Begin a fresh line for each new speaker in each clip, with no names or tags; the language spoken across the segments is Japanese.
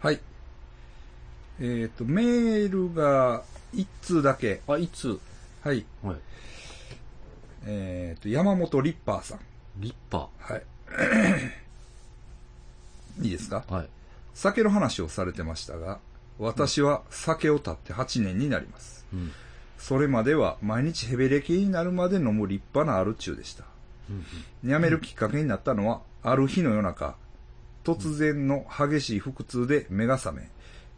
はい。えっ、と、メールが1通だけ。
あ、いつ
はい。
はい。
えっ、と、山本リッパーさん。
立派。
はい。 いいですか
はい。
酒の話をされてましたが、私は酒を絶って8年になります。
うん。
それまでは毎日ヘベレキになるまで飲む立派なアル中でした。
うん
やめるきっかけになったのは、ある日の夜中、突然の激しい腹痛で目が覚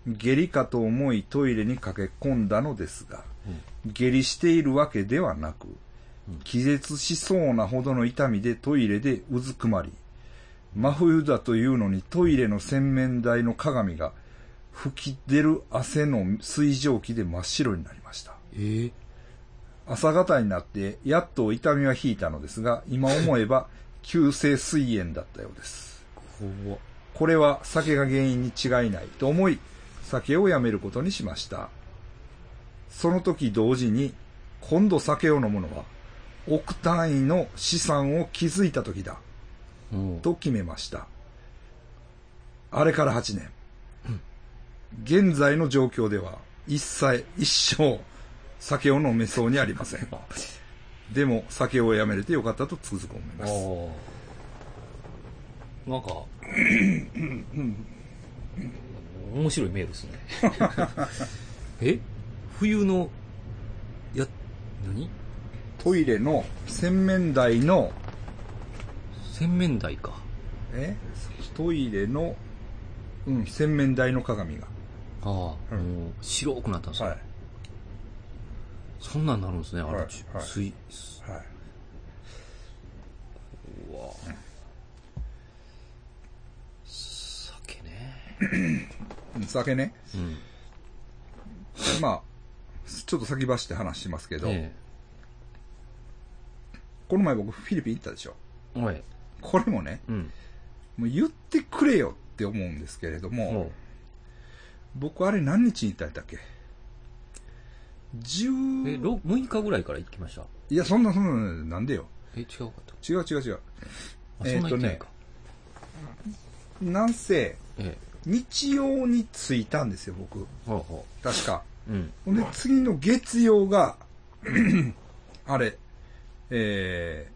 め、下痢かと思いトイレに駆け込んだのですが、下痢しているわけではなく、気絶しそうなほどの痛みでトイレでうずくまり、真冬だというのにトイレの洗面台の鏡が吹き出る汗の水蒸気で真っ白になりました。
ええ
朝方になってやっと痛みは引いたのですが今思えば急性膵炎だったようです
怖っ。
これは酒が原因に違いないと思い酒をやめることにしましたその時同時に今度酒を飲むのは億単位の資産を築いた時だ
うん。
と決めましたあれから8年現在の状況では一切一生酒を飲めそうにありません
あ
でも酒をやめれてよかったとつくづく思い
あ
ます。
ー。 なんか、面白いメールですね。 え冬の、や、何
トイレの洗面台の、
洗面台か。
えトイレの、うん、洗面台の鏡が。
ああ、
うん
もう白くなったんですよ。
はい。
そんなんなるんですね、あ
い
れ。ち
はい
水、す
はい。
うわ酒ね。
うん酒ね。
うん。
まあ、ちょっと先走って話しますけど、
え
この前僕フィリピン行ったでしょ。
え。おい。
これもね、
うん。
もう言ってくれよって思うんですけれど
お
も、
う
僕あれ何日に行ったんだっけ
え、
10、
ろ6日ぐらいから行きました。
いや、そんな、そんな、なんでよ。
え、違うかと。
違う違う違う。
あ、
えー
そん
っとね
な行ってないか。
なんせ、
え
日曜に着いたんですよ、僕。
え。はあは
確か。
あ。うん。
ほんで、次の月曜が、 あれ、えー、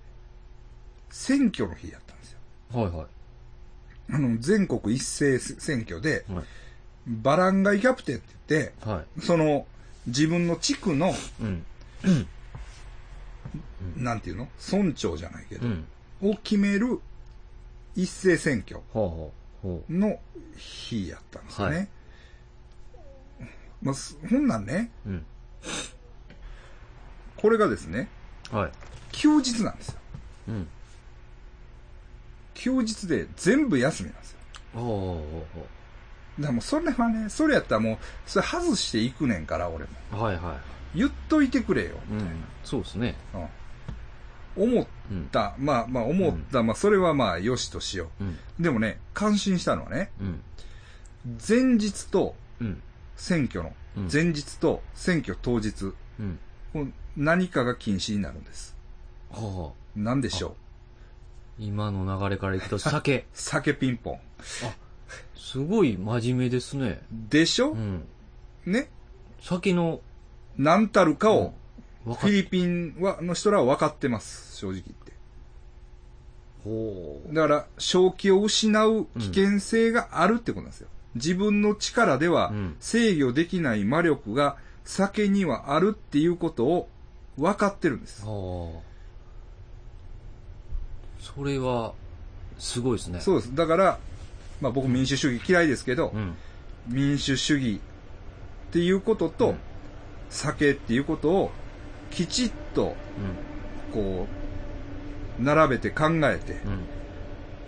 選挙の日やったんですよ。
はいは
あの、全国一斉選挙で、
い。は
バランガイキャプテンって言って、
い。は
その、自分の地区の、
い。うん。
なんていうの村長じゃないけ
う
ど、
ん。
を決める一斉選挙
はあはあ。は
の日やったんですよね。
は
まあ、すほんなんね、
あ。うん。
これがですね、
はい。
休日なんですよ。
うん。
休日で全部休みなんですよ。
はあは
だからもうそれはね、それやったらもう、それ外していくねんから、俺も。
あはあ。はいは
言っといてくれよ。
い。うん。そうですね。
うん思っ
うん。
た、まあまあ思った、まあそれはまあよしとしよ
うん。
う。でもね、感心したのはね、
うん。
前日と
うん。
選挙の
うん、
前日と選挙当日、
うん。
こう何かが禁止になるんです。
はあ。
何でしょう
今の流れからいくと、酒。
酒ピンポン。
すごい真面目ですね。
でしょ、
うん。
ね
酒の、
何たるかを、
分か
フィ
っ
リピンは、の人らは分かってます、正直言って。
ほう。
だから、正気を失う危険性があるってことなんですよ。自分の力では
うん
制御できない魔力が酒にはあるっていうことを分かってるんです。
はあ。それは、すごいですね。
そうです。だから、まあ僕民主主義嫌いですけど、
うん。
民主主義っていうこと
う
と
ん、
酒っていうことをきちっと
う
こう、並べて考えて、
ん。うん。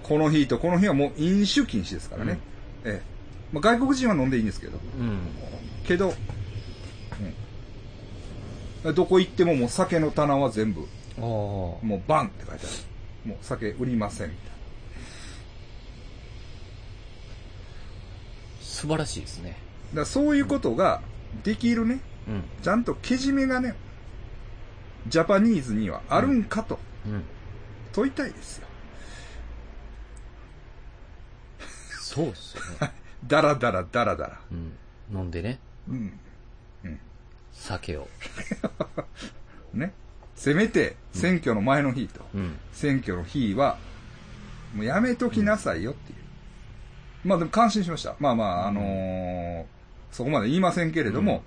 この日とこの日はもう飲酒禁止ですからね。ええまあ、外国人は飲んでいいんですけど。
うん。
けど、うん、どこ行ってももう酒の棚は全部、
ああ。
もうバンって書いてある。もう酒売りませんみたい
素晴らしいです
な。
ね。
だからそういうことができるね、
うん。
ちゃんとけじめがね、ジャパニーズにはあるんかと
うん。
問いたいですよ。
そうっすね。
だらだらだらだら。
うん。飲んでね、
うん。
酒を。
ね。せめて、選挙の前の日と。
うん。
選挙の日は、もうやめときなさいよっていう。まあでも感心しました。まあまあ、あのーそこまで言いませんけれども、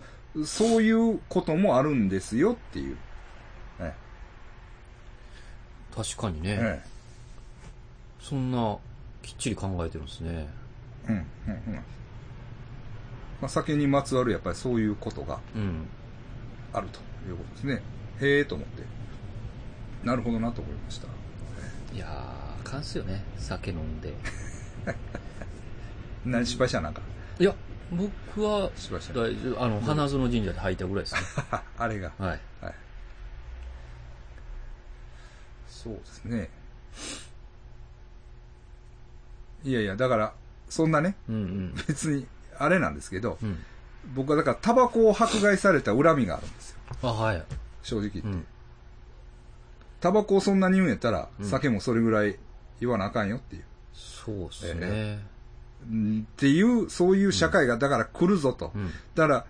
そういうこともあるんですよっていう。え
確かにね、
ええ
そんな、きっちり考えてるんですね。
えうん、うん、うん。まあ、酒にまつわるやっぱりそういうことが
うん。
あるということですね。へえと思って。なるほどなと思いました。
いやー、あかんっすよね。酒飲んで。
何失敗したなんか。
いや、僕は、
失敗した。
大丈夫。あの、花園神社で履いたぐらいですね。
あれが。
はい。
はい。そうですね。いやいや、だから、そんなね、
うんうん。
別に、あれなんですけど、
うん。
僕はだから、タバコを迫害された恨みがあるんですよ。
あ、はい。
正直言って。
うん。
タバコをそんなに言うんやったら、
うん
酒もそれぐらい言わなあかんよっていう。
そうっすね。
えうんっていう、そういう社会が、だから来るぞと。
うん。
だから、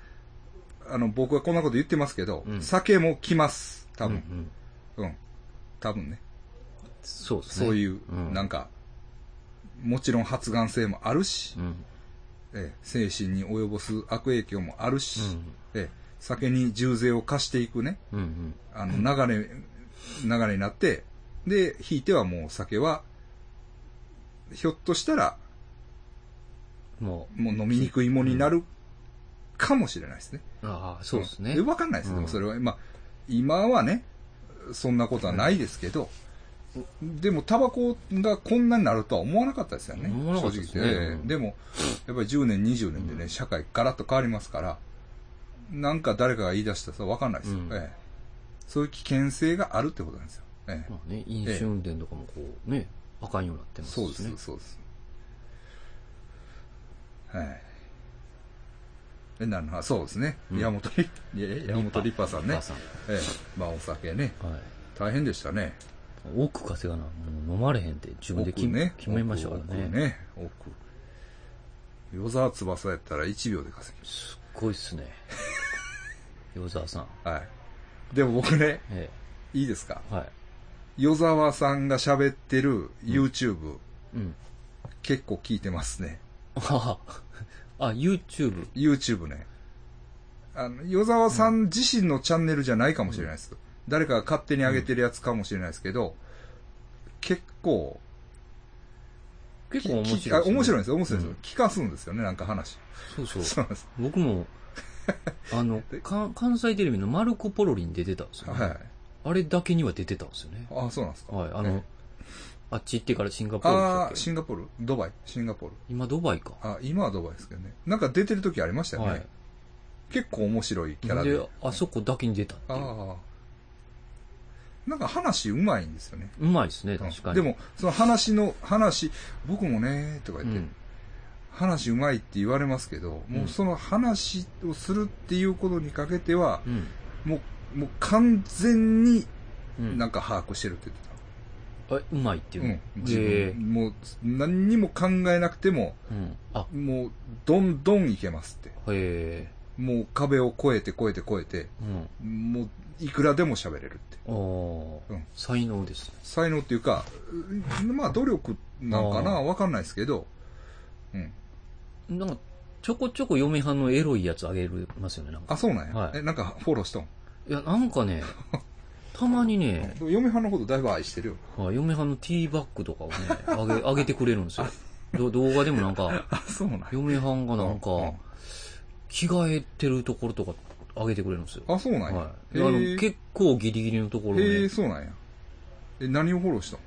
あの、僕はこんなこと言ってますけど、
うん
酒も来ます。多
うんう
分。
ん。
うん。多分ね。
そうっすね。
そういう、
うん
なんか、もちろん発がん性もあるし、
うん。
ええ精神に及ぼす悪影響もあるし、
うん。
ええ酒に重税を貸していくね、
うんうん。
あの流れ、流れになって、で、ひいてはもう酒は、ひょっとしたら、
もう、
もう飲みにくいものになるかもしれないですね。
ああ、そうですね。
んわかんないです、
うん
でもそれは。まあ、今はね、そんなことはないですけど、でも、タバコがこんなになるとは思わなかったですよね。
思わなかったです
正
ね
直言ってええ
うん
でも、やっぱり10年、20年でね、社会ガラッと変わりますから、なんか誰かが言い出したらさ、わかんないですよ、
うん
ええそういう危険性があるってことなんですよ。ええ
まあね、飲酒運転とかもこう、ね、あかんようになってますし
そ
ね。
うです、そうです。はい。え、なるほどそうですね。
うん
山本リ、いやいや山本リッパさんね
お母。さん
ええ、まあお酒ね。
はい。
大変でしたね。
億稼がな、もう飲まれへんって自分で決
奥
め
ね
決めましたから
奥
ね。
奥ね、奥。与沢翼やったら1秒で稼ぎます
っごいっす ね。与沢さん。
た。はい。でも僕ね、
え
いいですか
え。はい。
与沢さんが喋ってる YouTube、
うん。
結構聞いてますね。
ああ、YouTube。
YouTube ね。あの、与沢さん自身のチャンネルじゃないかもしれないです。誰かが勝手に上げてるやつかもしれないですけど、結構、
結構面白い
き
す
き
ね、
あ面白いんですよ、面白いんです
う
よ。聞かすんですよね、なんか話。
んそう
そ
そう
な
う。
んです。
僕も、あの、か関西テレビのマルコ・ポロリに出てたんですよ、ね
はい。
あれだけには出てたんですよね。
あ、そうなんですか。
はい。あの、
ね
あっち行ってからシンガポールでした
あ
っ
あ、
け
シンガポールドバイシンガポール。
今ドバイか。
あ、今はドバイですけどね。なんか出てる時ありましたよね。
はい。
結構面白いキャ
な
ラ
ん
で。
で、あそこだけに出たって
あ
いう。
あ。なんか話うまいんですよね。
うまいですね、確かに。
で、も、その話の、話、僕もね、とか
う
言って、
ん。
話うまいって言われますけど、
うん
もうその話をするっていうことにかけては
う、ん。
もう、もう完全に
うん
なんか把握してるって言ってた。
あうまいっていううんの。。
自
で、
分、もう何にも考えなくても、
うん。あ、
もうどんどんいけますって。
へ
もう壁を越えて越えて越えて、
え。うん。
もういくらでも喋れるって。
ああ、
うん
才能ですね。
才能っていうか、うんまあ努力なんか
あ
な
ー
わかんないですけど、うん。
なんか、ちょこちょこ嫁はんのエロいやつあげるますよね、なんか。
あ、そうなんや。
はい
え、なんかフォローしとん。
いや、なん かね、たまにね、
でも嫁はんのことだいぶ愛してるよ。
はい嫁はんのティーバッグとかをね、あげ、 あげてくれるんですよ。ど動画でもな んか、
あ、そうなんや。
嫁はんがなんか
うんうん、
着替えてるところとかあげてくれるんですよ。
あ、そうなんや。
はい。
へ
であの
ー、
結構ギリギリのところね。
へえ、そうなんや。え、何をフォローしたん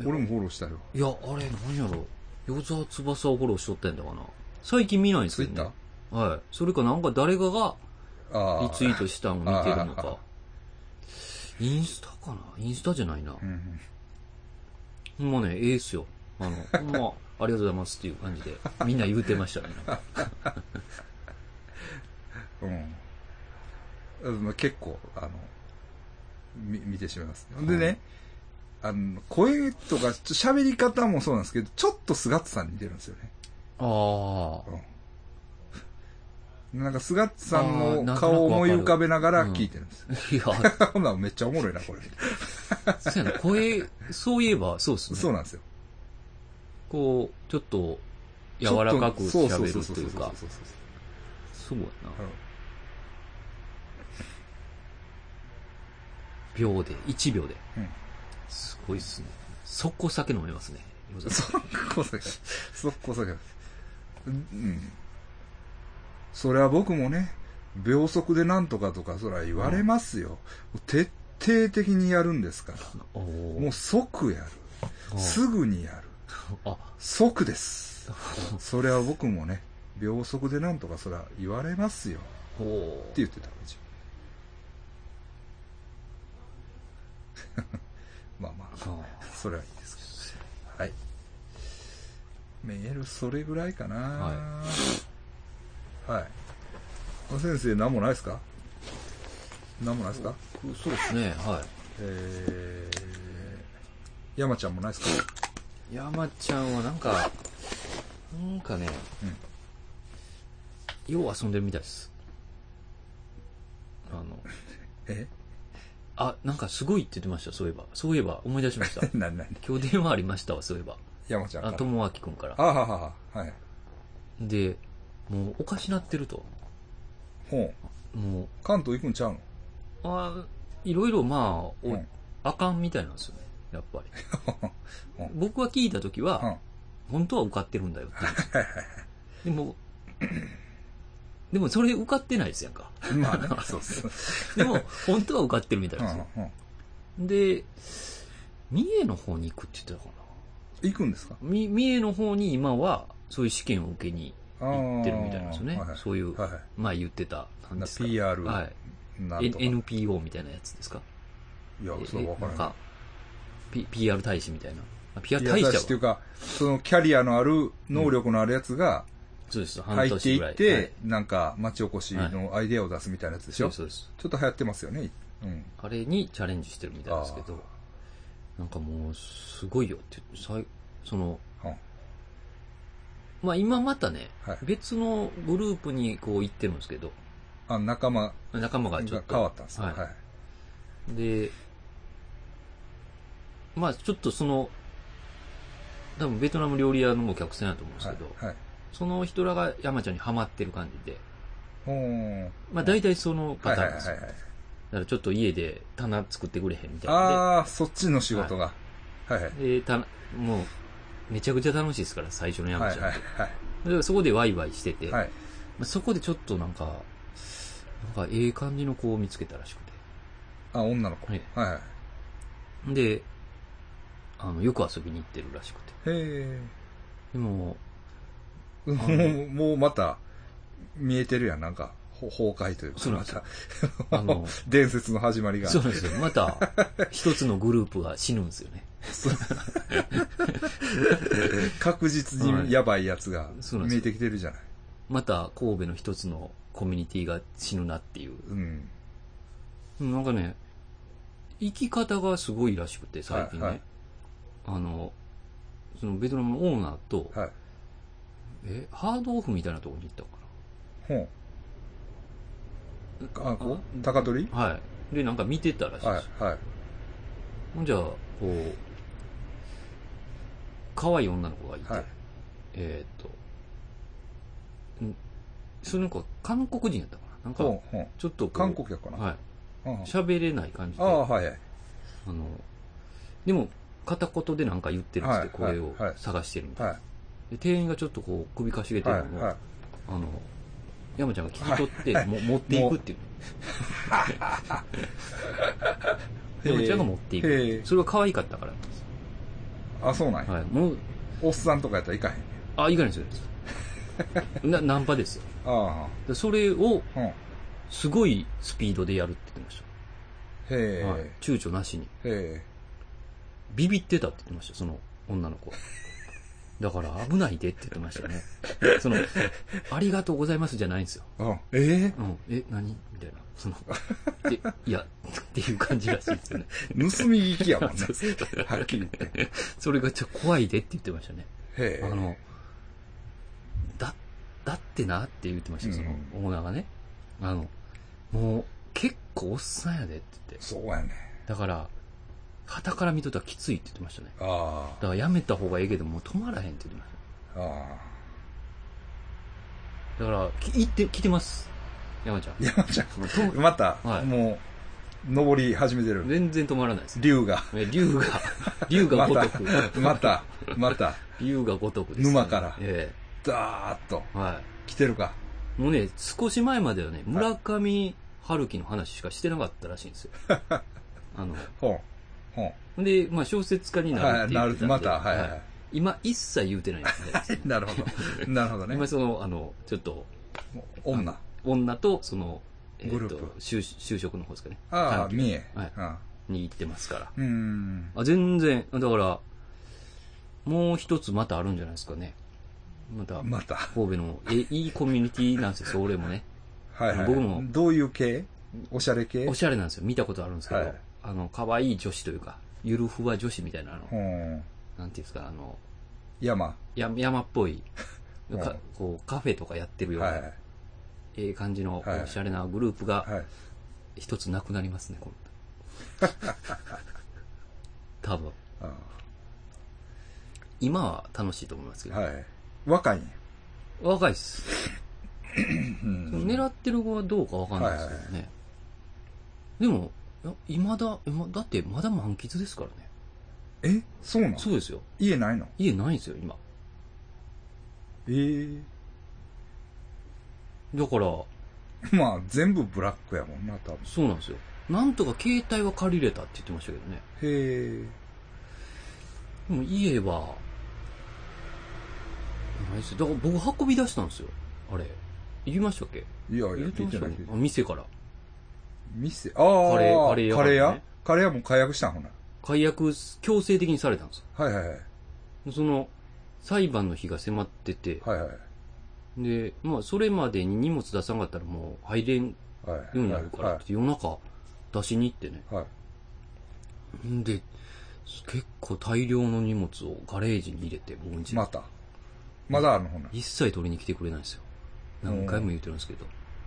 え
俺もフォローしたよ。
いや、あれ、なんやろ。与沢翼をフォローしとったんだかな。最近見ないんです
ツイ
よ
ッ
ね
ター。
はい。それかなんか誰かが
ああ。
リツイートしたんを見てるの
あああ
か。インスタかなインスタじゃないな
う。ん
ほんまね、ええっすよ。あの、ほんま、ありがとうございますっていう感じで、みんな言うてましたね。
うん。うん。まあ結構、あの、み見てしまいます。でね、あの、声とか、ちょ喋り方もそうなんですけど、ちょっとスガッツさんに似てるんですよね。
あああ。
なんか、菅ッツさん
あーな
の
んとなく
顔を思い浮かべながら聞いてるんです。
いや、
ほな、めっちゃおもろいな、これ。
そうやな、声、そういえば、そうですね。
そうなんですよ。
こう、ちょっと、柔らかく
ちょっと
喋るという
そう
か。
そうそうそうそうそう
そうや
うん
な。秒で、1秒で。
うん
すごいっすね。速攻酒飲めますね。ヨザさん
速攻酒。速攻酒。うん。それは僕もね、秒速でなんとかとか、そりゃ言われますよ。徹底的にやるんですから。
おー
もう即や
あ
る。すぐにやる。
あ、
即です。それは僕もね、秒速でなんとかそりゃ言われますよ。
おー
って言ってた一応 まあまあ
あ
それはいいですけどはいメールそれぐらいかな
は
はい、先生何もないですか何もないですか
ーそうですね、はい。
えー、山ちゃんもないですか
山ちゃんはなんか、なんかね、よう遊んでるみたいです。あの、
え
あ、なんかすごいって言ってました、そういえば。そういえば、思い出しました。
何何
今日電話ありましたわ、そういえば。
山ちゃんか
あ、
ら
ともあきくんから
あ。ははははい
で、もうおかしなってると。
ほう
もう、
関東行くんちゃうの
あいろいろまあ、お
うん
あかんみたいなんですよね。やっぱり。
う
僕は聞いたとき
うん
は、本当は受かってるんだよって言うんですよ。でも、でもそれ受かってないですやんか。
ま あね、 そうそう。
でも、本当は受かってるみたい
うん
なん
う
ですよ。
ん、
で、三重の方に行くって言ってたか
行くんですか
な。み三重の方に今は、そういう試験を受けに行ってるみたいなんですよね。
あーはいはい
そういう、
はいはい
前言ってた、なんですか。
PR
はい。
な
N-
んとか。
NPO みたいなやつですか
いや、それわから
え
んな
な
い。
か、P、PR 大使みたいな。あ PR
い
大
や、
使
だ
だ
しっていう
わ。
か、そのキャリアのある、能力のあるやつが
そうです。半
入って
年ぐ
い
ら
っ
い。
て、
はい
なんか、町おこしのアイデアを出すみたいなやつでし
そ
ょ、
うそうです。
ちょっと流行ってますよね。うん。
あれにチャレンジしてるみたいですけ
あ
ど、なんかもう、すごいよって、さいその、
うん
まあ今またね、
はい
別のグループにこう行ってるんですけど、
あ、仲間
仲間がちょ
が
っと。
変わったんですね。
は
はいい。
で、まあちょっとその、多分ベトナム料理屋のお客さんやと思うんです
は
けど、
い。はい。
その人らが山ちゃんにハマってる感じで、
ほーん。
まあ大体その
は
パ
い
タ
は
ー
い
ン
は
で
い
すよ。
はい。
だからちょっと家で棚作ってくれへんみたいなん
あー、そっちの仕事が。はいはい。
で、で棚もうめちゃくちゃ楽しいですから、最初の
は
山
い
ちゃん。
はい
だからそこでワイワイしてて、
はい。はい。
まあそこでちょっとなんか、なんかええ感じの子を見つけたらしく
あ、女の子。は
はいい
はい。
て。で、あの、よく遊びに行ってるらしくて。
へえ。
でも、
もう、もうまた、見えてるやん、なんか、ほ崩壊というか、
そうなん
ま
です
た
よ、あの、
伝説の始まりが。
そうなんですよ。また、一つのグループが死ぬんですよね。
確実にやばいやつが
そうなんです
見
よ
えてきてるじゃない。
また、神戸の一つのコミュニティが死ぬなっていう。
うん。
なんかね、生き方がすごいらしくて、最近ね。
はいはい
あの、そのベトナムのオーナーと、
はい。
え、ハードオフみたいなところに行った
ほ
のか
ん。あ、こ
あ
う高取
な。はい。で、なんか見てたらしいです。
はい、はい。
ほんじゃ、こう、可愛い女の子がいて、
はい
えーっと、んその子、韓国人やったかななん
ほん
か、、
ほん。
ちょっとこう
韓国やかな。
はい。
うん
喋れない感じで。
ああ、はいはい。
あの、でも、片言でなんか言ってるっつって、こ
はい
れを
はい
探してるみたいな。
は
で、店員がちょっとこう、首かしげ
い。
てる
は
の
い。
を、
は
あの、山ちゃんが聞き取って、も持っていくっていう。
い。
山ちゃんが持っていく。
へえ。
それが可愛かったからなんですよ
あ、そうなんや。
はい。もう、
おっさんとかやったらいかへん。
あ、いかないですよ。 な、ナンパですよ。
あ
でそれを、
あ、ほん。へ
すごいスピードでやるって言ってました。はい
え。
躊躇なしに。
へ
ビビってたって言ってました、その女の子は。だから危ないでって言ってましたね。その、ありがとうございますじゃないんですよ。
え。うん。え
うん、え、何みたいな。その、え、いや、っていう感じらしいですよね。
え。盗み聞きやもんね。はっきり言って。
それがちょっと怖いでって言ってましたね。
へえ。
あの、だってなって言ってましたよ、そのオーナーがね。あの、もう、結構おっさんやでって言って。
そうやね。
だから、旗から見とったらきついって言ってましたね。
あ
だからやめた方がええけど、もう止まらへんって言ってま
あ。
し
ああ。
た。だから、き行って、来てます。山ちゃん。
山ちゃ
もうと
ん、また、
はい
もう、登り始めてる。
全然止まらないです。
竜が。
え竜 が、竜が
ま
ごと
た
く。、
また、また、
竜がごとくです、
沼から
え
ダーッと、
えは
来てるか。
い。もうね、少し前まではね、村上春樹の話しかしてなかったらしいん ですよ。あの、
ほん。ほ
で、まあ小説家に
ん。
な
は
るっ
い、
て
な
言っ
る
てたんで、
また、はい、は
はい
い。
今一切言うてないんですね
なるほ ど。なるほどね
今。その、あの、ちょっと、
女。
女と、その、えっ、
グル
と
ープ
就、就職の方ですかね。
ああ、
関係
三重。
はい
あ
に行ってますから。
あうん。
あ、全然、だから、もう一つまたあるんじゃないですかね。また、
また。
神戸の、え、いいコミュニティなん ですよ、それもね。
はいはい。
僕も
どういう系おしゃれ系
おしゃれなんですよ。見たことあるんですけど、
はい
あの、可愛い女子というか、ゆるふわ女子みたいな、あの、
うん。
なんていうんですか、あの、
山。
や山っぽい、
うん
かこう、カフェとかやってるような、
はい。
ええ感じの
はい
おしゃれなグループが、
はい。
一つなくなりますね、この 多分。
あ
今は楽しいと思いますけ
あ
ど、
はい。若いね。
若いっす。
うん
狙ってる子はどうかわかんないですけどね。でも、いまだ、今だってまだ満喫ですからね。
えそうなの
そうですよ。
家ないの
家ないんですよ、今。
え
だから、
え。 まあ、全部ブラックやもんな、多分。
そうなんですよ。なんとか携帯は借りれたって言ってましたけどね。
へえ。
でも家は、ないですよだから僕運び出したんですよ。あれ。言いましたっけ
いやいや、
言っ
聞
て
い
ま
て
し
な
た
い
ね
聞い。て
あ
ない。
店から。
店、ああ、
カレーカレ
カレー
ー屋から
屋
ね
カレー屋も解約したんほな。
解約、強制的にされたんですよ
はいはいはい。
その、裁判の日が迫ってて、
はいはい。
で、まあ、それまでに荷物出さなかったらもう入れんよ
は
う
い。
になるから
は
って、夜中出しに行ってね。
い。はい。
んで、結構大量の荷物をガレージに入れて、僕ん家に
また。まだあるのほな。
一切取りに来てくれないんですよ。何回も言ってるんですけ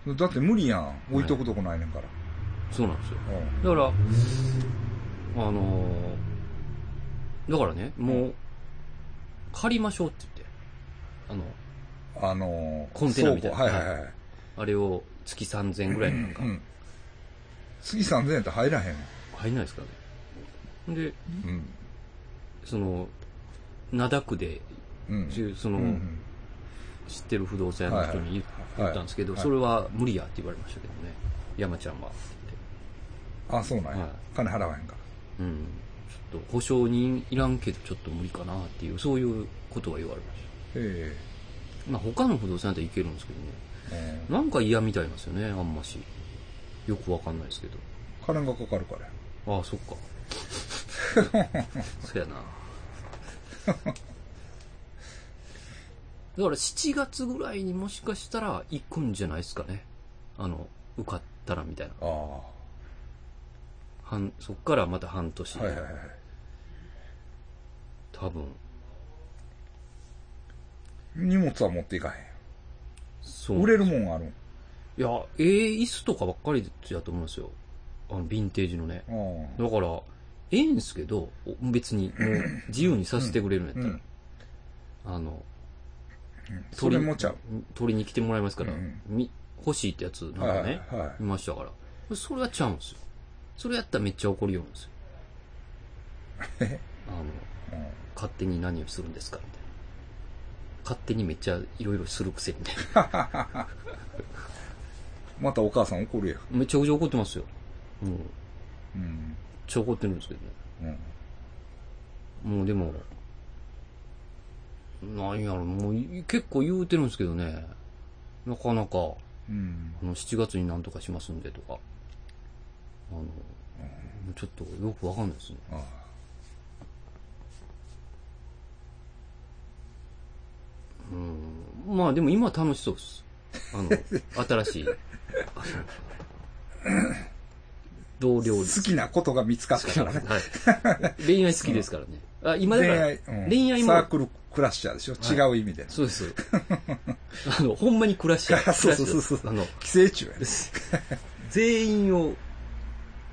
ど。
だって無理やん。置いとくとこないねんから。
そうなんですよ。
うん
だから、あのーだからね、もう、借りましょうって言って、あの、
あのー、
コンテナみたいな
倉庫はいはいはい。
あれを月3000円ぐらいのなんか
う、ん。次3000円って入らへん。
入んないですからね。で、
うん。
その、灘区で、
うん。
じゅその、
うんうん
知ってる不動産屋の人に
はい
言
はい
言ったんですけど、
はい
それは無理やって言われましたけどね、山ちゃんはって
あ、そうなん
はい
や。金払わへんから。
言って。うん。ちょっと保証人いらんけどちょっと無理かなっていう、そういうことは言われまし
え
た。まあ他の不動産だったらいけるんですけどね。
え。うん
なんか嫌みたいなんですよね、あんまし。よくわかんないですけど。
金がかかるからや。
ああ、そっか。 そやな。だから7月ぐらいにもしかしたら行くんじゃないですかね。あの、受かったらみたいな。
ああ。は
半そっからまた半年
い
で、
はいはい。
多分、
荷物は持っていか
そう
へん。。売れるもんあるん。
いや、ええ椅子とかばっかりやと思うんですよ。あの、ヴィンテージのね。
うん
だから、ええんすけど、お別に、もう 自由にさせてくれるんやったら、
うん
あの、
それもちゃう。
取りに来てもらいますから、
うん
み欲しいってやつなんか
はい
ね、
はい
いましたから。それはちゃうんですよ。それやったらめっちゃ怒りよるん ですよ。あの、
うん
勝手に何をするんですかみたいな。勝手にめっちゃいろいろするくせにみたいな。
またお母さん怒るやん。
めちゃくちゃ怒ってますよ。もう、めっ
うん。
ちゃ怒ってるんですけどね。
うん。
もうでも、なんやろ、もうい結構言うてるんですけどね。なかなか、
うん。
あの、7月になんとかしますんでとか。あの、ちょっとよくわかんないですね。
ああ
うん。まあでも今は楽しそう です。あの、新しい。道料理。
好きなことが見つかったからね。
はい、恋愛好きですからね。あ今だ
恋
から
愛、うん
恋愛も
サークルクラッシャーでしょ、
は
違う意味で。
そうです。あの、ほんまに暮らして
そうそうそうそう
あの、
寄生虫やね。
全員を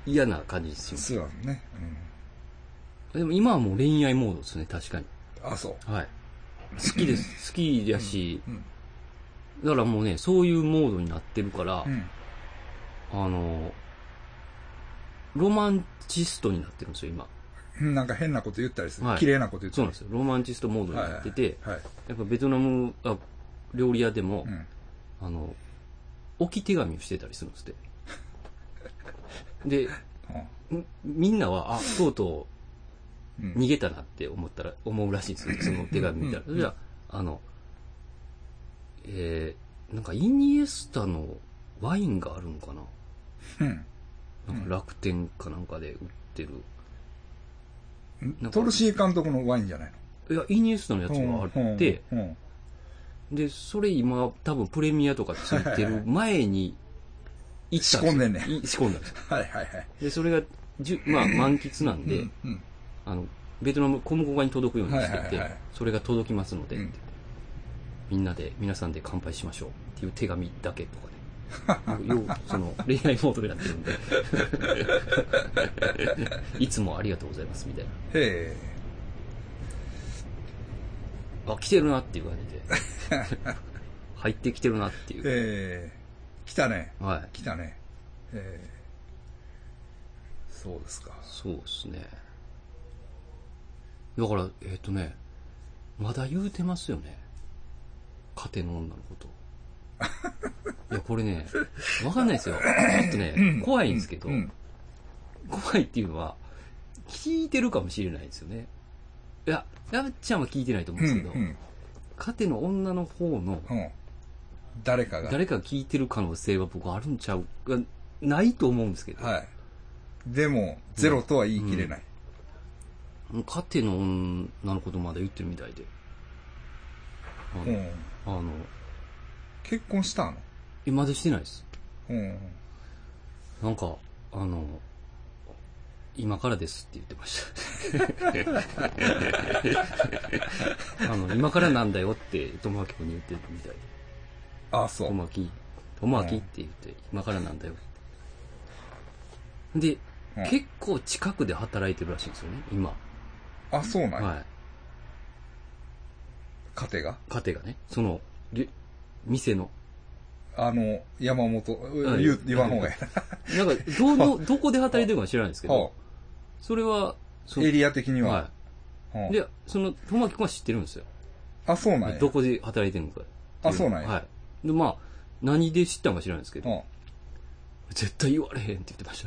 嫌な感じにします。
そうやね、
でも今はもう恋愛モードですね、確かに。
うん。あ、そう。
はい。好きです。好きだし、
うん。
だからもうね、そういうモードになってるから
う、ん。
あの、ロマンチストになってるんですよ、今。
うんなんか変なこと言ったりする。
はい
綺麗なこと言った
そ
り
うなんですよ。ロマンチストモードになってて、
はい。
やっぱベトナム、あ、料理屋でも、
うん。
あの、置き手紙をしてたりするんですって。で、みみんなは、あ、とうと
うん
う逃げたなって思ったら、思うらしいんですよ、その手紙見たら。
うん
じゃあ、あの、えー、なんかイニエスタのワインがあるのか
うん。
ななんか楽天かなんかで売ってる。
うんトルシー監督のワインじゃない
いや、イニエスタのやつ
の
があって、
うんうん
で、それ今、多分プレミアとかついてる前に、行った
仕込んでんね
すよい仕込んだんですよ。
はいはいはい。
で、それが、じゅまあ、満喫なんで、
うんうん
あの、ベトナム、小麦粉側に届くようにして
はいはい
て
はいはい、
それが届きますので、
うん
ってみんなで、皆さんで乾杯しましょうっていう手紙だけと かね。ようその、恋愛モードになってるんで。 いつもありがとうございます、みたい
へ
な。あ、来てるなっていう感じで。 入ってきてるなってい
え。
う。
ええ。来たね。
はい。
来たね。ええ。そうですか。
そうですね。だから、えっ、とね、まだ言うてますよね。家庭の女の こと。いや、これね、わかんないですよ。ちょっとね、怖いんですけど、
うん。
怖いっていうのは、聞いてるかもしれないですよね。いや、やっちゃんは聞いてないと思う
うんん
ですけど、
うん。
家庭の女の方の
うん。誰かが。
誰かが聞いてる可能性は僕はあるんちゃうがないと思うんですけど、
はい。でも、ゼロとは言い切れない。
家庭の女のことまだ言ってるみたいで。あ
う
の
ん。
あの、
結婚したの
えまだしてないです。
うん。
なんか、あの、今からですって言ってま した。あの、今からなんだよって、友明君に言ってるみたいで。
あ、そう。
友明、友明っ
うん
て言って、今からなんだよで、
うん
結構近くで働いてるらしいんですよね、今。
あ、そうなんや
はい。
家庭が
家庭がね、その、り店の。
あの、山本、
ん
言う、言わん方がいいな。
なんか、どの、 どこで働いてるかは知らないですけど
ほ、
それは、そう
エリア的には。
はい。
うん
で、その、友明君は知ってるんですよ。
あ、そうなんや。
どこで働いてるのか。
あそうなんや
はい。で、まあ、何で知ったのか知らないですけ
う
ど、
ん
絶対言われへんって言ってまし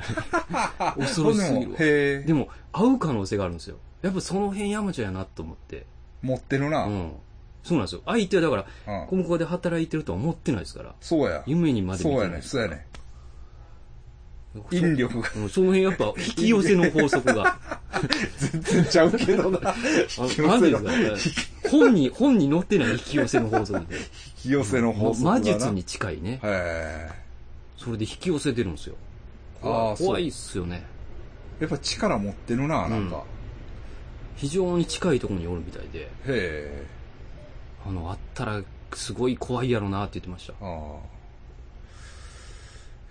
たね。恐ろしすぎるわ
でもへ
で
え、
も、会う可能性があるんですよ。やっぱその辺山ちゃんやなと思って。
持ってるな。
う
うん
ん。そうなんですよ。相手はだから、小
うん
麦粉で働いてるとは思ってないですから。
そうや。
夢にまで
そう
見て
や
ない
ね、
です
そうやね。
そう
引力が
うんその辺やっぱ、引き寄せの法則 が。
全然ちゃうけどな。
あ
引き
な
寄
んて
せ
い
の
う、んですかね本に、本に載ってない引き寄せの法則で。
引き寄せの法則がな
魔術。に近いね。
へ
それで引き寄せてるんですよ。
あーそう
怖いっすよね。
え。やっぱ力持ってるな、なんか。
非常に近いところにおるみたいで、
へえ。
あの、あったらすごい怖いやろなって言ってました。
ああ。へ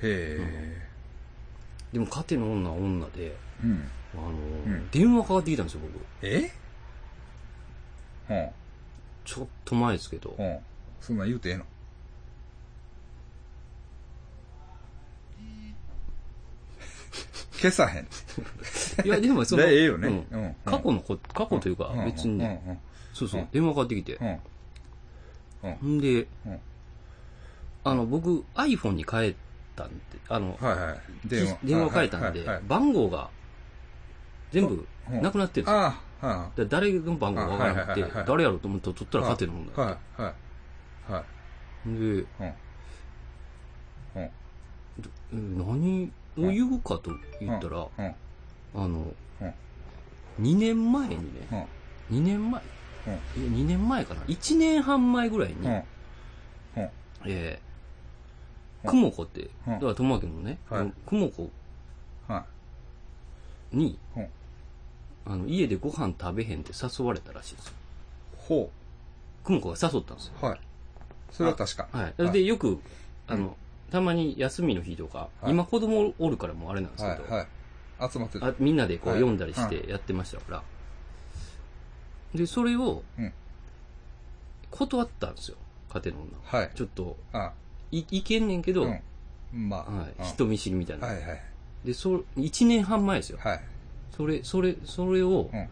え。
でも、家庭の女は女で、
うん。
あの、
うん
電話かかってきたんですよ、僕。
えうん。
ちょっと前ですけど
う、ん。そんなん言うてえ えの消さへん。
いや、で もその、
でええよね
うん
うん、
過去のこ、過去というか、別にね、そうそううん電話かかってきて
うん。う、ん。うん。
んで
うん、
あの、僕、iPhone に変えたんで、あの、
はいはい。電話。
き電話変えたんで
はいはいはい、
番号が、全部、
うん
なくなってるんですよ。
ああ、は
だから誰の番号がわからなく
あはいはいは
て
いはい、
誰やろうと思って取った
い。
ら勝てるもんだって。
はい、はい。はい。
で、
うん。うん。
何を言うかと言ったら、
うん。
あの、
うん
2年前に
う
ね、
ん。
2年前、
うん
え2年前かな ?1 年半前ぐらいに、
うん。
え
うん
ー、くもこって、
うん
だから友明のね
はい、
くもこ
は
に、
い。うん
あの、家でご飯食べへんって誘われたらしいですよ。
ほ
久美子が誘ったんですよ。
う。はい。それは確か。
はい。で、よく、あの、たまに休みの日とか、
はい
今子供おるからもうあれなんですけ
はい
ど、
はい。集まってた。
あみんなでこう
はい
読んだりしてやってましたから、で、それを
うん、
断ったんですよ、家庭の女が
はい。
ちょっと、
あ、
いいけんねんけど、
うん。まあ。
は
う
い、
ん
人見知りみたいな。
はいはい。
で、そ、1年半前ですよ。
はい。
それ、それ、それを、
うん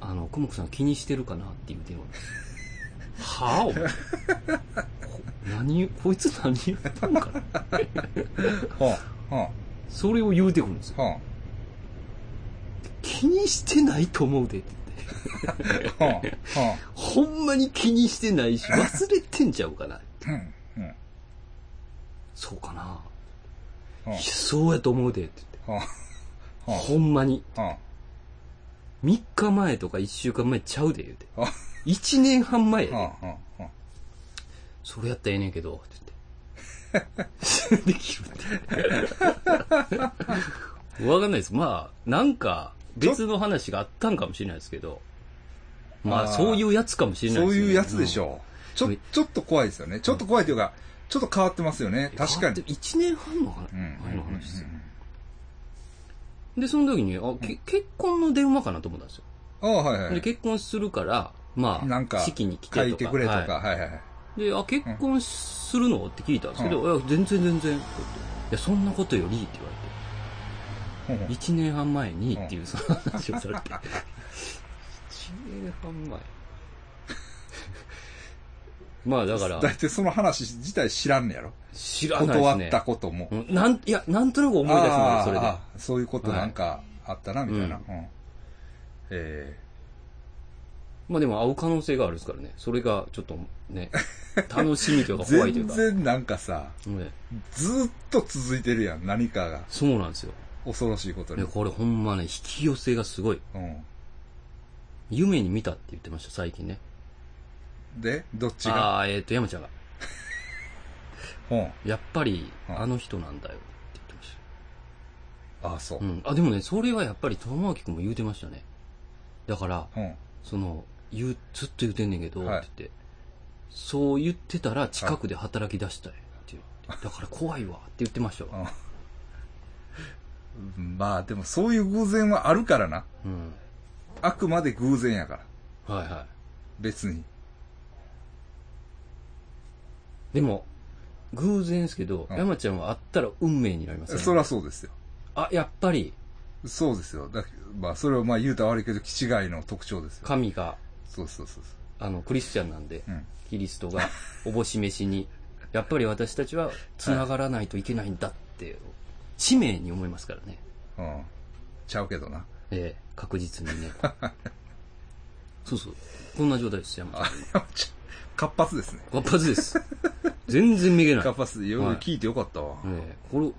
あの、くもくさん気にしてるかなっていう電 話。はぁ、お前こ何、こいつ何言ったんかな
ほう。ほう。
それを言うてくるんです よ。
ほう。
気にしてないと思うでって言って。
ほう。ほ
ほんまに気にしてないし、忘れてんちゃうかな。
う。うん。うん。
そうかな。
ほう
いや。そうやと思うでって言って。
ほう。ほう。
ほんまに。
ほう。
3日前とか1週間前ちゃうで言うて。
ほう。
1年半前やで
ほう。ほう。ほう。
それやったらええねんけ ど、って言って。できるって。わかんないです。まあ、なんか、別の話があったんかもしれないですけど、まあ、
あー
そういうやつかもしれない
そう
ですよね
いうやつでしょう。ちょ
うん、
ちょっと怖いですよね。ちょっと怖いというか、ちょっと変わってますよね
う。ん
確かに。
1年半の話、
うんうん
前の話ですよ
うんうん
で、その時に、あ、け結婚の電話かなと思ったんですよ。
ああ、はいは
で、
い。
結婚するから、まあ、
なんか、
式に来てと
書
か。
いてくれとか、
は
はいはいはい。
いで、あ、結婚するのって聞いたんですけど、いや、全然全然。って言っていや、そんなことより、って
ほう
言われて。
ほう
1年半前にっていうその話をされて。1年半前。 まあだから、
大体その話自体知らんねやろ。
知らないです
断
ね。
ったことも。
うんなん、いや、なんとなく思い出すのよ、それで。
あーそういうことなんかあったな、みたいな。
う
うんえ
まあでも会う可能性があるですからね。それがちょっとね、楽しみと いう
ー
か怖いと
全
いうか。
然なんかさ、
ね、
ずーっと続いてるやん、何かが。
そうなんですよ。
恐ろしいことに
で、。これほんまね、引き寄せがすごい。
うん、
夢に見たって言ってました、最近ね。
で、どっちが、
ああ、えっ、と、山ちゃんが。
うん、
やっぱり、
うん
あの人なんだよって言ってました。
ああ、そう
う。ん。あ、でもね、それはやっぱり友明君も言うてましたね。だから、
うん、
その、言う、ずっと言うてんねんけど、
はい
って言って、そう言ってたら近くで働き出したいって言って、だから怖いわって言ってましたわ。
うんまあでもそういう偶然はあるからな。
うん。
あくまで偶然やから。
はいは
別に。
い。でも、偶然ですけど、
うん
山ちゃんは会ったら運命になりますよね。
そりゃそうですよ。
あ、やっぱり、
そうですよ。だまあそれはまあ言うたら悪いけど、気違いの特徴ですよ。
神が、
そうそうそうそ
あの、クリスチャンなんで、
う。うん。
キリストが、おぼしめ しに、やっぱり私たちは繋がらないといけないんだって、使命に思いますからね。
うん。ちゃうけどな。
ええ確実に ね。そうそう。こんな状態です、山ちゃん。
あ、山ちゃん活発ですね。
活発です。全然めげない。え
活発で、よく
はい
聞いてよかったわ。
えこれ、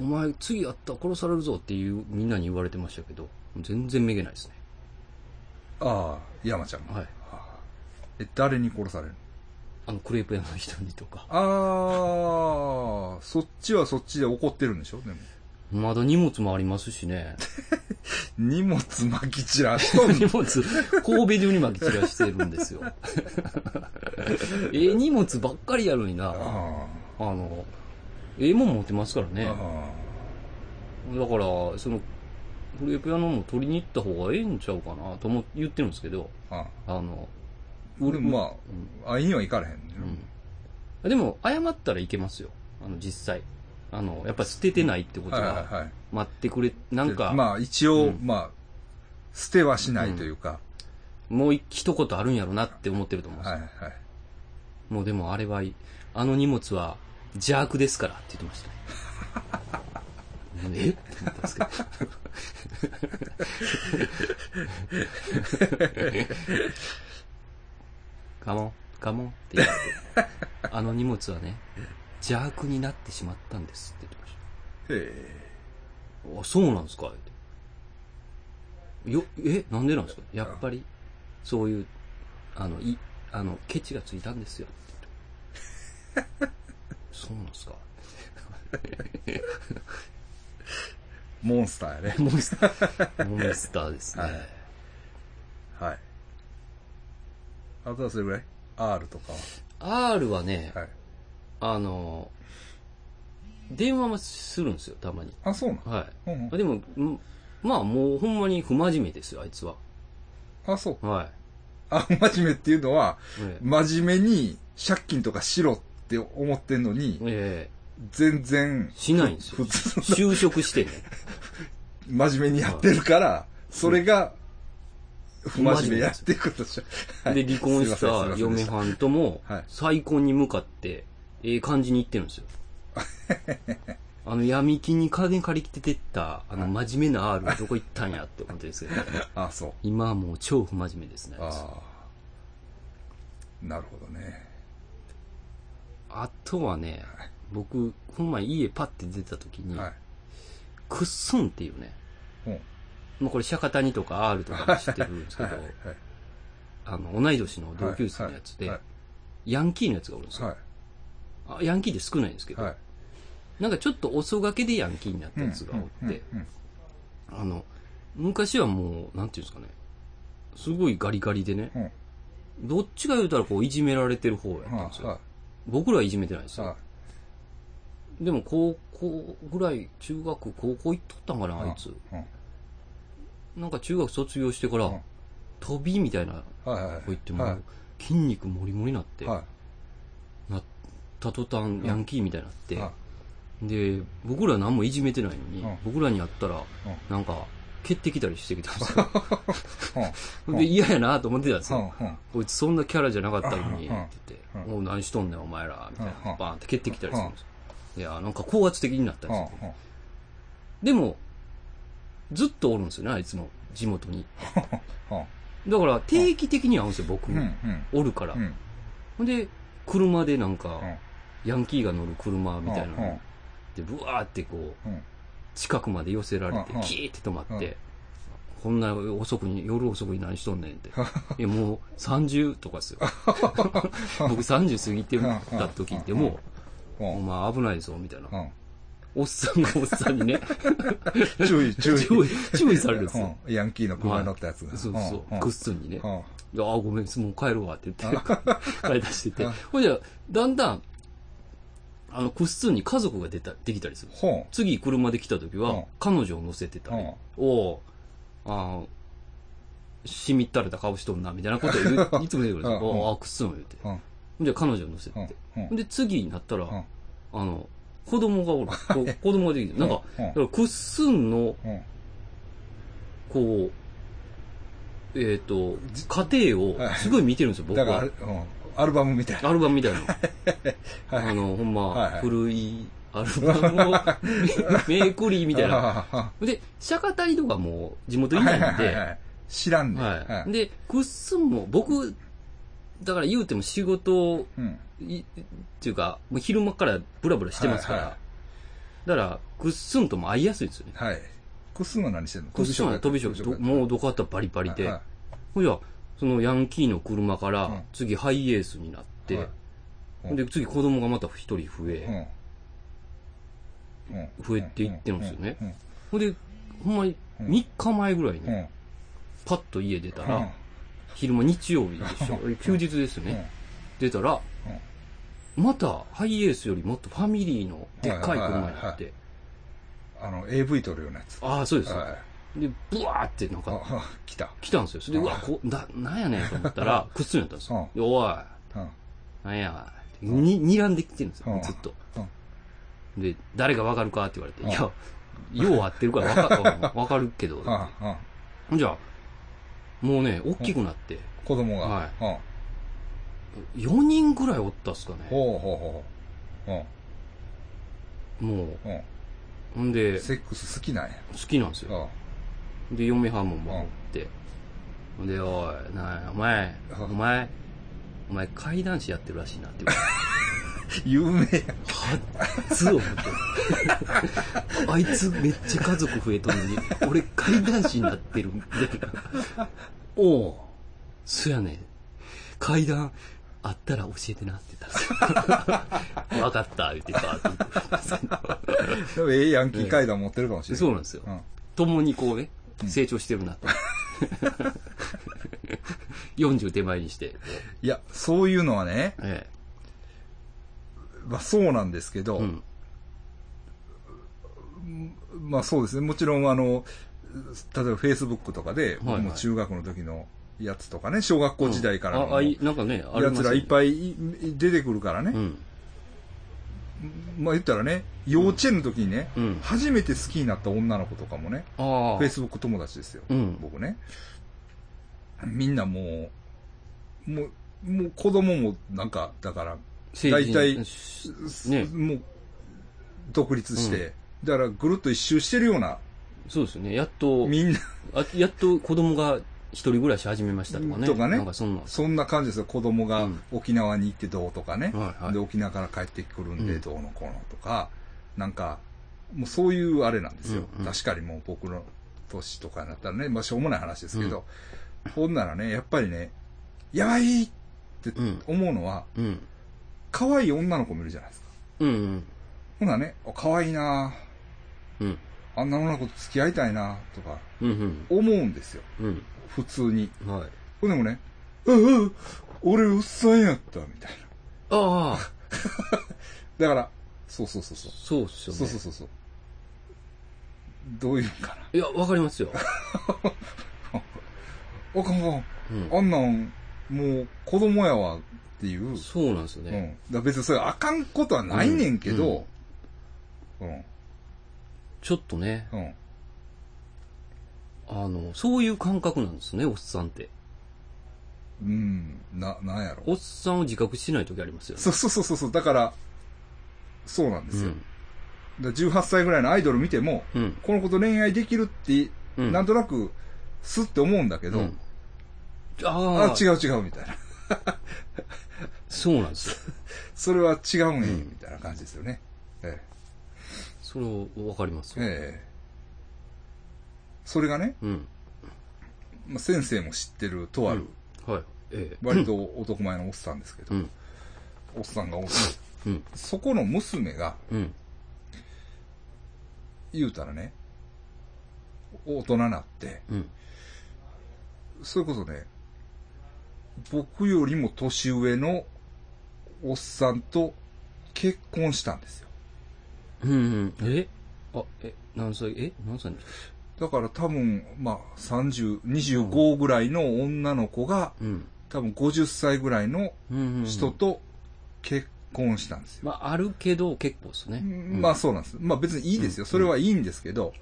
お前次やったら殺されるぞっていうみんなに言われてましたけど、全然めげないですね。
ああ、山ちゃんが。
はい。
え、誰に殺されるの
あの、クレープ屋の人にとか。
ああ、そっちはそっちで怒ってるんでしょでも。
まだ荷物もありますしね。
荷物撒き散らしと ん
荷
の
物、神戸中に巻き散らしてるんですよ。 ええ荷物ばっかりやるにな。あ
あ
の、ええもん持ってますから
あ
ね。だから
あ、、
その、クレープ屋のも取りに行った方がええんちゃうかなとも言ってるんですけど、
ああ。
あの、
俺、ま
うん
あ、会いには行かれへんね。
うん、でも、謝ったらいけますよ。あの、実際。あの、やっぱ捨ててないってこと
はいは
は、
いはい。
待ってくれ、なんか、
でまあ、一応、
うん
まあ、捨てはしないというか、
もう一言あるんやろなって思ってると思うんです
は
よ
いはい。
もうでもあれは、あの荷物は邪悪ですからって言ってました ね。えって思ったんですけど。カモン、カモンって言われて、あの荷物はね、邪悪になってしまったんですって言ってまし
え
た。あ、そうなんですかってよ、え、なんでなんですかやっぱり、そういう、あの、い、あの、ケチがついたんですよ って言って。そうなんですか
モンスターやね。
モンスター。モンスターですね。
はいはい。あとはそれぐらい ?R とか
R はね、
は。はい。
あの、電話もするんですよ、たまに。
あ、そうなん。
は
うんう
い。でも、んまあもうほんまに不真面目ですよ、あいつは。
あ、そう。
は
あ、真面目っていうのは、
い。え
真面目に借金とかしろって思ってんのに
え、え
全然
えしないんですよ。
普通の
就職してね。
真面目にやってるから、それが、不真面目やってることでしょ。はい
で、離婚し
すいませ
た
んすいません
嫁
でた
はんとも
はい、
再婚に向かって、ええ感じに行ってるん ですよ。あの、闇金に金借りきてった、あの、真面目な R はどこ行ったんやって思ってるんですけど、
あ、そう。
今はもう超不真面目ですね。あいつ
ああ。なるほどね。
あとはね、僕、この前家パッて出た時に、
はい。
クッソンっていうね、
うん。
まあこれ、釈迦谷とか R とかも知ってるんですけ
はい
ど
はい、はい。
あの、同い年の同級生のやつで
はい、
ヤンキーのやつがおるんですよ。
は
あヤンキーで少ないんですけ
い。は
ど、
い。
なんかちょっと遅がけでヤンキーになったやつがおって、
うんうん
あの、昔はもう、なんていうんですかね、すごいガリガリでね、
うん
どっちか言うたらこう、いじめられてる方やっ
うん
たん
は
です
い。
よ
は。
僕らはいじめてないです
い。
よ。
は
でも高校ぐらい、中学、高校行っとったんかな、
い。
あいつ。
うん。
なんか中学卒業してから、
うん
飛びみたいな
はいはいはい。
子行っても、
はい
筋肉もりもりなって、
は
なった途端ヤンキーみたいになって、
い。は
で、僕ら何もいじめてないのに、
うん
僕らに会ったら、
い。
なんか、蹴ってきたりしてきたんですよ。
うん
で、嫌やなと思ってたんです
うん。
よ。
うん。うん。
こいつそんなキャラじゃなかったのに、って
うん
言って、
うん
もう何しとんねんお前ら、みたいな、
うん
バーンって蹴ってきたりするんですよ。いや、なんか高圧的になったり
う
す
ん
る。。でも、ずっとおるんですよね、あいつの地元 に。だから、定期的に会うんですよ、僕
うん。うん。
も。おるから
う。ん。
ほんで、車でなんか
う、ん。
ヤンキーが乗る車みた
う
いな
ん
ので、ブワーってこう、
うん。
近くまで寄せられて
うんうん、
キーって止まっ
うん
て、こんな遅くに、夜遅くに何しとんねんって。いや、もう30と かですよ。僕30過ぎてた時でも、
うん。
お前危ないぞ、みたいな。
う
おっさんがおっさんにね、
ん。注意、 注意。
注意、注意されるんですよ。
うんヤンキーの車に乗ったやつが。
そうそう、
ん
くっすんにね。
うんうん
でああ、ごめん、もう帰るわって言って、 帰り出してて。ほいじゃ、だんだん、あの、個室に家族が出た、できたりするんですよ。
ほ
次、車で来た時
うん
は、彼女を乗せてたり、おおうああ、しみったれた顔しとんな、みたいなことを 言ういつも言うから
うんうん
ああ、くっすん言うて。
う。うん。
ほんじゃ、彼女を乗せ
うん
て。。
う
ほん
ん。
で、次になったら、
ん
あの、子 供がおる。こう子供ができて、なんか、
うん
だから、くっすんの、
うん。
こう、えっ、と、家庭をすごい見てるんですよ、僕
だから、あ
は
れ。うん。アルバムみたいな。
アルバムみ たいな。
はい
あの、ほん
はいは
ま
い、
古いアルバム をめめくりみたいな。
な。
で、釈迦谷とかもう地元い
は
ないい
はい
ん
はい
で、
はい。知らんね。
はい。
い。
で、クッスンも僕、だから言うても仕事
うん。
い、っていうか、もう昼間からブラブラしてますから、
はいは
だから、クッスンとも会いやすいんですよね。
はい。クスンは何してんの
クッスンは飛び職、どもうどこあったらバリバリで、ほいじゃそのヤンキーの車か
う
ら
ん、
次ハイエースになって、
はいうん
で、次子供がまた一人増え、増えていってるんですよね
うん。
ほんで、ほんまに
うん
3日前ぐらいに
う、ん。
パッと家出たら、
うん
昼間日曜日でしょ、休日ですよね、出たら、またハイエースよりもっとファミリーのでっかい車にな
はいはいは
っ
い
て、
あの、AV 撮るようなやつ。
ああ、そうです。
は
で、ブワーってなん
い。
か
あ、来た。
来たんですよ。それで、
う
うんわ、こだなんやねんと思ったら、くっつんやったんですよ。でお
う
い、
ん。
なんや、に、睨んできてるんです
う
よ
ん、
ずっと。
うん。
で、誰がわかるかって言われて、
ん
いや、よう合ってるから わかわかるけど、
ああ、
じゃあ、もうね、大きくなって、
子供が。
はい
うん。
4人ぐらいおったっすかね。
ほうほうほうほ
もう、
う。うん。
ほ
う
ん
ん。
で、
セックス好きなんや。
好きなんですよ。
あ
で、嫁はんも守って、ほんで、おい、なんや、お前、
うん
お前、お前、怪談師やってるらしいなって言
有
わ
名や。
れて、はっつ思って。あいつめっちゃ家族増えとんのに、俺怪談師になってるみたいな。おう、そやね。階段、あったら教えてなって言ったん ですよ。わかった、言ってバーって行くんですけ
でもええヤンキー階段持ってるかもしれ
ど。
ない。
そうなんですよ。
うん
共にこうね、成長してるなと。40手前にして、こう
いや、そういうのはね、
え
まあそうなんですけど、
え。うん。
まあそうですね。もちろんあの、例えば Facebook とかで、
はい
僕も中学の時のやつとかね、小学校時代から
あ、
の
あい
や、
なんかね、あります
つ
よ
ら
ね
いっぱいいい出てくるから
う
ね。
ん。
まあ言ったらね、幼稚園の時にね、
うん。
初めて好きになった女の子とかもね、
ああ。
Facebook 友達ですよ。
うん。
僕ね。みんなもう、もう、もう子供もなんか、だから、
成人
大体
しね、
もう、独立して、だからぐるっと一周してるような、
そうですよね。やっと、
みんな、
あやっと子供が一人暮らし始めましたとかね。
とかね
なんかそんな。
そんな感じですよ。子供が
うん
沖縄に行ってどうとかね。
はいはい
で、沖縄から帰ってくるん
う
で
ん
どうのこうのとか、なんか、もうそういうあれなんですよ。
うんうん
確かにもう僕の年とかになったらね、まあしょうもない話ですけど、ほんならね、やっぱりね、やばいって思うのは、
うん。
可愛い女の子もいるじゃないですか。
うんうん。
ほんならね、あ可愛いな
うん。
ぁあんな女の子と付き合いたいなぁとか、
うん
思うんですよ。
うん。
普通に。
うん。はい。
ほんでもね、うんうん、俺おっさんやった、みたいな。
ああ、
だから、そうそうそうそう。
そうっすよね。
そうそうそうそう。どういうのか
いや、わかりますよ。
な。あかんあ
うん
かん。あんなん、もう子供やわっていう。
そうなんですよ
うん。
ね。
だから別にそれあかんことはないねんけど、うん。うん。
ちょっとね、
うん
あの、そういう感覚なんですね、おっさんって。
うん。な、なんやろ。
おっさんを自覚しない時ありますよね。
そうそうそうそうそう。だから、そうなんですよ。
ん。
だから18歳ぐらいのアイドル見ても、
うん。
この子と恋愛できるって、
うん。
なん
と
となく、すって思うんだけど、
あ
あ
あ、、
違う違うみたいな。
そうなんですよ。
それは違うんや、
うん
みたいな感じですよね。え
それをわかります
え。
よ。
ええ。それがね、
うん。
まあ、先生も知ってるとある、
うんはい。ええ。
割と男前のおっさんですけど、
うん。
おっさんがおる。
うん。
そこの娘が、
うん。
言うたらね、大人になって、
うん。
それこそね、僕よりも年上のおっさんと結婚したんですよ。
うん。うんえあ、え、何歳え何歳の人
だから多分、まあ、30、25ぐらいの女の子が、
うん。
多分50歳ぐらいの
うんうんうん。
人と結婚したんですよ。
まあ、あるけど、結構ですね。
まあ、そうなんです。まあ別にいいですよ。それはいいんですけど、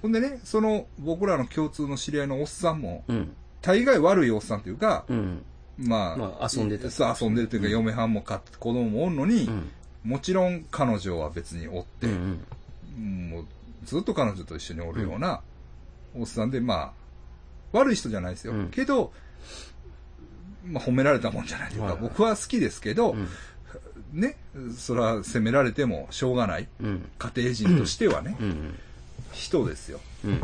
ほんでね、その僕らの共通の知り合いのおっさんも、
うん。
大概悪いおっさんというか、
うん。
まあ、
まあ遊んでた
そう遊んでるというか、
うん
嫁はんも買って子供もおんのに、
うん。
もちろん彼女は別におって、
うん。
もうずっと彼女と一緒におるようなおっさんで、まあ、悪い人じゃないですよ。
うん
けど、まあ褒められたもんじゃないというか、
はいはい
僕は好きですけど、
うん。
ね、それは責められてもしょうがない。
うん。
家庭人としてはね、
うん。
人ですよ。
うん。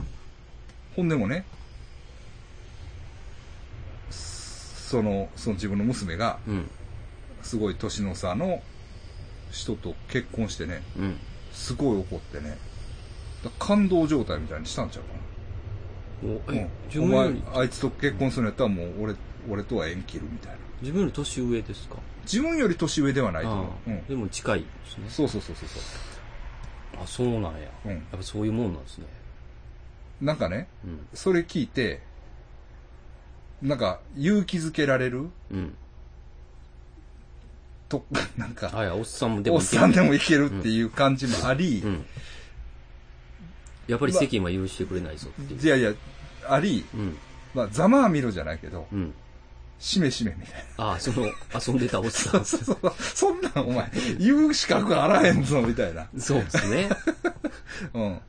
ほんでもね、その、その自分の娘が、
うん。
すごい年の差の人と結婚してね、
うん。
すごい怒ってね、だ感動状態みたいにしたんちゃうかな。
お、
うん
え、自
お
分よ
前
り、、
あいつと結婚するんやったらもう俺、俺とは縁切るみたいな。
自分より年上ですか
自分より年上ではないと
あ
思う。
あ
うん。
でも近いですね。
そうそうそうそうそ
あ、そうなんや。や
う。う
っぱそういうもんなんですね。
ん。なんかね、
うん。
それ聞いて、なんか勇気づけられる
うん。
と、 なんか、
あ、いや、おっさんもでも。
おっさんでもいけるっていう感じもあり
う、ん。やっぱり世間は許してくれないぞっていう。
いやいや、あり、
うん。
まあ、ざまあみろじゃないけど、
うん。
しめしめみたい
ああ、その、遊んでたおっ さん。
な。そそんなんお前、言う資格あらへんぞ、みたいな。
そうですね。
うん。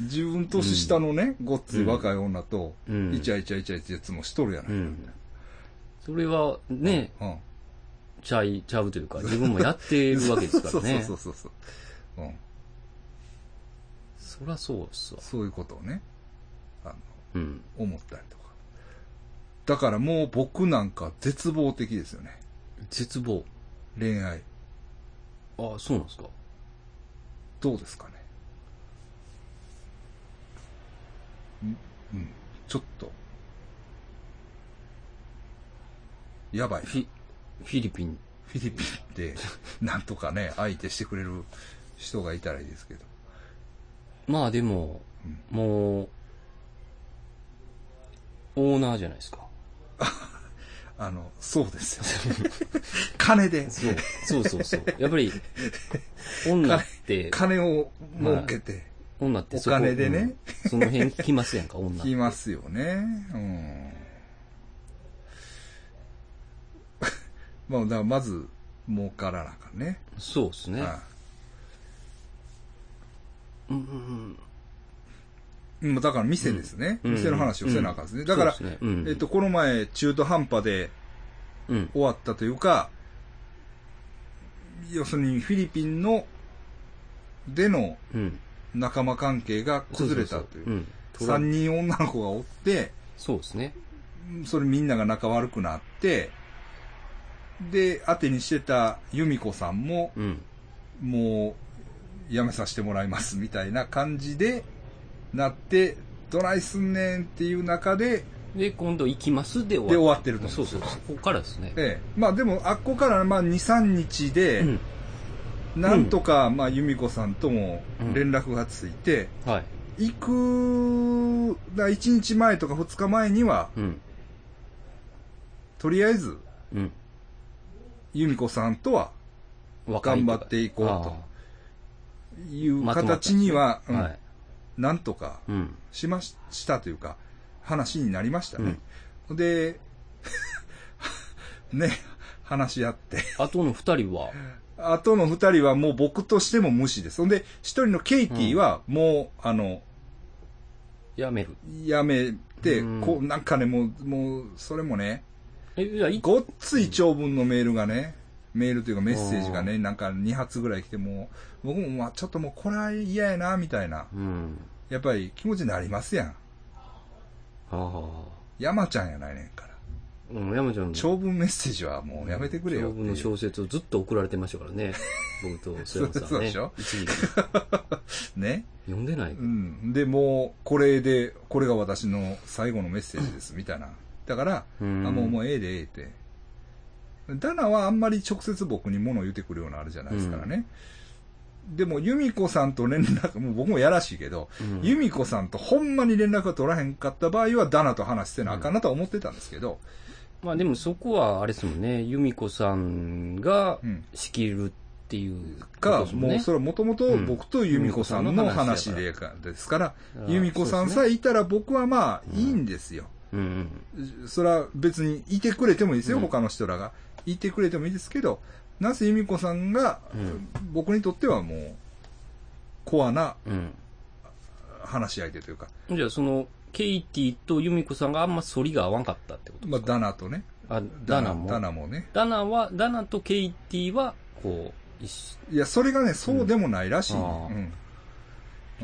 自分年下のね、ごっつい若い女と、
うん
イチャイチャイチャイチャいつもしとるやない。
う
うん。
ん。それは、ね、ちゃい、ちゃうというか、自分もやってるわけですか
そ
ら
うそう
ね。
そうそうそう。うん。
そらそうっすわ。
そういうことをね、あの、
うん。
思ったりとか。だからもう僕なんか絶望的ですよね。
絶望。
恋愛。
ああ、そうなんですか。
どうですかね。んうん。ちょっと。やばいな。
フィ、フィリピン。
フィリピン って、なんとかね、相手してくれる人がいたらいいですけど。
まあでも、もう、オーナーじゃないですか。
あの、そうですよ。 金で、
そう、そうそうそう。やっ ぱり、女って、
金を儲けて、
女ってそ
お金でね
うんその辺聞きますやんか、女。
きますよね。うん。 まあ、だからまず、儲からなあかんね。
そうですね。
は
うんうん
い。もうだから店ですね。
うん
店の話をせなあかんですね。だから、
そうですねうん
えっと、この前、中途半端で
うん。うん。
終わったというか、要するにフィリピンの、での
うん。
仲間関係が崩れたという。
そうそうそううん。トラ
三人女の子がおって、
そうですね。
それみんなが仲悪くなって、で、当てにしてた由美子さんも、
うん。
もう、やめさせてもらいますみたいな感じで、なって、どないすんねんっていう中で、
で、今度行きますで終わ
で終わってると
そうそう、そこからですね。
ええ、まあでも、あっこから、まあ2、3日で、
うん。
なんとか、まあ、由美子さんとも連絡がついて、
はい。
行く、だ1日前とか2日前には、
うん。
とりあえず、
うん。
由美子さんとは
若い
頑
と
張
か
っていこう
あ
という
まとまった
形には、う
あ
ん
はい。
なんとか
うん。
しまししたというか、話になりました
う
ね
ん。
で、 ね、話し合って。
あとの二人は、
あとの二人はもう僕としても無視です。ほんで、一人のケイティはもう、あの、
やめる。
やめて、
うん
こう、なんかね、もう、もう、それもね、
え、じゃあ、い
ごっつい長文のメールがね、メールというかメッセージが
う
ね、なんか2発ぐらい来て、もう、僕もまあちょっともうこれは嫌やな、みたいな、
うん。
やっぱり気持ちになりますやん。
ああ。
山ちゃんやないねんから。
うん、山ちゃんの
長文メッセージはもうやめてくれよ
長
って
文
い
の
う。
小説をずっと送られてましたから ね。僕と瀬山さんね。
そうでしょ
一時期
ね。
読んでない。
うん。で、もう、これで、これが私の最後のメッセージです、みたいな。だから、
うん
あもう、もうええで、ええって。ダナはあんまり直接僕に物を言ってくるようなあれじゃないですからね。でも、由美子さんと連絡、もう僕もやらしいけど、
うん
由美子さんとほんまに連絡が取らへんかった場合は、ダナと話してなあかんなとは思ってたんですけど、
まあでもそこはあれですもんね、由美子さんが
うん
仕切るっていうこと
か、
ですん
もう
ね。
それはもともと僕と由美子さんの話でかですから、
うん
由美子さんさえいたら僕はまあいいんですよ。
うんうん。
それは別にいてくれてもいいですよ、
うん
他の人らが。いてくれてもいいですけど、なぜ由美子さんが、
うん
僕にとってはもう、コアな
うん。
話し相手というか、
じゃあその、ケイティと由美子さんがあんま反りが合わんかったってこと
まあ、ダナとね。
あ、ダナも。
ダナもね。
ダナは、ダナとケイティは、こう、一緒
いや、それがね、そうでもないらしい、
う
ね
んあー
うん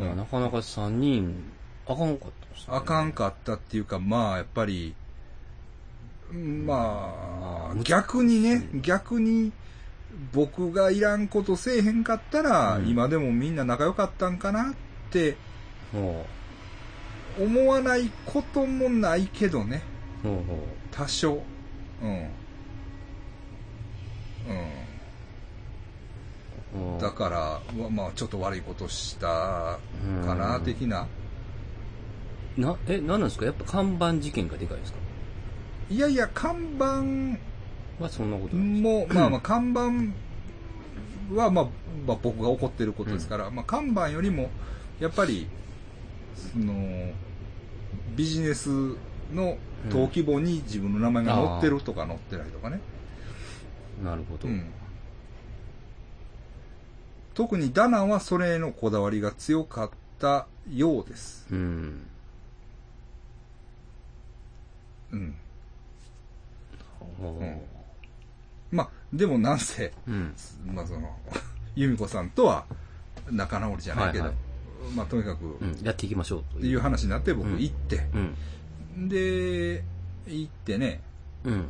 だからなかなか3人、あかんかったですね。
あかんかったっていうか、まあ、やっぱり、ま
あ
あ
ー、
逆にね、逆に、僕がいらんことせえへんかったら、
うん
今でもみんな仲良かったんかなって
ほ
思わないこともないけどね、
う。ほうほ
多少。うん。うん。
うほう。
だから、わまあ、ちょっと悪いことしたかな、
うん
的な。
な、え、なんなんですかやっぱ看板事件がでかいですか
いやいや、看板
はそんなことない。
もう、まあまあ、看板は、まあ、まあ、僕が怒ってることですから、まあ、看板よりも、やっぱり、その、ビジネスの登記簿に自分の名前が載ってるとか載ってないとかね。
なるほど。
うん特にダナンはそれへのこだわりが強かったようです。
うん。
うん。
ほ
まあ、でもなんせ、
う。うん。
まあその、 由美子さんとは仲直りじゃないけど、
はいは
まあとにかく、
うん。やっていきましょうと
ってい
いうう。
話になって僕
うん
行って、
うん。
で行ってね
うん。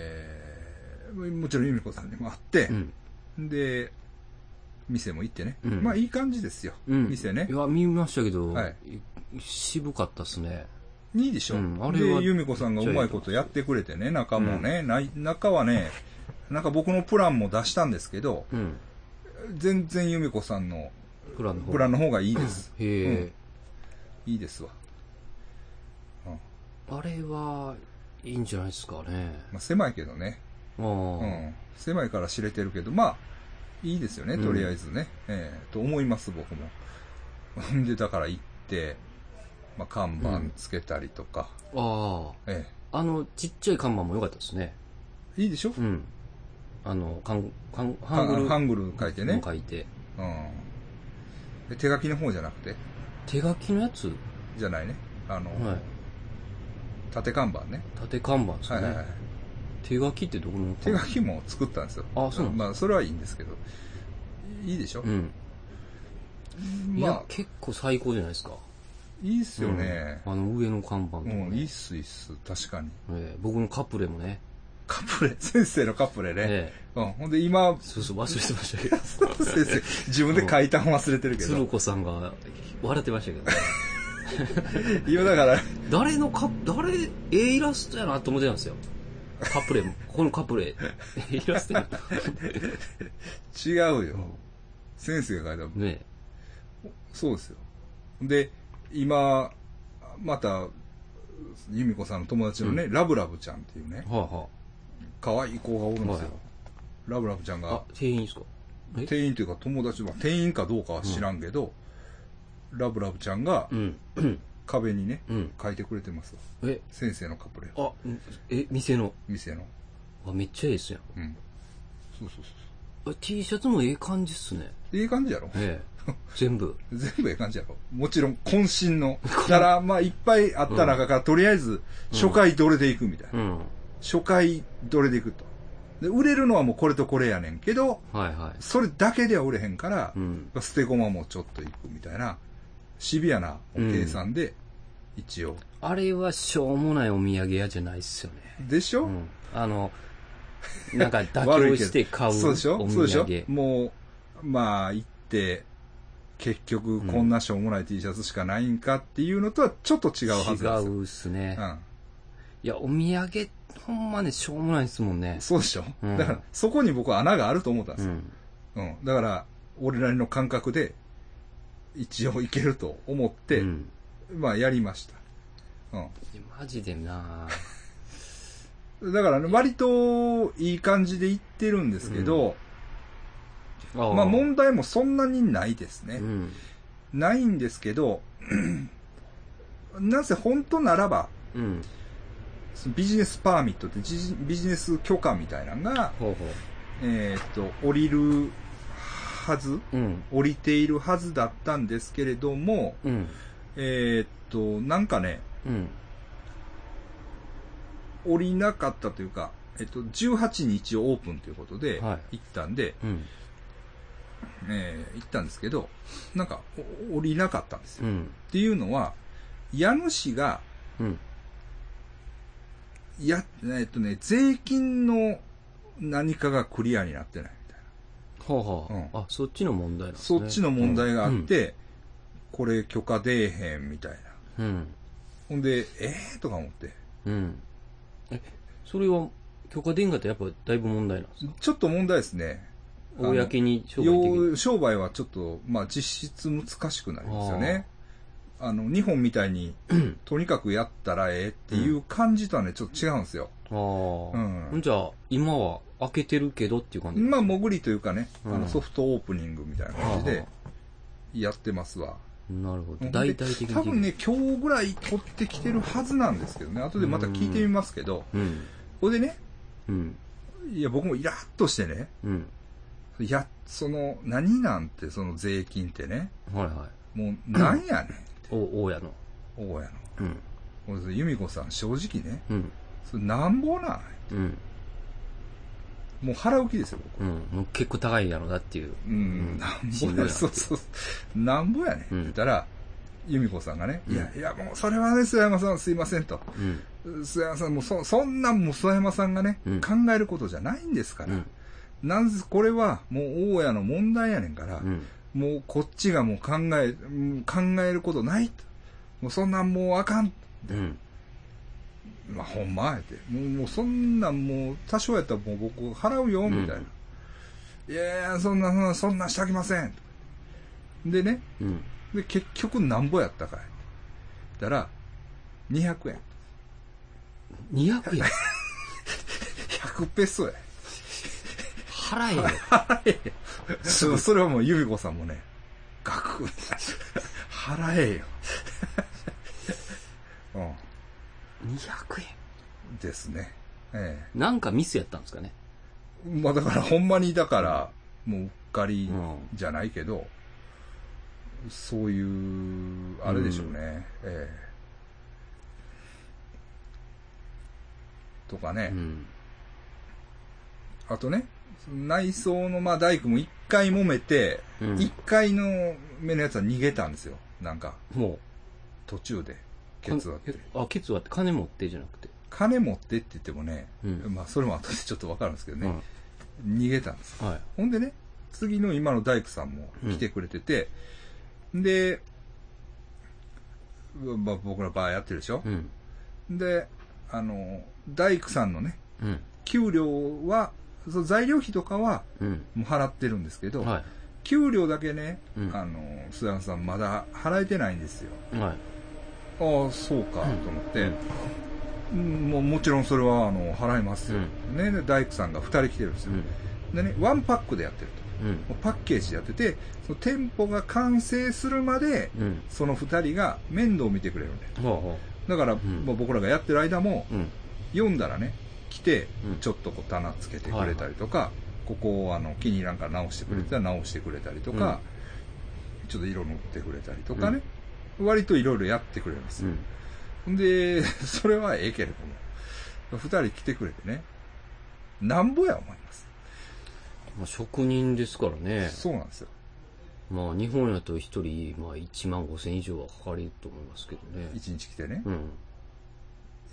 えーもちろん由美子さんにも会って
う、ん。
で、店も行ってね。
うん
まあいい感じですよ。
うん。
店ね
い。や、見ましたけど、
はい
渋かったっすね。
いいでしょ。
うんあ
で
れは、
由美子さんがうまいことやってくれてね、中もね、ない中はね、なんか僕のプランも出したんですけど、
うん。
全然由美子さんの
プランの方。
プランの方がいいです。
へえ、
いいですわ。うんま
あれはいいんじゃないですかね。
あ、狭いけどね、
あ
う
あ。
ん。狭いから知れてるけど、まあ、いいですよね、
うん
とりあえずね。ええと思います、僕も。 んで、だから行って、まあ、看板つけたりとか、
あ
ええ
あ。あの、ちっちゃい看板も良かったですね。
いいでしょ
うん。あの、かん、かん、ハ
ハ
ングル。
ングル書いてね
も。書いて。
うん。で手書きの方じゃなくて、
手書きのやつ
じゃないね。あの、
はい。
縦看板ね。
縦看板です
は
ね。
いはいはい。
手書きってどこの
手書きも作ったんですよ。
あそうなんですか
まあ、それはいいんですけど。いいでしょ、
うん。い
ま
や
あ、、
結構最高じゃないですか。
いいっすよね。
うんあの上の看板と
う
か
ん、
ね
いいっす、いいっす。確かに。
ええ僕のカプレもね。
カプレ、 先生のカプレね。
ええ
うん、ほんで今、
そうそう、忘れてましたけど。
先生、自分で書いたん忘れてるけ
鶴
ど。
子さんが笑ってましたけどね。
今だから、
誰のカ、誰、ええイラストやなと思ってたんですよ。カプレも。ここのカプレ、ええイラストやな。
違うよ。先生が書いた。
ね
そうですよ。で、今、また、由美子さんの友達のね、ラブラブちゃんっていうね
え。、は
可愛い子がおるんです
はい
よ。ラブラブちゃん
あ、はあ。あ
が、、
店員ですかえ
店員というか友達は、店員かどうかは知らんけど、ラブラブちゃんが
うん。うん。
壁にね、
うん。
書いてくれてますよ
え、
先生のカプレを、
あ、え、店の。
店の。
あ、めっちゃええっすやん。
うん。そうそうそう
あ T シャツもええ感じっすね。
そう。いい感じやろ
え え。全部。
全部ええ感じやろもちろん渾身 の。だから、まあ、いっぱいあった中から、とりあえず、初回どれでいくみたいな。
うん。
初回どれでいくと。で、売れるのはもうこれとこれやねんけど、
はいはい。
それだけでは売れへんから
う、ん。
捨て駒もちょっといくみたいな、シビアな計算で、一応。
あれはしょうもないお土産屋じゃないっすよね。
でしょ、
うん。あ の、なんか妥
悪
協
いけど
して買うお土
そう
産。
でしょそうでしょもう、まあ、行って、結局こんなしょうもない T シャツしかないんかっていうのとはちょっと違うはずなんですよ。
違うっすね
う。ん。
いや、お土産、ほんまね、しょうもないっすもんね。
そうでしょ、
うん
だから、そこに僕は穴があると思ったんで
う
すよ。
ん。
うん。だから、俺なりの感覚で、一応いけると思って、
うん
まあ、やりました。
いやマジでな
うん。だからね、割といい感じでいってるんですけど、
あ
まあ、問題もそんなにないですね。
うん。
ないんですけど、 なぜ本当ならば、
うん。
そのビジネスパーミットってジジビジネス許可みたいなのが、
ほうほ
えーっと、降りるはず、
う。うん。
降りているはずだったんですけれども、
うん。
えーっと、なんかね、
うん。
降りなかったというか、えっと、18に一応オープンということで、
は
行ったんで、
うん。
えー行ったんですけど、なんか、お降りなかったんですよ。
うん。
っていうのは、家主が、
うん。
や、えっとね、税金の何かがクリアになってないみたい
ほうほう。
うん
あ、そっちの問題なん
な。
です
そ
ね。
っちの問題があって、これ許可出えへんみたいな。
うん。
ほんで、えーとか思って。
うん。うん。え、それは、許可電化ってやっぱだいぶ問題なんですか
ちょっと問題ですね。あの
公に商売できる。
要商売はちょっと、まあ、実質難しくなりますよね。あの、日本みたい に、とにかくやったらええっていう感じとはね、ちょっと違うんですよ。
ああ。
うん
ほじゃあ、今は開けてるけどっていう感じ
まあ、潜りというかね、あの
うん
ソフトオープニングみたいな感じでやってますわ。
なるほど。
で
大々的に。
多分。ね、今日ぐらい取ってきてるはずなんですけどね、後でまた聞いてみますけど、
うん。
これでね、
うん。
いや、僕もイラッとしてね、
うん。
いや、その、何なんて、その税金ってね、
はいはい。
もう、なんやね
お、大家の。
ん、大家の。
うん。
俺それ由美子さん、正直ね、
うん。
それなんぼなん
うん。
もう腹浮きですよ、僕。
うん。もう結構高いやろなっていう。
うん、
う
なん
しん
ん
ど
ぼ
い
や、
な
そうそう、なんぼやねんって言ったら、由美子さんがね、
うん
いや、いや、もう、それはね、須山さん、すいませんと。
うん。
須山さん、もうそ、そんなんもう須山さんがね、
うん
考えることじゃないんですから、
うん
なんす、これは、もう、大家の問題やねんから、
うん。
もう、こっちがもう考え、うん考えることないと。もう、そんなんもうあかん。
うん。
まあ、ほんま、やて。もう、もうそんなんもう、多少やったらもう僕払うよ、みたいな。いやいや、そんな、そんな、そんなしてあきません。でね、
うん。
で、結局なんぼやったかい。だから、200円。
200円
100ペソや。
払えよ。
そそれはもう、ゆびこさんもね、ガクッ払えよ。 う
200
ん。ですね。え
円なんかミスやったんですかね。
えまあだから、ほんまにだから、もう、うっかりじゃないけど、そういう、あれでしょうね。ええとかね。
うん。
あとね、内装のまあ大工も一回揉めて、
うん
一、回の目のやつは逃げたんですよ。なんか、
もう。
途中で、ケツ割って。
あ、ケツ割って金持ってじゃなくて。
金持ってって言ってもね、
うん
まあそれも後でちょっとわかるんですけどね、逃げたんです。
うん。はい。
ほんでね、次の今の大工さんも来てくれてて、で、まあ、僕らバーやってるでしょ
う、ん。
で、あの、大工さんのね、
うん。
給料は、その材料費とかは
うん。
もう払ってるんですけど、
は
給料だけね、
うん
あの、須山さんまだ払えてないんですよ。
い。はい。
ああ、そうか、
うん
と思って、うんもうもちろんそれは、あの、払いますよ。ね、で大工さんが2人来てるんです
う
よ。
ん。
でね、ワンパックでやってる
うん
と。もうパッケージでやってて、その店舗が完成するまで、
うん。
その2人が面倒を見てくれるんだよ。
うん。はあは
だから、
ん
まあ僕らがやってる間も
あ。、うん。
読んだらね、来て
うん、
ちょっとこう棚つけてくれたりとか、ここをあの気に入らんから直してくれたら直してくれたりとか、ちょっと色塗ってくれたりとかね、割といろいろやってくれるんです
う
よ。
ん。
で、 それはええけれども、二人来てくれてね、なんぼや思います。
まあ、職人ですからね。
そうなんですよ。
まあ、日本やと一人、まあ、1万5千以上はかかると思いますけどね。
一日来てね
う。ん。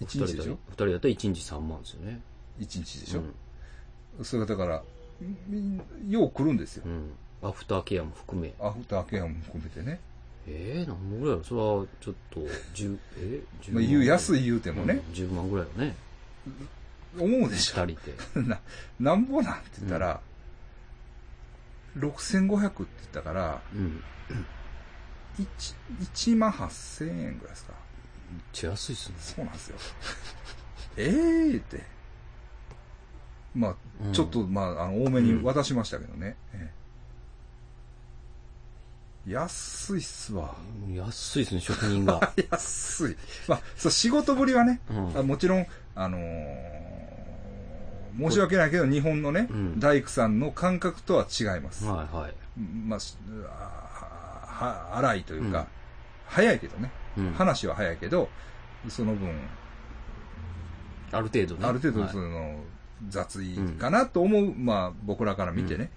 一
二
日
人
で
だ
しょ
二人だったら1日3万ですよね。
一日で
で
しょ、それがだから、みんよう来るんですよ
う。ん。アフターケアも含め。
アフターケアも含めてね。
ええー、何本ぐらいやろそれは、ちょっと、10、え十
まあ、言う、安
い
い言うてもね、
10万ぐらいよね。
思うでしょ
二人で。
な、なんぼなんって言ったら、6500って言ったから、
うん。
1、1万8000円ぐらいですか。
めっちゃ安いっすね。
そうなんですよ。 ええーって。まあ、
うん
ちょっと、まあ、あの、多めに渡しましたけどね。ええ安いっすわ。
安いですね、職人が。
安い。まあ、そう、仕事ぶりはね、
うん
あもちろん、あのー申し訳ないけど、日本のね、
うん
大工さんの感覚とは違います。
はいはい。
まあし、あは荒いというか、
うん
早いけどね、
うん
話は早いけど、その分、
ある程度ね。
ある程度
はい
その、雑いかなと思う、まあ僕らから見てね、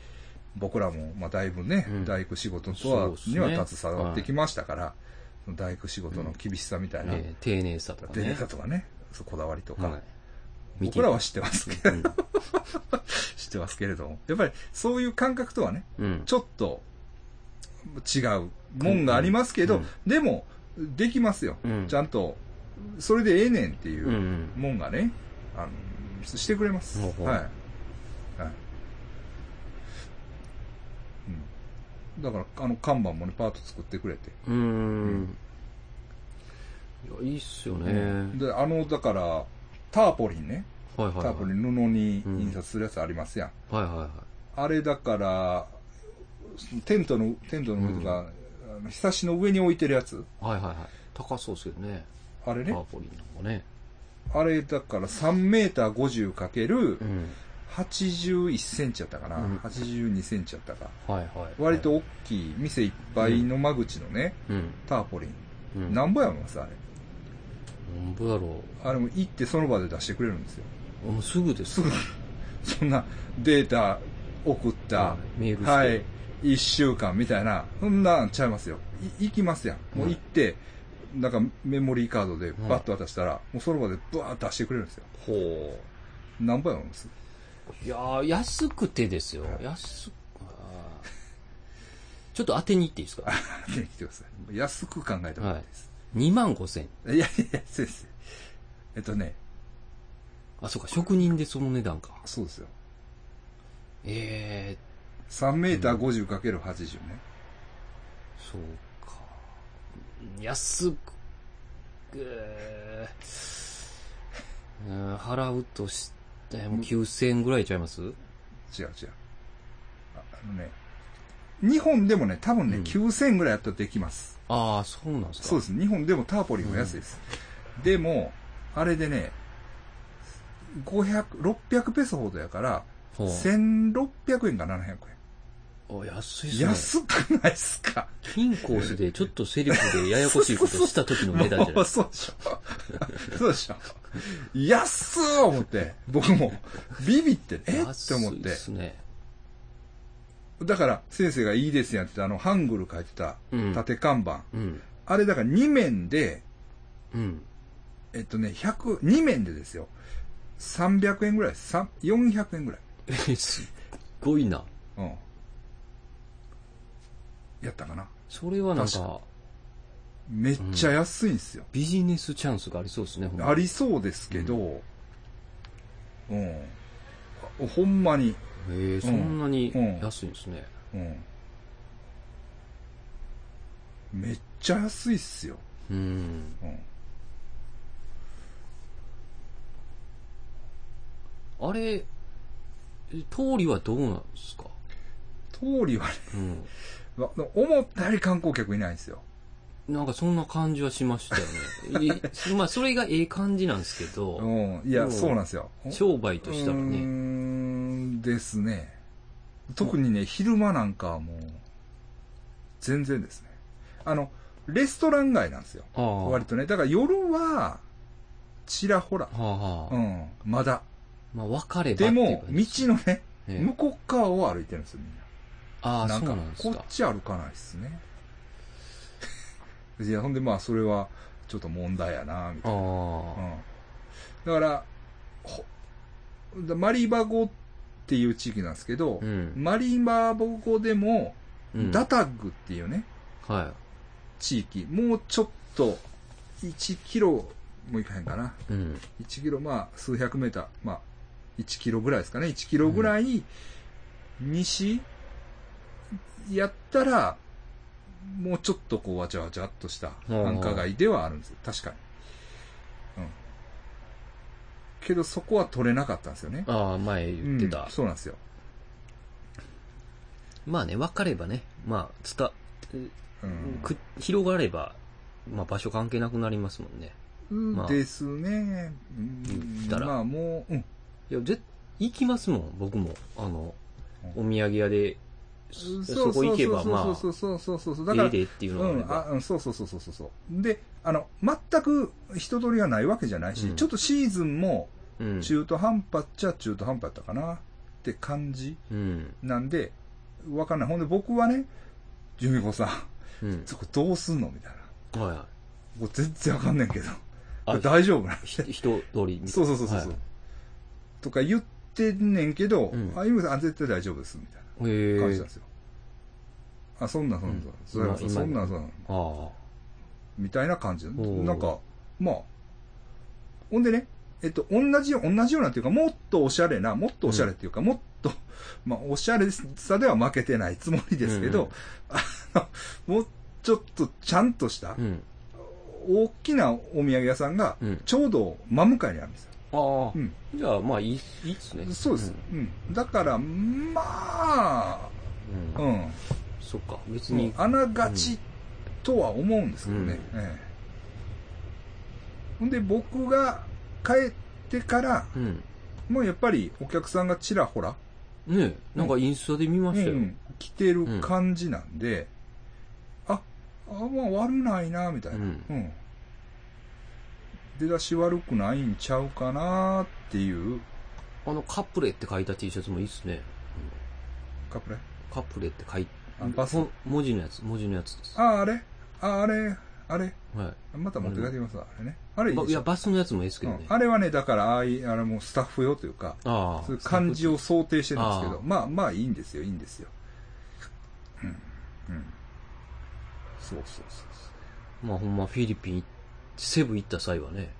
僕らも、まあだいぶね、
うん
大工仕事とは、
そうっす
に
ね
は携わってきましたから、その大工仕事の厳しさみたいな、
ね丁寧さとか
出
ね。
方とかね、そうこだわりとか、
はい。
僕らは知ってますけ
う
ど、
ん。
知ってますけれども、やっぱりそういう感覚とはね、
うん
ちょっと違うもんがありますけど、
うん
でも、できますよ、
うん
ちゃんと、それでええねんってい
うん
う
う。
んもんがね、あのしてくれます。
ほうほう
はい。はい。うん。だから、あの、看板もね、パート作ってくれて。
うーん。いや、いいっすよね。
で、あの、だから、ターポリンね。
はいはい
タ
はい。
ーポリン、布に印刷するやつありますやん。
はいはいはい。
あれだから、テントの、テントの上とか、あのひさしの上に置いてるやつ。
はいはいはい。高そうっすけどね。
あれ
パ
ね。
ーポリンなんかね。
あれだから3メーター50かける
うん。
81センチやったかな、
うん
82センチやったか。
はいはい。
割と大きい店いっぱいの間口のね、
うん。
ターポリン。
うん。
なんぼやもんさ、あれ。
なんぼやろ
あれも行ってその場で出してくれるんですよ。
う。もうすぐです
すぐ、そんなデータ送った、
メールして
はい、一週間みたいな、そんなんちゃいますよ。い行きますやん。もう行って、なんかメモリーカードでバッと渡したら、もうその場でブワーッと出してくれるんですよ。
ほ
何倍あるんです
う。いやー、安くてですよ。安く、あーちょっと当てに行っていいですか
出てきてください。安く考えた方がいいです。
2万5千。
い、やいやいや、先生。えっとね、
あ、そうか、職人でその値段か。
そうですよ。
え
3メーター 50×80 ね。
ー、そうか。安く、えーうん払うとしても9000円ぐらいちゃいます
違う違う。ああのね、日本でもね、多分ね、
うん
9000ぐらいやったらできます。
ああ、そうなんですか。
そうです。日本でもターポリンは安いです。でも、あれでね、500、600ペソほどやから、
ほう
1600円か700円。
あ、安いっすね。
安くないっすか
金コースでちょっとセリフでややこしいことした時の値 段じゃな
も
いう
そうでしょ。そうでしょ。安っ思って、僕も、ビビって、えって思っ
安い
て
っ。すね。
だから、先生がいいですやんって言ったあの、ハングル書いてた
うん、
縦看板。
うん。
あれだから2面で、
うん。
えっとね、100、2面でですよ。300円ぐらいです。さ400円ぐらい。
え、すっごいな。
うん。やったかな。
それはなん
確
か、
めっちゃ安いんですよ。
ビジネスチャンスがありそうですね、ほんまに
ありそうですけど、うん。あほんまに、
へえ、そんなに
うん
安いんですね。
うん。めっちゃ安いっすよ。
うん。
うん。
あれ、え通りはどうなんですか
通りはね、
うん。
わ思ったより観光客いないんですよ。
なんかそんな感じはしましたよ ね。いまあ、それがええ感じなんですけど、
うん。い
うん
や、そうなんですよ。
商売としたら
うー
ね。
んですね。特にね、昼間なんかはもう、全然ですね。あの、レストラン街なんですよ。
ああ。
割とね。だから夜は、ちらほら。
はあはあ。
うん。まだ。
まあ、分かればってい
で
う
も、
感
道
じ
のね、
ええ
向こう側を歩いてるんですよ、みんな。
ああ、
な
そ
ん
うな
か
んで、す
こ
か
っ。ち歩かないですね。 いや、ほんでまあ、それは、ちょっと問題やな、みたいな
あ。あ、
だから、ほだマリバゴっていう地域なんですけど、
うん
マリバゴでも、
うん。
ダタッグっていうね、
は
地域、もうちょっと、1キロもいかへんかな。
い。うん。
1キロ、まあ、数百メーター、まあ、1キロぐらいですかね。1キロぐらい、西、やったら、もうちょっとこう、わちゃわちゃっとした繁華街ではあるんですよ。確かに。うん。けど、そこは取れなかったんですよね。
ああ、前言ってた。
うんそうなんですよ。
まあね、分かればね、まあ、伝、
うん。
く広がれば、まあ場所関係なくなりますもんね。まあ
ですね。うん
言ったら
まあ、もう、うん。
いや、ぜ行きますもん、僕も。あの、
う
お土産屋で、そそこ行けば、ま
そうそうそうそうそうそうそう。
あ、
だか
ええ
ら、
でっていうのがあ
う
れ
ん、あ
ば。
うんそうそうそうそうそうそう。で、あの、全く人通りがないわけじゃないし、
うん
ちょっとシーズンも
うん。
中途半端っちゃ中途半端やったかなって感じ
うん。
なんで、わかんない。ほんで僕はね、由美子さん、
うん。
そこどうすんのみたいな。
はいはい。
もう全然わかんねんけど。
あ
大丈夫なん
ひ人通りみた
そ
いう
そうそうそうそう、
はい
とか言ってんねんけど、
うん
あ、由美子さんあ絶対大丈夫です、みたい
な。へ
な感じ
え
なんですよ。あ、そんなんそんなん、
うん
そんなん、そんなん、そんなんそんなん。
ああ。
みたいな感じ。
おう
なんか、まあ。ほんでね、えっと、同じよ、同じようなっていうか、もっとおしゃれな、もっとおしゃれっていうか、もっと、 まあ、おしゃれさでは負けてないつもりですけど、 あの、もうちょっとちゃんとした
う、ん。
大きなお土産屋さんが
うん、
ちょうど真向かいにあるんですよ。
ああ
う。ん。
じゃあ、まあ、いい、いいっすね。
そうです。うん。だから、まあ、
うん。
う
うん。
ん。
そっか、別
もう
に。
あながちとは思うんですけどね、ええほんで僕が帰ってから
うん。
もうやっぱりお客さんがちらほら、
ねえなんかインスタで見ましたよ。
うん来てる感じなんで、ああまあ悪ないなみたいな、
うん
うん出だし悪くないんちゃうかなっていう
あの、カプレって書いた T シャツもいいっすね。
カプレ
カプレって書い
アンパン
ほ文字のやつ、文字のやつです。
あ、あれあ、あれあれ
は
また持って帰ってきますわ、あれね。あれ
い。
いい
ば
で
い
し
や、
ょ。
バスのやつもいいですけ
う
ど
ん
ね。
あれはね、だから、ああいあれもうスタッフ用というか、
あ
そういう
あ。
感じを想定してるんですけ
あ
ど、まあまあいいんですよ、いいんですよ。うん。うん。そうそうそうそう。
まあほんまフィリピン、セブ行った際はね、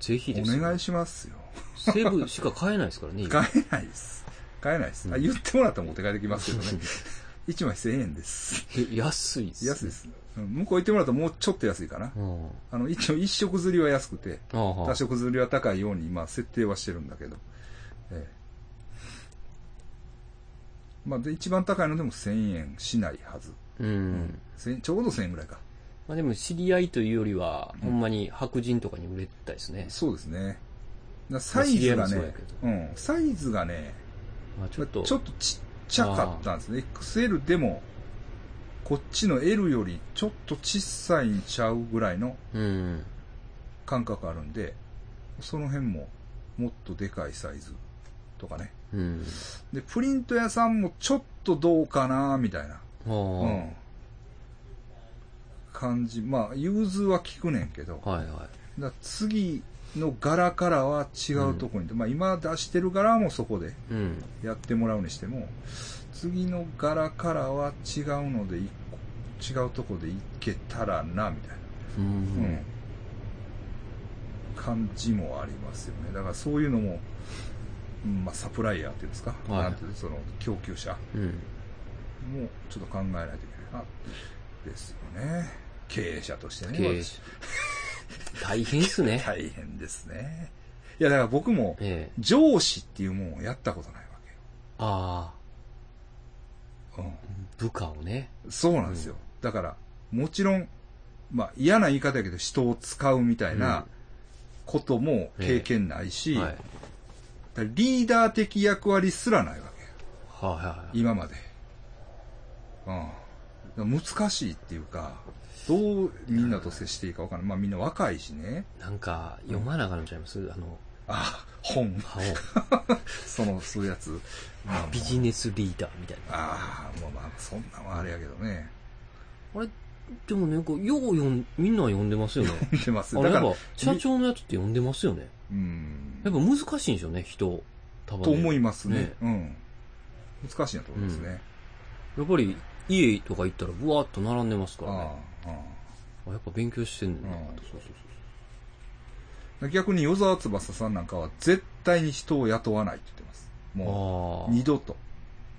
ぜひです
お
よ
願いしますよ。
セブしか買えないですからね。
買えないです。買えないです。あ、言ってもらったら持って帰ってきますけど ね。1枚1000円です。
え安いっす、
安いで。す。うん向こう行ってもらったらもうちょっと安いかな。
うん。あ
あの、一応一食釣りは安くて、
あは
多
あ。
食釣りは高いように、まあ設定はしてるんだけど。ええまあ、で、一番高いのでも1000円しないはず。
うん。
1000ちょうど1000円ぐらいか。
まあでも知り合いというよりは、ほんまに白人とかに売れてたですね。
そうですね。だサイズが
まあ知り合いもそうや
ね
け、
うん、サイズがね、
まあち
ち
ょ
ょ
っと。
っとちっちゃかったんですね。XL でも、こっちの L よりちょっと小さいんちゃうぐらいの
うん。
感覚あるんで、その辺ももっとでかいサイズとかね。
うん。
で、プリント屋さんもちょっとどうかなみたいな、う
は
ん、感じ。まあ、融通は聞くねんけど
あ。、はいはい。
だから次の柄からは違うとこに、まあ今出してる柄もそこで
うん。
やってもらうにしても、次の柄からは違うので、一個違うとこでいけたらな、みたいな、
う
うん
ん。
感じもありますよね。だからそういうのも、うんまあサプライヤーっていうんですか、
はい
なんていうのその供給者
うん。
もちょっと考えないといけないな、ですよね。経営者としてね。
経 営者。大変っすね。
大変ですね。いや、だから僕も、
ええ。
上司っていうもんをやったことないわ
あ
けよ。
あ。部下をね。
うん、そうなんですよ。だから、もちろん、まあ嫌な言い方やけど人を使うみたい
うん
なことも経験ないし、
はい。はい
だからリーダー的役割すらないわけよ。
はい。
今まで。うん。だから難しいっていうか、どうみんなと接していいかわからない。まあみんな若いしね。
なんか、読まなあかんのちゃいますあの、
あ、本、
顔。
その、そういうやつ。まあ
ビジネスリーダーみたいな。
ああ、まあまあ、そんなんはあれやけどね。
あれ、でもね、こうよう読ん、みんな読んでますよね。
見てます
あ
よ。
れ、
だ
や
か
っ
ら
ぱ、、社長のやつって読んでますよね。
うん
やっぱ難しいんでしょうね、人。多分、ね。
と思いますね
ね
うん。難しいなと思いますね。
やっぱり、家とか行ったら、ぶわーっと並んでますからね
あ。ああ
あやっぱ勉強してんねんな、
うん
そうそうそ
あ
う
逆に、与沢翼さんなんかは絶対に人を雇わないって言ってます。も、
そうう。
二度と。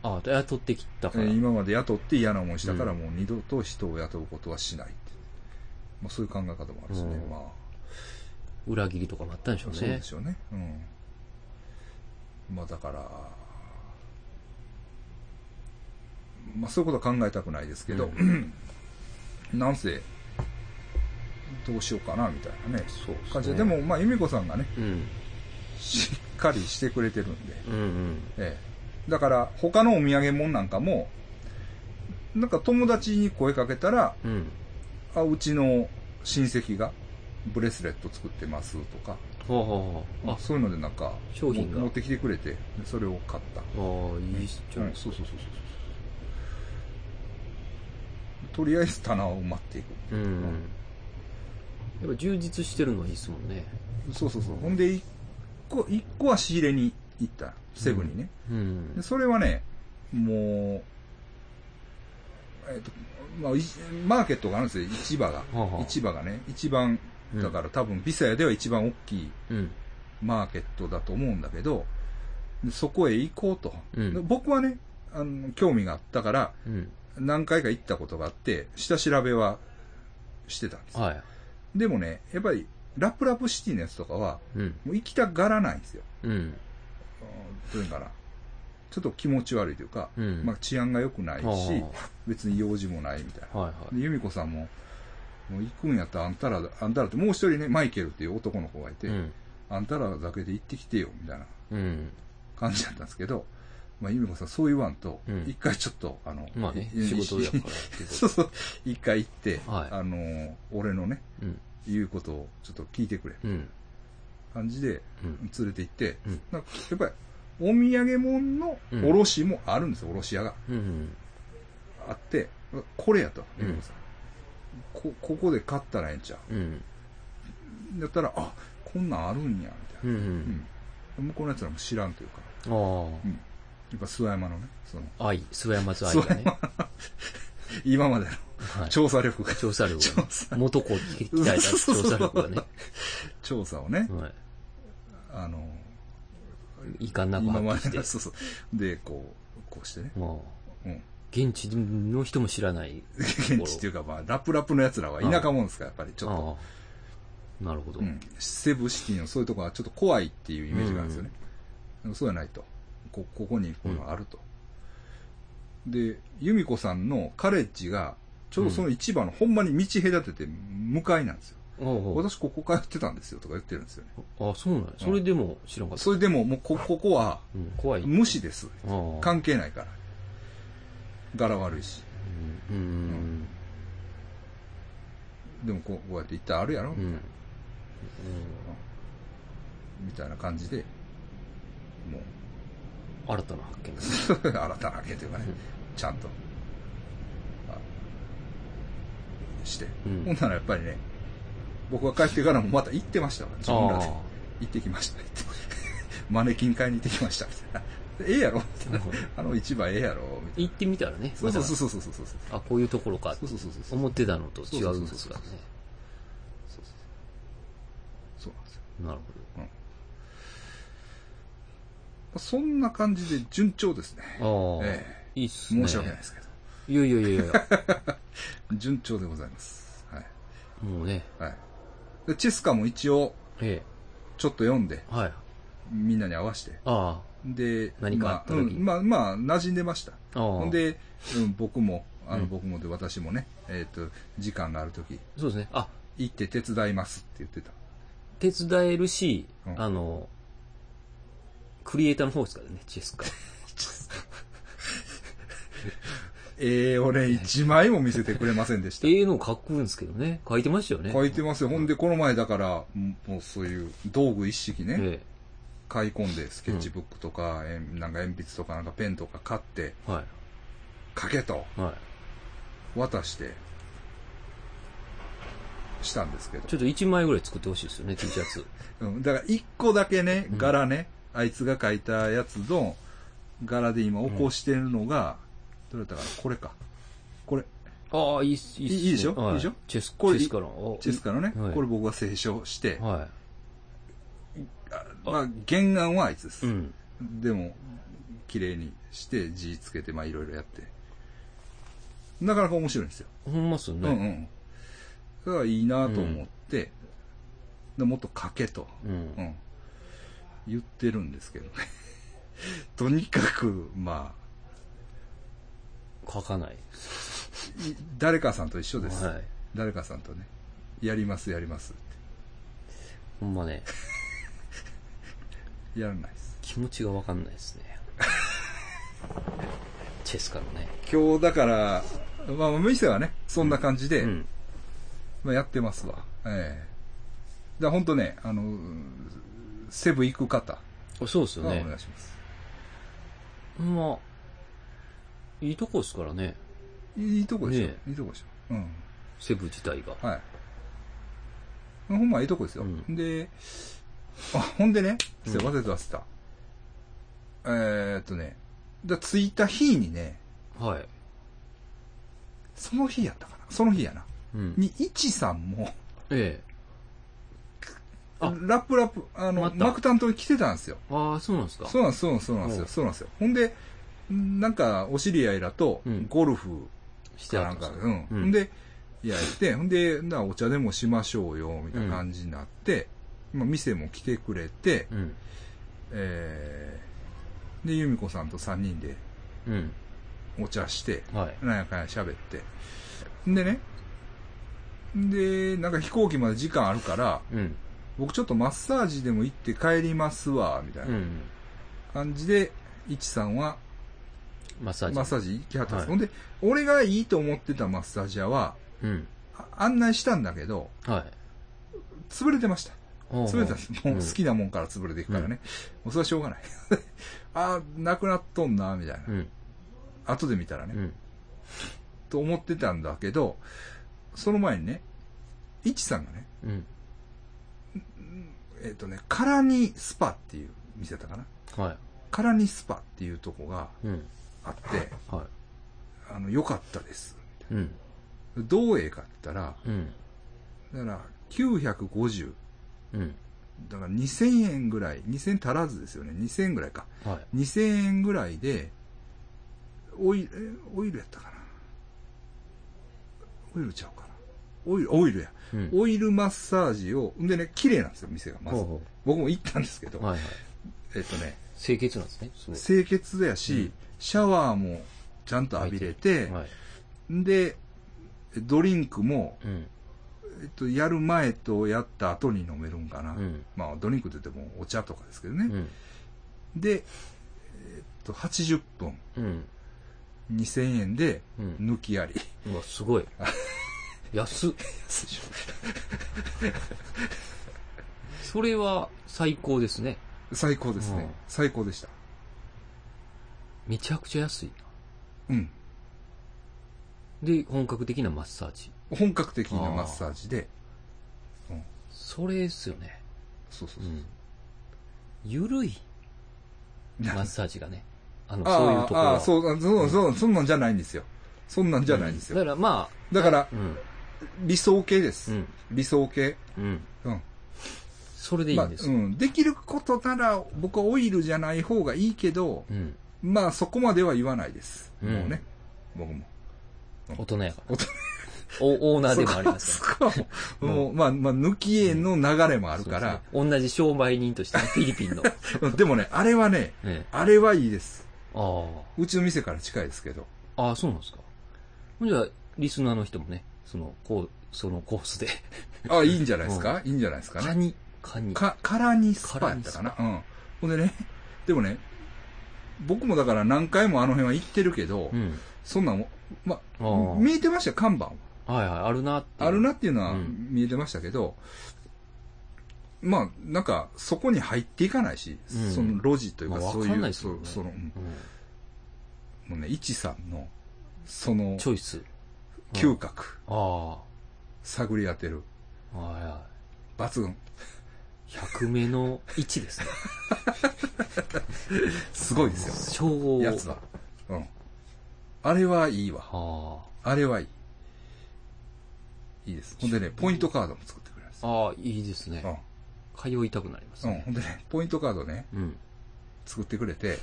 ああ。ああ、雇ってきた
え
から。
ー今まで雇って嫌な思いしたから、
うん
もう二度と人を雇うことはしないって。まあ、そういう考え方もあるしね。
うん
まあ、
裏切りとかもあったんでしょう
そう
ね
で。しょうね。うん。まあ、だから、まあ、そういうことは考えたくないですけど、
う
なんせ、どうしようかな、みたいなね。
そうっすね
感じで、でも、まあ、由美子さんがね、
うん。
しっかりしてくれてるんで、
うんうん。
ええ。だから、他のお土産物なんかも、なんか友達に声かけたら、
うん。
あ、うちの親戚がブレスレット作ってますとか、
ほうほうほう。あ、
そういうのでなんか、
商品が
も持ってきてくれて、それを買った。
ああ、いいっすじゃ
うん
ないです
そうそうそうそうそう。とりあえず棚を埋まっていく。
か。うん。やっぱ充実してるのはいいっすもんね。
そうそうそう。ほんで、一個、一個は仕入れに行った。セブンにね。
うん
で。それはね、もう、えっ、と、まあ、いマーケットがあるんですよ、市場が。
あはあ
市場がね、一番、
うん
だから多分、ビサヤでは一番大きい
うん。
マーケットだと思うんだけど、でそこへ行こうと。
うん
で僕はね、あの、興味があったから、
うん。
何回か行ったことがあって、下調べはしてたんです。
はい。
でもね、やっぱり、ラプラプシティのやつとかは、
うん。
もう行きたがらないんですよ。
うん。
うんどういうのかな。ちょっと気持ち悪いというか、
うん
まあ治安が良くないし
は、
別に用事もないみたい
あ、はい
な。で由美子さんも、もう行くんやったらあんたら、あんたらって、もう一人ね、マイケルっていう男の子がいて、
はい。うん。
あんたらだけで行ってきてよ、みたいな
うん。
感じだったんですけど、まあ、由美子さんそう言わんと
うん、
一回ちょっと、あの、
まあね、
い
仕事やからっていうこと
そうそう、一回行って、
はい
あの、俺のね、
うん。
言うことをちょっと聞いてくれ、
うん。
感じで
うん。
連れて行って、
うん
なんかやっぱり、お土産物の
うん
卸もあるんですよ、卸屋が。
うん。
あって、これやと、
うん
レゴさんこここで買ったらええんちゃ
うん。
う。だったら、あ、こんなんあるんや、みたい
うん。う
な。
ん。
うん向こうのやつらも知らんというか、
あ
うんやっぱ諏訪山のね、その、
あ。愛、諏訪山津愛がね。
今まで
は
の
い。
調査力が、
調査力が
調
ね
査。
元子を鍛えた調査力がね。
調査をね、
は
あの、
い。遺憾なく
今
発
ま
揮
での、
し
そ
て。
うそう。で、こう、こうしてね、
も
うん。
う、現地の人も知らない。
現地っていうか、まあ、ラップラップのやつらは田舎もんですから、やっぱりちょっと。
ああ。なるほど。
うん、セブシティのそういうところはちょっと怖いっていうイメージがあるんですよね、でもそうじゃないとこここにこういうのがあると、で由美子さんのカレッジがちょうどその市場のほんまに道隔てて向かいなんですよ、
おう
私ここ通ってたんですよとか言ってるんですよね
おうあ、そうなんやそれでも知らんかった
そ。れでももうこ ここは
うん、怖い。
無視です
ああ。
関係ないから柄悪いし
うんうん。
でもこうこうやって行ったらあるやろ、
うん。うん
みたいな感じでもう
新たな発見です。
新たな発見というかね、
うん
ちゃんと。あして。
うん
ほんならやっぱりね、僕が帰ってからもまた行ってましたわ。自分らで。
あ
行ってき ました。マネキン買いに行ってきました。みたいな。 ええやろみたいな。
あ。
あの市場ええやろみたい
行ってみたらね。
な。そうそう
ま
そうそうそうそう。
たあ、こういうところかって
そうそうそうそうそう。
思ってたのと違うんですからね。
そうそうそうそうなんですよ。
なる
まあそんな感じで順調ですね。
ほど。ああ、
え
いいっすね。
申し訳ないですけど。
いやいやいやいや、
順調でございます。はい。
もうね、
はい。で、チェスカも一応、
え
ちょっと読んで、
え、はい。
みんなに合わせて。
あ
で、
何かあった時
まあ、うんまあ、まあ、馴染んでました。
あ、あ
ほ
あ。
ん、で、うん、僕も、あ
う
の、
ん
僕もで、私もね、えっ、と、時間がある時、
そうですね。あ、
行って手伝いますって言ってた。
手伝えるし、
うん
あの、クリエイターの方ですからね、チェスカ。
ええ俺、一枚も見せてくれませんでした。
ええの書くんですけどね、書いてましたよね。
書
い
いてますよ。ほんで、この前だから、うんもうそういう道具一式ね、
え
買い込んで、スケッチブックとか、えんなんか鉛筆とか、なんかペンとか買って、
え、は
書けと
い、は
渡して、したんですけど
い。。ちょっと1枚ぐらい作ってほしいですよね、T シャツ。
うん、だから一個だけね、
うん
柄ね、あいつが描いたやつの柄で今起こしてるのが、どれだったかな、これか。これ、
ああ、いいっす、いいっすね、
いいでしょ
は
い
い
でしょ
チェス、
これ
チェスカの。
チェスからね、
はい
これ僕が清書して、
は
あまあ原案はあいつです。
い。うん。
でも、綺麗にして、字つけて、まあいろいろやって。なかなか面白いんですよ。
ほんまっすよ
うんうんう
ね。
ん。だからいいなと思って、でもっと書けと。
うん。
うん、言ってるんですけどね とにかくまあ
書かない。
い誰かさんと一緒です、
はい。
誰かさんとねやりますやりますっ
ほんまね、
てやらないです
気持ちがわかんないですね。 チェスカのね。
今日だからまあ店はねそんな感じで、
うん。
まあ、やってますわええだ本当ねあのうんセブ行く方は
そうです
お
よね。
願いします、
まあ、いいとこですからね、
いいとこでしょ、
ね
いいとこでしょうん
セブ自体が。
はい。ほんまいいとこですよ。
うん
で、あ、ほんでね、忘れてた忘れてた。えーっとね、だ着いた日にね、
はい。
その日やったかな。その日やな。
うん。
に、いちさんも、
ええ。あ
ラップラップ、あの、
また
マクタントに来てたんですよ。
ああ、そうなんですか。
そうなんです、そうなんです、そうなんですよ。
うん
そうなんですよ。ほんで、なんか、お知り合いらと
うん、
ゴルフか
して
なん
あるん
か、
で
う
すか。
ん。ほんで、やって、ほんで、なお茶でもしましょうよ、みたいな感じになって、まあ、店も来てくれて、
うん。
えーで、由美子さんと3人で
うん。
お茶して、
はい。
なんやかんや喋って。んでね、んで、なんか飛行機まで時間あるから、
うん。。
僕ちょっとマッサージでも行って帰りますわ、みたいうなん感じで、いちさんは
マッサージ。
マッサージ行きはったんです。
は
ほんで、俺がいいと思ってたマッサージ屋は、
うん。
あ案内したんだけど、
はい。
潰れてました。
ほうほ
潰
う
れたんです。もう好きなもんから潰れていくからね。もうそれはしょうが ない。ああ、なくなっとんな、みたいな
う。ん。
後で見たらね
う。ん。
と思ってたんだけど、その前にね、イチさんがね、
うん。
えっ、とね、カラニスパっていう店だったかな。
は
カラニスパっていうとこが
い。うん。
あって、
は
あの、良かったです。
い。うん。
どうええかって言ったら、
うん。
だから、950、
うん。
だから2000円ぐらい、2000足らずですよね。2000円ぐらいか。
はい。
2000円ぐらいで、オイル、えオイルやったかなオイルちゃうかなオイル、オイルや。
うん。
オイルマッサージを、んでね、綺麗なんですよ、店が。まず
ほうほう。
僕も行ったんですけど、
はいはい。
えっとね、
清潔なんですね。すごい。
清潔やし、
うん
シャワーもちゃんと浴びれて、
はい。
で、ドリンクも、
うん。
えっと、やる前とやった後に飲めるんかな。
うん。
まあ、ドリンクって言ってもお茶とかですけど
う
ね。
ん。
で、えっと、80分、
うん。
2000円で、
うん。
抜きあり。
うわ、す ごい。安っ。それは最高ですね。
最高ですね。
うん
最高でした。
めちゃくちゃ安い。
うん。
で、本格的なマッサージ。
本格的なマッサージで、
それですよね。
そうそう
う
そう。
ん。ゆるいマッ
あ
サージがね。あの、
あ
そういうところ
あ
は
あ、そう、あそう、そう、そんなんじゃないんですよ。そんなんじゃないんですよ。
だからまあ、
だから、
うん。
理想系です。
うん。
理想系。
うん。
うん。
それでいい
まあ
んです
う。ん。できることなら、僕はオイルじゃない方がいいけど、
うん。
まあそこまでは言わないです。
うん
もうね。僕も。
大人やか
大人
ら。おオーナーでもあります
そ
か
こはそこはもう、もうまあ、まあ、抜き絵の流れもあ
ら。
るから、
そうですね同じ商売人 としてね、フィリピンの。
でもね、あれはね、
ええ
あれはいいです。
あ
うちの店から近いですけど。
あ。ああ、そうなんですか。ほんじゃあ、リスナーの人もね、その、こう、そのコースで。
あ、いいんじゃないですか、いいんじゃないですか
カ
ね。
ニ、カニ。
か、からにスパやったかなうん。ほんでね、でもね、僕もだから何回もあの辺は行ってるけど、
うん。
そんなん、ま
あ
あ、
あ。
見えてましたよ、看板は。
はいはい、あるなっていう。
あるなっていうのは
うん
見えてましたけど、まあ、なんか、そこに入っていかないし、
うん
その路地というか、
まあ
そう
わか
い、
んないうです
そ
よ
う
ね
その、うん
う
もうね、いちさんの、その
ん。、チョイス。
嗅覚、
あ
探り当てる、
あ。はいは
抜群。
い。100目の1です ね。
すごいですよ。
称号。
やつは。うん。あれはいいわ。
は
あれはいい。いいです。ほんでね、ポイントカードも作ってくれます。
あ。ああ、いいですね。
う
通いたくなります
ん。うん。
ね。
ほんでね、ポイントカードね、
うん。
作ってくれて、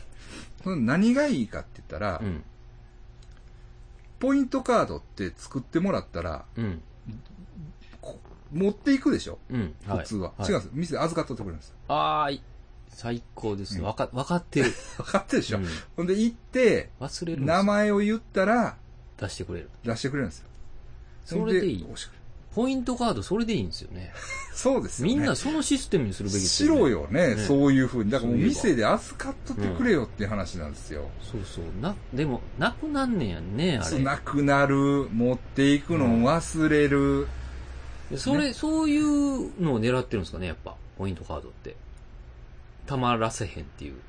その何がいいかって言ったら、
うん。
ポイントカードって作ってもらったら、
うん。
こ持っていくでしょ
うん。
普通は。違うんです。店預かっとってくれるん です。
あーい、最高ですね。
うん
わか、わかって る。
分かってるでしょ、
うん
ほんで行って、
忘れるんです
名前を言ったら
出してくれる。
出してくれるんですよ。
それでいい
ほん押してくれる
ポイントカード、それでいいんですよね。
そうですよね。
みんなそのシステムにするべきです
し
ね。
ろ。よね、
ね
そういうふうに。だからもう
そういえば
店で預かっとってくれよっていう話なんですよ。
そうそう。な、でも、なくなんねんやんね、あ
そう
れ。
なくなる、持っていくのを忘れる。
それ、そういうのを狙ってるんですかね、やっぱ。ポイントカードって。たまらせへんっていう。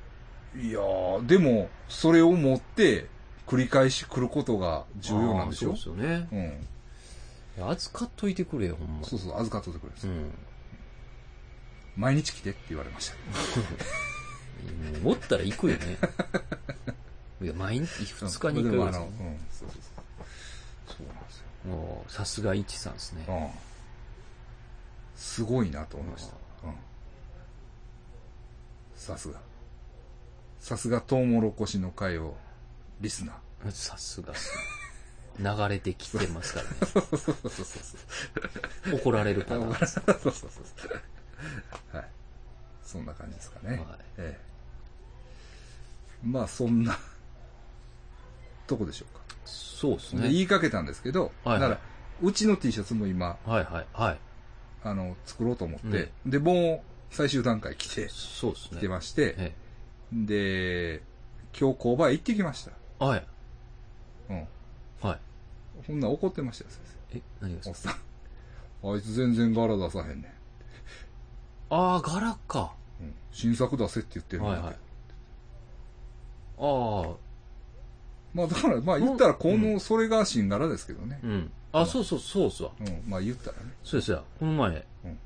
いやー、でも、それを持って、繰り返し来ることが重要なんでしょ
あーそうですよね。
うん。
いや預かっといてくれよ、ほんま。
そうそう、預かっとってくれるんです
う
よ、
ん。
毎日来てって言われました。
持ったら行くよね。 いや、毎日、二日に一
う
回
ん
ぐ
でも
ら
あ
いで
の、う
す
ん。そうそうそう。そうなんですよ。
もう、さすが一さんですね。
うん。すごいなと思いました。うん。さすが。さすがトウモロコシの会を、リスナー。
さすがっすね。流れてきてますからね。
そうそうそうそうそう。
怒られるパターンです。
そうそうそう。 はい。そんな感じですかね。
はい
ええ、まあ、そんな、とこでしょうか。
そうです
で
ね。
言いかけたんですけど、
はいはい
だから、うちの T シャツも今、
はいはいはい。
あの、作ろうと思って、で、もう、最終段階来て、
そうですね。
来てまして、
え
で、今日工場へ行ってきました。
えはい。
うん。
はい。
ほんなん怒ってましたよ、先
え、何がで
生。
す
おっ
か
さん。あいつ全然柄出さへんね
ああ、柄か。
ん。うん。新作出せって言ってるんだ
は
け
い
ど。
はい。ああ、
まあだから、まあ言ったら、この、それが新柄ですけどね
う。ん。あ、そうそう、そうっすわ。
うん、まあ言ったらね、
そうですよ。この前、
うん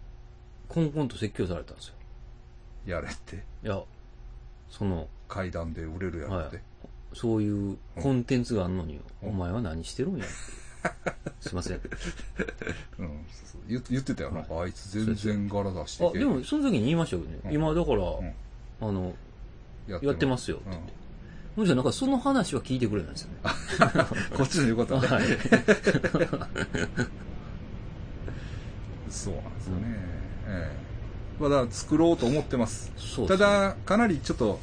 コンコンと説教されたんですよ。
やれって、
いや、その、
階段で売れるやろって。
はいそういうコンテンツがあんのに、お前は何してるんや っていう。すいません。あ、
うん、そうそう言言ってたよ、なんか、あいつ全
そ
然柄出していけ
でも、その時に言いましたよね。
うん
今、だから、
ん
あの、
やっ
やってますすよって
う
言っ
ん
て。むしろなんかその話は聞いてくれないんですよね。
こっちの言うことはね、
はい。
そうなんですよね。ええまあだから作ろうと思ってます。
そうで
た
すね、
だ、かなりちょっと、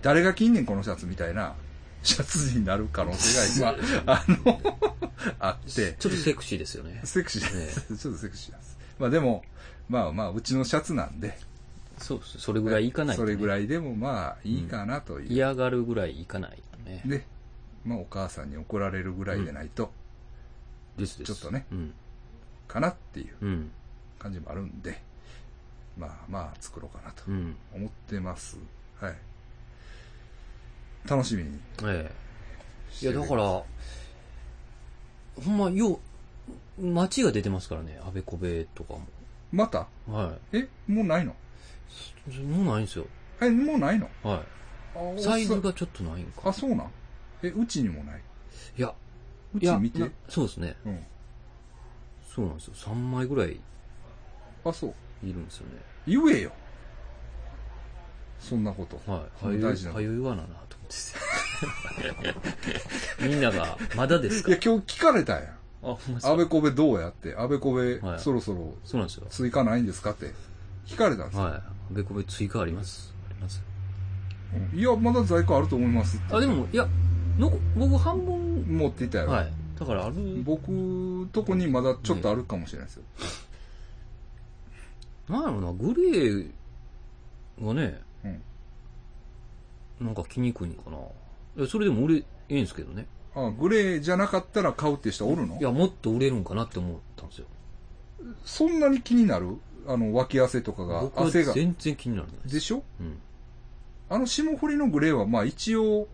誰が着んねんこのシャツみたいな、 シャツになる可能性 が今、あの、 あって、
ちょっとセクシーですよね。
セクシーです。ちょっとセクシーなんです。まあでも、まあまあ、うちのシャツなんで、
そうです。それぐらいいかない、
それぐらい
い。
でもまあいいかなという。
嫌がるぐらいいかない、ね。
で、まあお母さんに怒られるぐらいでないと、
ですです。
ちょっとね
うん。
かなっていう
うん。
感じもあるんで、まあまあ作ろうかなと
うん。
思ってます。はい。楽しみに
ええ。
し
い
て
や、
る
だから、ほんま、よう、街が出てますからね、あべこべとか
また
も。は
え、もうないの
い。もうないんですよ。
え、もうないの
は
あ
い。サイズ
そ
がちょっとないんか。
あ、そうなんえ、うちにもない。
いや、
う
い
ち
や、
見て
な。そうですね。
うん。
そうなんですよ。3枚ぐらい
あ、そう。
いるんですよね。
言えよ。そんなこと。
はい。
そ
は
ん
ゆ
な大事なこと
はゆいわななと思っててみんなが、まだです
い
か
や、今日聞かれたやん。
あ、ほんまです
安
か
倍こべどうやって、安倍こべ
はい
そろそろ
そうなんですよ。
追加ないんですかって聞かれたんですよ。
はい。あべこべ追加あります。あります。
うんいや、まだ在庫あると思いますって
あ、でも、いや、のこ僕半分、
持っていたよ。
はい。だからある、
僕、とこにまだちょっとあるかもしれないですよ。
なんやろな、グレーがね、
うん
なんか気にくいんかな。いやそれでも俺、ええんすけどね。
あ、グレーじゃなかったら買うって人おるの
いや、もっと売れるんかなって思ったんですよ。
そんなに気になるあの、脇汗とかが、
僕は
汗が。
全然気にならないです。
でしょ
うん。
あの霜降りのグレーは、まあ一応、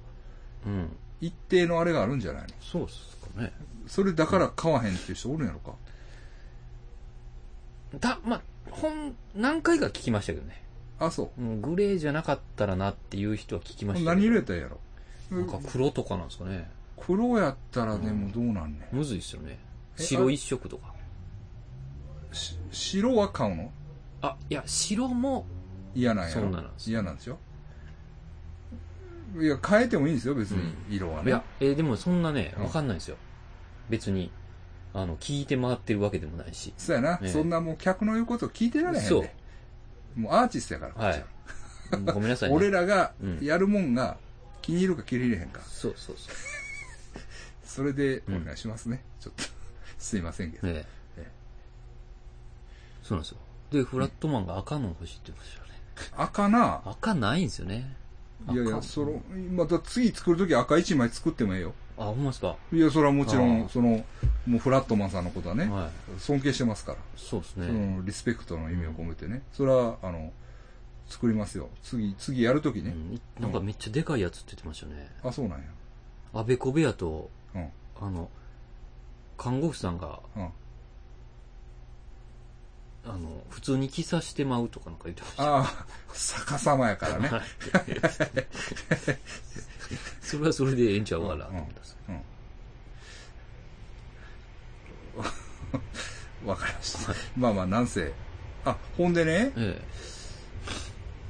うん。
一定のあれがあるんじゃないの
そうっすかね。
それだから買わへんっていう人おるんやろか。
た、ま、ほん、何回か聞きましたけどね。
あ、そ
うんグレーじゃなかったらなっていう人は聞きま
う。
したけど。
何入れたらええやろ。
なんか黒とかなんですかね。
黒やったらでもどうなんね
むずいっすよね。
え
白一色とか。
ん。し白は買うの
あ、いや、白も、
嫌なんやろ
そうなんです
嫌なんですよ。いや、変えてもいいんですよ、別に。色はね。
いや、えーでもそんなね、
うん
わかんないんですよ。別に、あの、聞いて回ってるわけでもな いし。
そうやな、
ええ
そんなもう客の言うこと聞いてられへんで。
そう
もうアーティストやから、こっちは
はい。ごめんなさいね。
俺らが
うん
やるもんが気に入るか気に入れへんか。
そうそうそ
それでお願いしますね。ちょっと。 すいませんけ
う。
ど。
ええ
え
そうなんですよ。で、フラットマンが赤の欲しいって言いましたよね。
赤な。
赤ないんですよね。
いやいや、
赤
その、また次作るとき赤1枚作ってもええよ。
あ、ほんまですか。はい
や、それはもちろ
あ
ん、
ー
その、もうフラットマンさんのことはね、
い。
尊敬してますから。
そうです
そ
ね。
のリスペクトの意味を込めてね。それは、あの、作りますよ。次、次やるとき
う
ね。
ん、いなんかめっちゃでかいやつって言ってましたよね。
あ、そうなんや。
あべこべやと、
うん。
あの、看護婦さんが、
うん。
あの、普通に着さしてまうとかなんか言ってました。
ああ、逆さまやからね。
それはそれでええんちゃうかなと思ったんです
わかりました。まあまあ、なんせ。あ、ほんでね、
え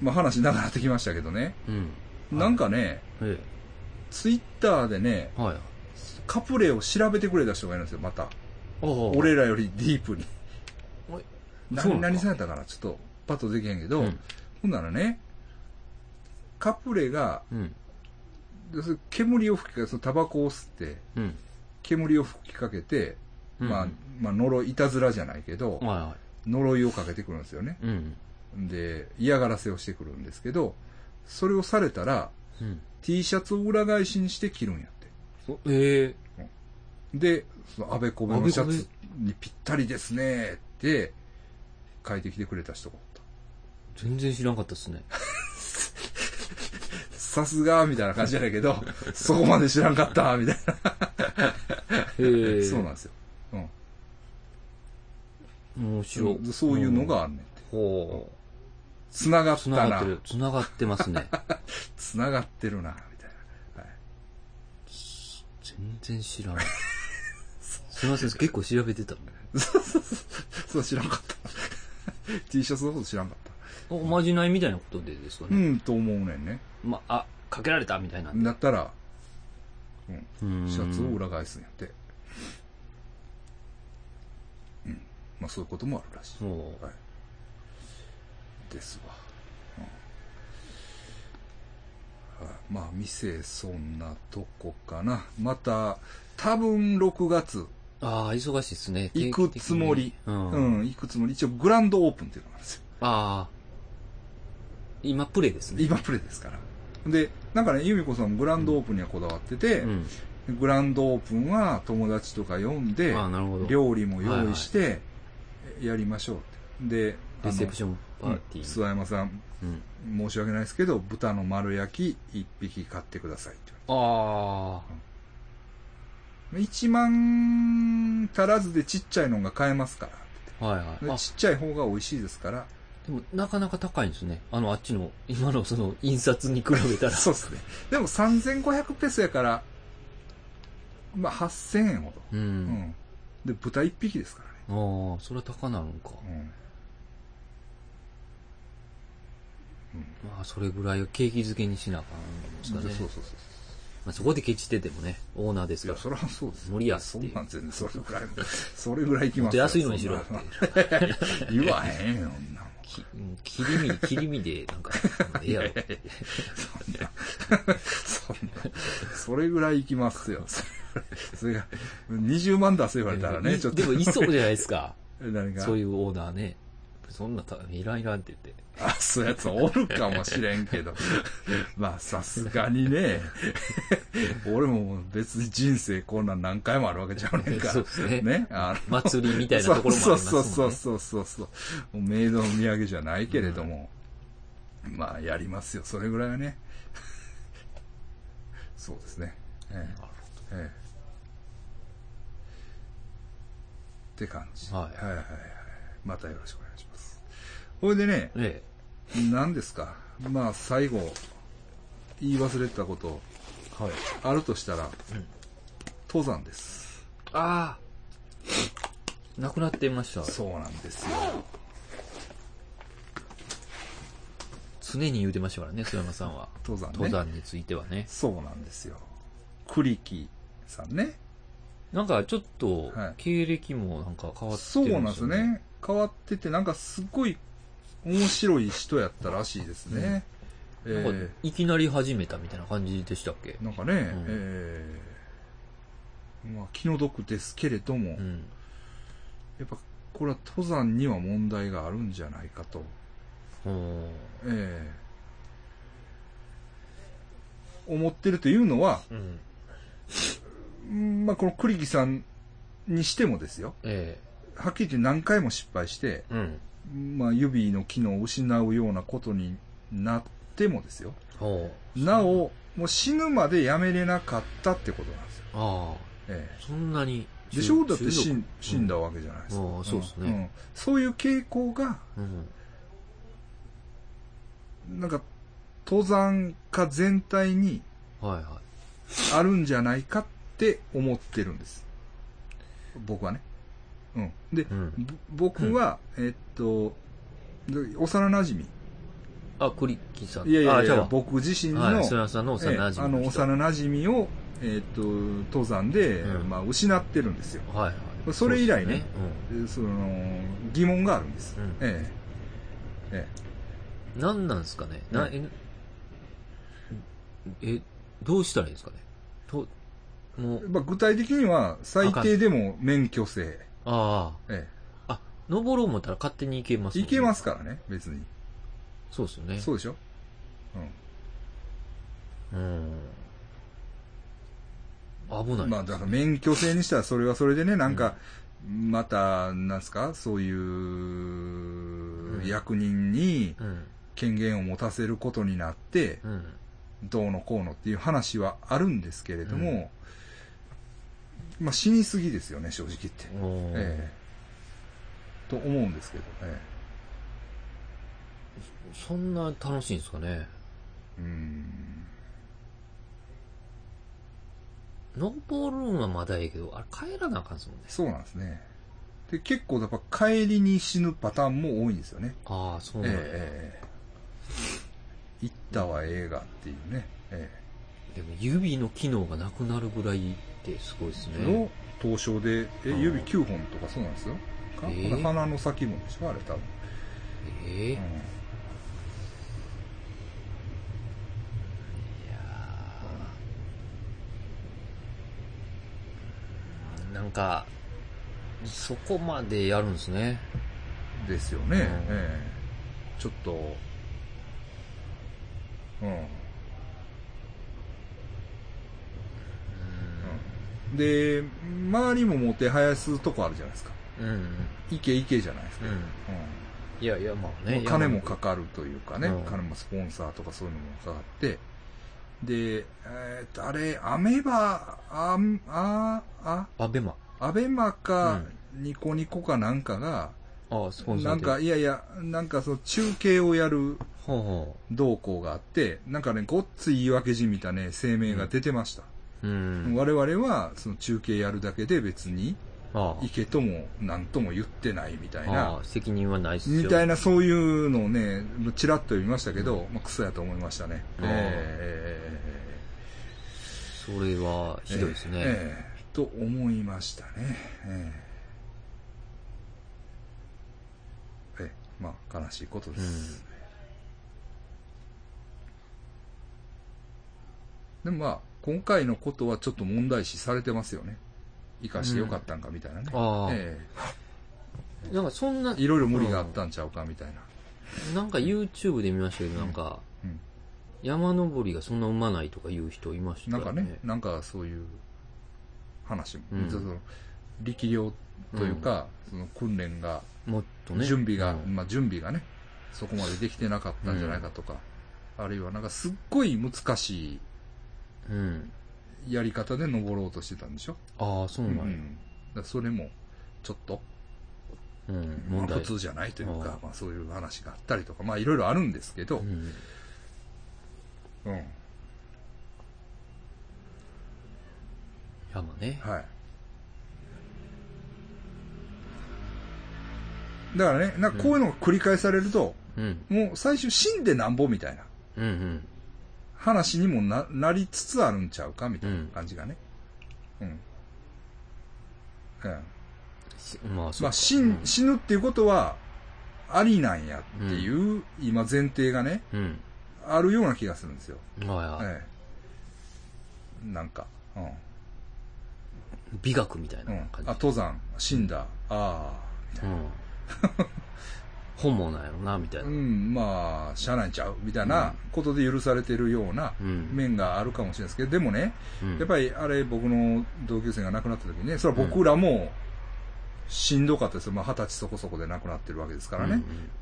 まあ話長くなってきましたけどね。
え。うん。
なんかね、
え
ツイッターでね、
え。はい。あ
カプレーを調べてくれた人がいるんですよ、また。
あ。
俺らよりディープに。
おいそう
何、
なんだ
何されたかなちょっと、パッとできへんけど、
うん。
ほんならね、カプレが、
うん。
要するに煙を吹きかけ、そのタバコを吸って、
うん。
煙を吹きかけて、
うん
まあ、まあ、呪い、いたずらじゃないけど、
はいは
呪いをかけてくるんですよね。
い。うん。
で、嫌がらせをしてくるんですけど、それをされたら、
うん。
T シャツを裏返しにして着るんやって。
おええ。
で、その、あべこべのシャ
あべ
ツ
こ
にぴったりですねって、書いてきてくれた人がおった。
全然知らんかったっすね。
さすが、みたいな感じじゃないけど、そこまで知らんかった、みたいな。
へえ。
そうなんですよ。うん。
面白い。
そういうのがあんねんて。
ほう。
繋がった
繋がっ
な
て。る。繋がってま すね。
繋がってるな、みたいな。
全然知らない。すいません、結構調べてたの。
そうそうそう。そう、知らんかった。T シャツのこと知らんかった。
おまじないみたいなことでですよ
う
ね。
ん、と思うねんね。
まあ、あ、かけられたみたいな。
だったら、
うん
シャツを裏返すんやって。うん。まあ、そういうこともあるらしい。
もう
はい。ですわ。うんはいまあ、店、そんなとこかな。また、多分6月、
ああ、忙しいですね。
行くつもり
定期。的にうん。
うん、行くつもり。一応、グランドオープンっていうのがあるんですよ。
ああ。今、プレイですね。
今プレイですから。で、なんかね、由美子さんもグランドオープンにはこだわってて、
うん。
グランドオープンは友達とか呼んで、
ああ、なるほど。
料理も用意して、やりましょうって。で、
レセプションパーティ
うん
ー。
諏訪山さん、
うん。
申し訳ないですけど、豚の丸焼き1匹買ってくださいって言わ
あ
れて。1万足らずでちっちゃいのが買えますから。
あ。はいはい。
で
あ、
ちっちゃい方が美味しいですから。
でも、なかなか高いんですね。あの、あっちの、今のその、印刷に比べたら。
そうですね。でも3500ペソやから、まあ8000円ほど。う
う。
んん。で、豚1匹ですからね。
ああ、それは高なのか。
うん。
まあ、それぐらいは景気づけにしなあかんです
そ
か
う
ね。
そうそうそう。
まあ、そこでケチっててもね、オーナーです
い
か
や、そり
ら。
ゃそうですよ。
無理やって
そ
いう
うなんですよね。それぐらいも。それぐらい行き
も
ます
っと
よ
安いのにしろって
そんな言わへんよ、そんなもん。
きうん切り身、切り身で、なんか、ええやろ。
そんな、それぐらい行きますよ。それそれが、20万出せ言われたらね、
い
ちょっと。
でも、いそうじゃないですか。
何が
そういうオーナーね。そんなた、いらんいらんって言って。
あ、そういうやつおるかもしれんけど。まあ、さすがにね。俺も別に人生こんなん何回もあるわけじゃうねんから。
そうですね
あの
祭りみたいなところもありますもんね。
そうそうそうそうそう。もうメイドの土産じゃないけれども。まあ、やりますよ。それぐらいはね。そうですね。ええ
なるほど
ええって感じ。
はい
はいはいはい。またよろしくお願いします。ほいでね、
え
何ですかまあ最後言い忘れてたこと
え。はい。
あるとしたら、登山です
ああ。なくなってました。
そうなんですよ
常に言うてましたからね、曽山さんは。
登山ね
登山についてはね。
そうなんですよ栗木さんね
なんかちょっと
はい、
経歴もなんか変わって
そ
る
うなんです。ね変わっててなんかすごい面白い人やったらしいですね、
な
え
ん
ー
かいきなり始めたみたいな感じでしたっけ
なんかね、
ん
えーまあ気の毒ですけれども、
うん。
やっぱこれは登山には問題があるんじゃないかと
うん。
ええ思ってるというのは、
うん。
うんまあ、この栗木さんにしてもですよ、
え
はっきり言って何回も失敗して、
え。うん。
まあ、指の機能を失うようなことになってもですよ、
ほう。
なお、もう死ぬまでやめれなかったってことなんですよ。
ああ。
え
そんなに。
え、でしょだって
中
死
毒
ん死んだわけじゃないですか。
うんああそうですね
んそういう傾向が、
うん。
なんか、登山家全体に
はいは
あるんじゃないかって思ってるんです。僕はね。うん。で、
い。うん。
ぼ僕は、えっと、で幼馴染
あ、栗木さん。
いやい
あ
やい
じゃ
や、
あ
僕自身の、
はい、曽山さんの
ええ
幼馴染
あの、
人
幼馴染を、えっと、登山で、
うん
まあ、失ってるんですよ。
はいはい。
それ以来ね
そうです
でその、疑問があるんです。
うん
えええ
うん。何なんですかねな、え、え、どうしたらいいんですかねと、も
え
う、
まあ、具体的には、最低でも免許制。
あ
え
あ。あ、登ろう思ったら勝手に行けます
え、
もん
い
ね
けますからね、別に。
そうですよね。
そうでしょうん。
うん。危ない。
まあ、だから免許制にしたらそれはそれでね、なんか、また、なんすか、そういう、役人に
うん。
権限を持たせることになって、
うん。
どうのこうのっていう話はあるんですけれども、まあ死にすぎですよね、正直言って。
おー
ええと思うんですけど、え
そんな楽しいんですかね。
えうん
登るんはまだいいけど、あれ帰らなあかんですもんね。
そうなんですね。で、結構やっぱ帰りに死ぬパターンも多いんですよね。
ああ、そう
え
なんや。
えええ行ったは映画っていうね。え
でも指の機能がなくなるぐらいってすごいです
え
ね。
それを東証で、え、
うん
指9本とかそうなんですよ。か
ええ
この鼻の先もでしょあれ多分。
え
うん
えいやーなんか、そこまでやるんですね。
ですよね、
うん
ええちょっと、うんうん、で周りももてはやすとこあるじゃないですか
うん。うん。
いけいけじゃないですか、
いやいや、まあ
うん
ね。
金も
か
かかるというかね、
うん
金もスポンサーとかそういうのもかかってで、えーっとあれアメーバあああ
アベマ。
アベマか、ニコニコかなんかが、
ああ、スポンサー
なんか、いやいや、なんかその中継をやる
ほうほ
動向があって、なんかね、ごっつい言い訳人みたいな声明が出てました。
う。うん。
我々は、その中継やるだけで別に、
あ
行けとも何とも言ってないみたい
あ。あ
な
あ、、責任はないっすよ。
みたいなそういうのをね、ちらっと見ましたけど、まあ、クソやと思いましたね。
ああ
え
それは、
え
ひどいですね。
ええと思いましたね。ええええまあ、悲しいことです。でもまあ、今回のことはちょっと問題視されてますよね。生かしてよかったんかみたいなね。
うんああ
え
なんかそんな
え、いろいろ無理があったんちゃうかみたいな。
なんか YouTube で見ましたけど、なんか、
うん
山登りがそんなうまないとか言う人いました
な
よ
んかね、なんかそういう話も、
うん
その力量というか、その訓練が、
もっとね。
準備が、
うん
まあ準備がね、そこまでできてなかったんじゃないかとか、あるいはなんかすっごい難し
うん。
いやり方で登ろうとしてたんでしょ、
ああ、そうなんや。
うんだからそれも、ちょっと、
うん、
ま
問
あ
題。
普通じゃないという
あ
か、まあそういう話があったりとか、まあいろいろあるんですけど、
うん
うん、
山ね。
はい。だからね、なんかこういうのが繰り返されると、
うん。
もう最終死んでなんぼみたいな
うんうん。
話にもななりつつあるんちゃうかみたいな感じがね。うん。うん
しまあ、そう
ま
か
あ、死ん死ぬっていうことは、ありなんやっていう、今前提がね、
うん。
あるような気がするんですよ。
うん。まあ、
ええ。なんか、うん。、
美学みたいうなん
あ
感、じ。
登山、死んだ、あ
うん。本望なんやろな、みたい
あ、
な
う。ん、まあ、しゃあないんちゃうみたいなことで許されてるような
うん
面があるかもしれないですけど、でもね、
うん
やっぱりあれ、僕の同級生が亡くなった時にね、それは僕らもしんどかったですよ。まあ、二十歳そこそこで亡くなってるわけですからね。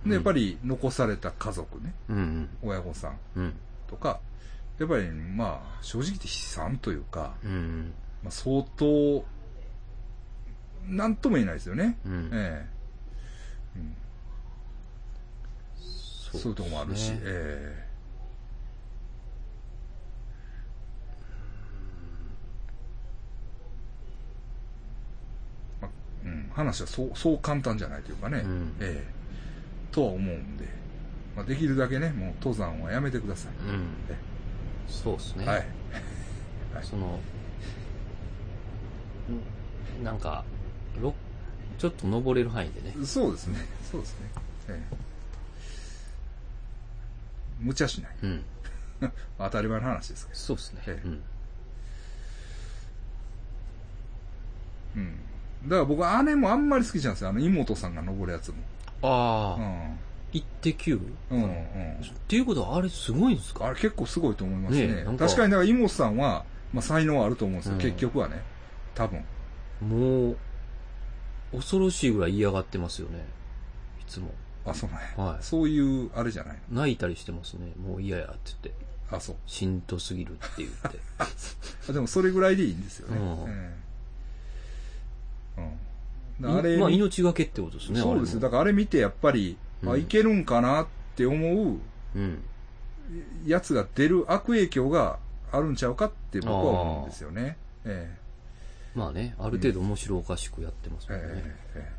うん
で、やっぱ、り残された家族ね、
うんうん。
親御さん
うん。
とか、やっぱり、まあ、正直言って悲惨というか、
うん。
まあ、相当、なんとも言えないですよね。
うんうん。
ええうん
そ
そういうとこもあるし、
ですね
ええまうん、話はそうそう簡単じゃないというかね、
うん
ええとは思うんで、まあ、できるだけねもう登山はやめてください、
うん
え。
そうですね。
はい、
その、んなんか、ろちょっと登れる範囲でね。
そうですねそうですね、ええ無茶しない
うん。
当たり前の話ですけど
そうですね。
ええ
うん。
うんだから僕は姉もあんまり好きじゃないですよ。あの妹さんが登るやつも。
あ
う
あ、
ん。
一滴球
うんうん。
っていうことはあれすごいんですか
あれ結構すごいと思いますね。
ねえなんか
確かに、だから妹さんは、まあ才能はあると思うんですよ。
うん
結局はね。多分。
もう、恐ろしいぐらい嫌がってますよね。いつも。
あ、そうなんや。
はい
そういう、あれじゃない
泣いたりしてますね。もう嫌やって言って。
あ、そう。
しんどすぎるって言 って。
あでもそれぐらいでいいんですよね。
うん
うん。うん、だからあれ、
いまあ、命がけってことですね、
そうですよ。
あれも
だからあれ見てやっぱり、
う
あ、
ん
いけるんかなって思う
うん。
やつが出る悪影響があるんちゃうかって僕は思うんですよね。ええ
まあね、ある程度面白おかしくやってますもんね。
ええ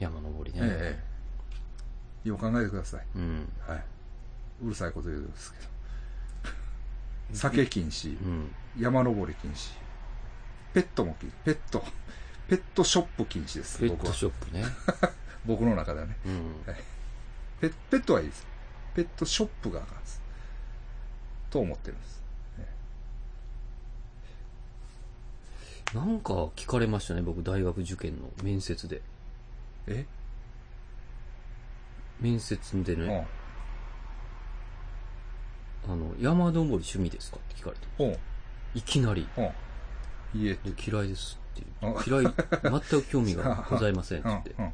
え
山登り
え
ね。
ええよう考えてください。
うん。
はい。うるさいこと言うんですけど。酒禁止、
うん。
山登り禁止、ペットも禁止、ペット、ペットショップ禁止です、
ペッ
僕
ト
は。
ショップね。
僕の 中ではね。
うん。
ペペットはいいです。ペットショップがあかんです。と思ってるんです。
なんか聞かれましたね、僕、大学受験の面接で。
え
面接で
うん。
ね、あの、山登り趣味ですかって聞かれて。
うん。
いきなり。
うん。いいえ。
で嫌いですって言
あ
って。嫌い、全く興味がございませんって
う
言
ん
っ。て
う。ん。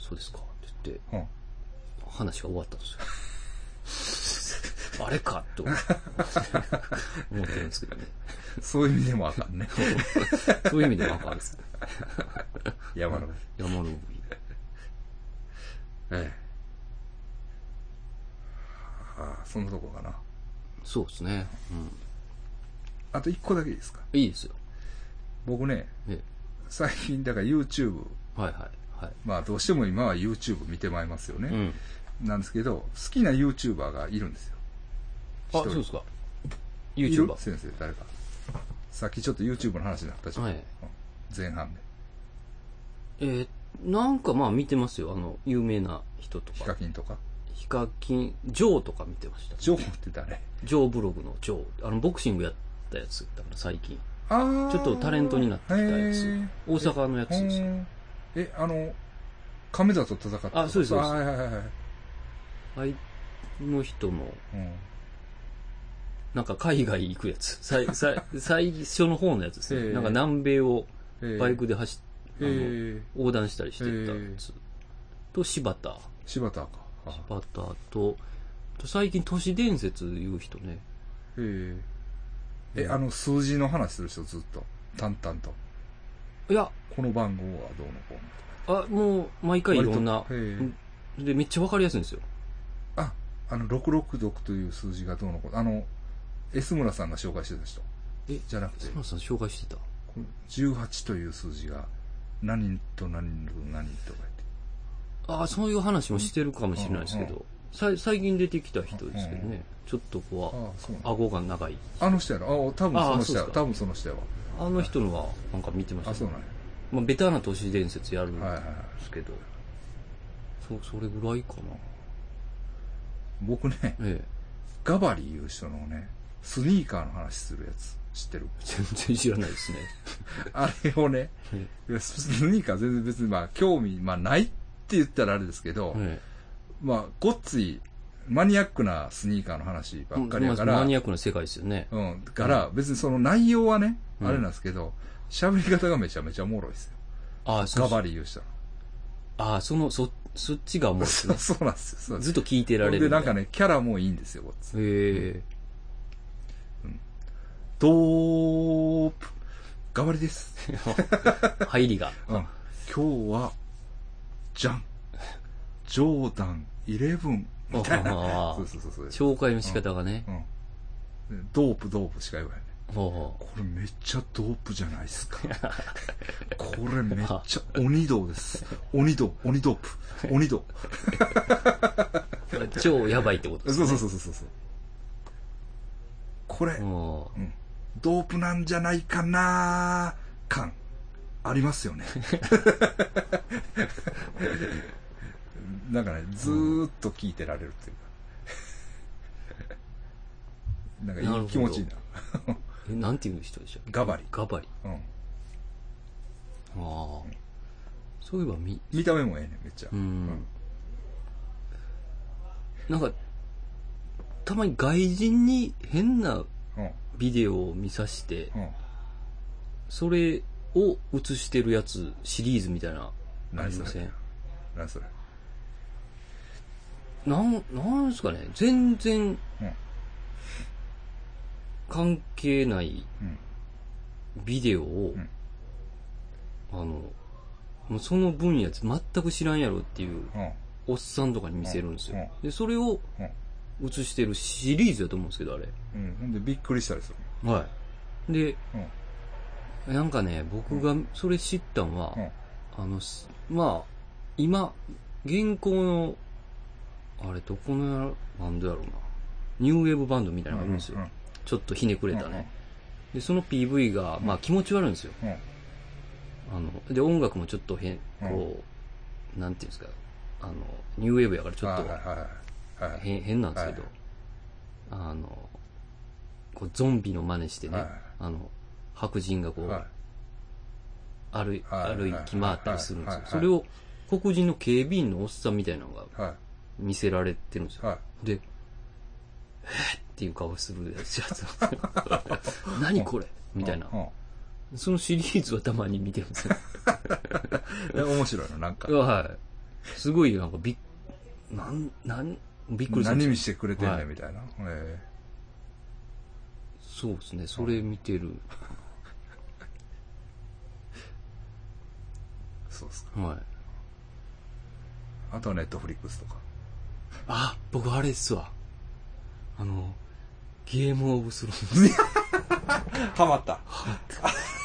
そうですかって言って。
うん。
話が終わったん ですよ。あれかと思ってるんですけどね。
そういう意味でもあかんね。
そういう意味でもわかるんです。
山の。
山登り。
ええ。ああ、そんなとこかな。
そうですね。うん。
あと一個だけいいですか
いいですよ。
僕ね、
え
最近、だから YouTube、
えはいはい。はい。
まあどうしても今は YouTube 見てまいりますよ
う
ね。
ん。
なんですけど、好きな YouTuber がいるんですよ。
あ、そうですか。YouTuber。
先生、誰か。さっきちょっと YouTube の話になったじゃん。
はい
うん前半で。
えーなんかまあ見てますよ。あの、有名な人と
ヒカ。
か
キンとか。
ヒカキン、ジョーとか見てました。
ジョーって誰
ジョーブログのジョー。あの、ボクシングやったやつ。だから最近。
ああ。
ちょっとタレントになってきたやつ
へー
大阪のやつですよ。
うんえ、あの、亀田と戦った
あそうですそうです
あはいはいはいはい。
あいの人も、
うん
なんか海外行くやつ。最、最、最初の方のやつです
え
ね。
え
なんか南米を
えー
バイクで走っ、
えー
あの、横断したりしてたやつ。と、柴田。
柴田か。あ
柴田と、と最近都市伝説言う人ね。
えーえ、あの、数字の話する人ずっと、淡々と。
いや、
この番号はどうのこうの
あ、もう、毎回いろんな
割とへ
うんで、めっちゃわかりやすいんですよ。
あ、あの、666という数字がどうのこうの。あの、S 村さんが紹介してた人。
え
じゃなくて
ス、マさん紹介してた。
この18という数字が、何と何と何とか
ああ、そういう話もしてるかもしれないですけ
うんうん
ど、さい最近出てきた人ですけどね、ちょっ
言
と
って。あ
こ
あ、そうなん
う、
だ
顎が長い。
あの人やろあ、多分その人や
あそうですか
多分その人やわ。
あの人のはなんか見てました
あ、
ね
そうなんや。
まあ、ベタな都市伝説やるんで
はいはいはい。
すけど、そ、それぐらいかな。
僕ね、
ええ。
ガバリーいう人のね、スニーカーの話するやつ、知ってる
全然知らないですね。
あれをね、
え
いやススニーカー全然別にまあ興味、まあないって言ったらあれですけど、
え
まあごっついマニアックなスニーカーの話
え。
ばっかりやから、
まあマニアックな世界ですよね。
うん、から別にその内容はね、
うん
あれなんですけど、喋り方がめちゃめちゃおもろいですよ。
ああ、そ
ガ
う
バリ言う人。
ああ、その、そ、そっちがもう、
そうそうなんですよ。そうなんです
ずっと聞いてられる
で、
みた
ないんかね、キャラもいいんですよ、こっち
へえ。
ドープ、ガバリです。
入りが。
うん今日は、じゃん。ジョーダン11。みたいな。
あ
そうそうそうそう。
紹介の仕方がね。
うん。ドープドープしか言わない。
ほうほ
これめっちゃドープじゃないですか。これめっちゃ鬼道です。鬼道、鬼ドープ、鬼道。
う超やばいってことで
そう
す
そう
ね。
そうそうそう。これ、
うん
うんドープなんじゃないかなー感、ありますよね。なんかね、ずーっと聞いてられるっていうか。なんかいい気持ちいいな。
えなんていう人でしょう
ガバリ。
ガバリ。
うん。
ああ。そういえばみ、
見た目もええねん、めっちゃ。
うん。なんか、たまに外人に変な
うん。
ビデオを見さして、
うん。
それを映してるやつシリーズみたいな、あ
何
り
そ
ませ
れ
ん。
何それ
なん、なんですかね、全然
うん、
関係ない
うん
ビデオを
ん、
あの、もうその分野全く知らんやろっていう
うん。
おっさんとかに見せるんです
うんう
よ
ん。
で、それを映してるシリーズだと思うんですけど、あれ。
うん。ほんで、びっくりしたですよ。
はい。で、
うん。
なんかね、僕がそれ知ったんは、
うん
あの、すまあ、今、現行の、あれ、どこのバンドやろうな。ニューウェーブバンドみたいなのがあるんですよ。
うんうん
ちょっとひねくれたね。で、その PV が、まあ気持ち悪いんですよ。
うん。
あの、で、音楽もちょっと変、こう、なんていうんですか、あの、ニューウェーブやからちょっ
はい
と
はいはい。はい。
変変なんですけど、
はい
あの、こうゾンビの真似してね、
はい
あの、白人がこう、
はい。
歩い
はい
歩き回ったりするんですよ
は。いはい
それを黒人の警備員のおっさんみたいなのが
は
見せられてるんです
い。
よ。
はい。
で、えーっていう顔するやつやつなんです よ何これみたいな
う。ん
そのシリーズはたまに見てるんです
うん。え面白いの、なんか。
よ。はい。すごいなんかびっ、なん、なん、びっくりするん
何見
ですよ。
してくれてん
は
ね
い
んみたいな。え
そうですね。それ見てる。
ーそうっすか。
はい。
あとはネットフリックスとか。
あ、僕あれっすわ。あの、ゲームオブスローンズ。
ハマった。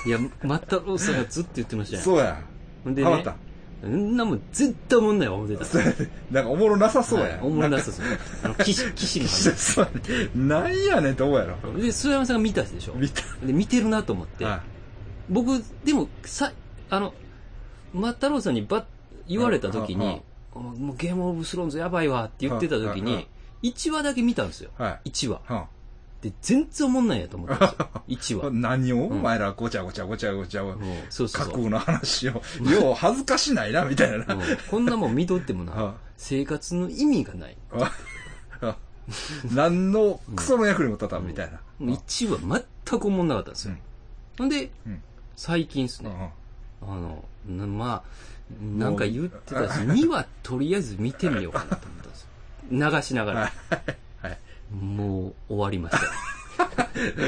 いや、マッタローさんがずっと言ってましたよ。
そうや
ほん
ん。
で、
ハマ
ね
っ、た。
そんなもん絶対おもんないわ、思ってた。
なんかおもろなさそうやん。
はいおもろな
さ
さそう。あの、騎士、騎士の話。
そうやん。なんやねんって思うやろ。
で、須山さんが見たでしょ
見た。
で、見てるなと思って。
は
僕、でも、さ、あの、マ太郎さんにば、言われた時に、あもうゲームオブスローンズやばいわって言ってた時
うんうん
に、1話だけ見たんですよ。
い。はい。
1話。
は
で、全然おもんないやと思ったんですよ。1
あ、
話。も
何をお前らごちゃごちゃごちゃごちゃ
うそうそ
架
うそう。
空の話を、よう恥ずかしないな、みたいな
もう。こんなもん見とってもな、
は
生活の意味がない。
ああ何のクソの役にも立たん、みたいな。
もう1話全くおもんなかったんですよ
うん。
ほんで
うん、
最近です
うん
ね
う、ん
あの、なまあ、なんか言ってたし、2はとりあえず見てみようかなと思ったんですよ。流しながら。もう終わりまし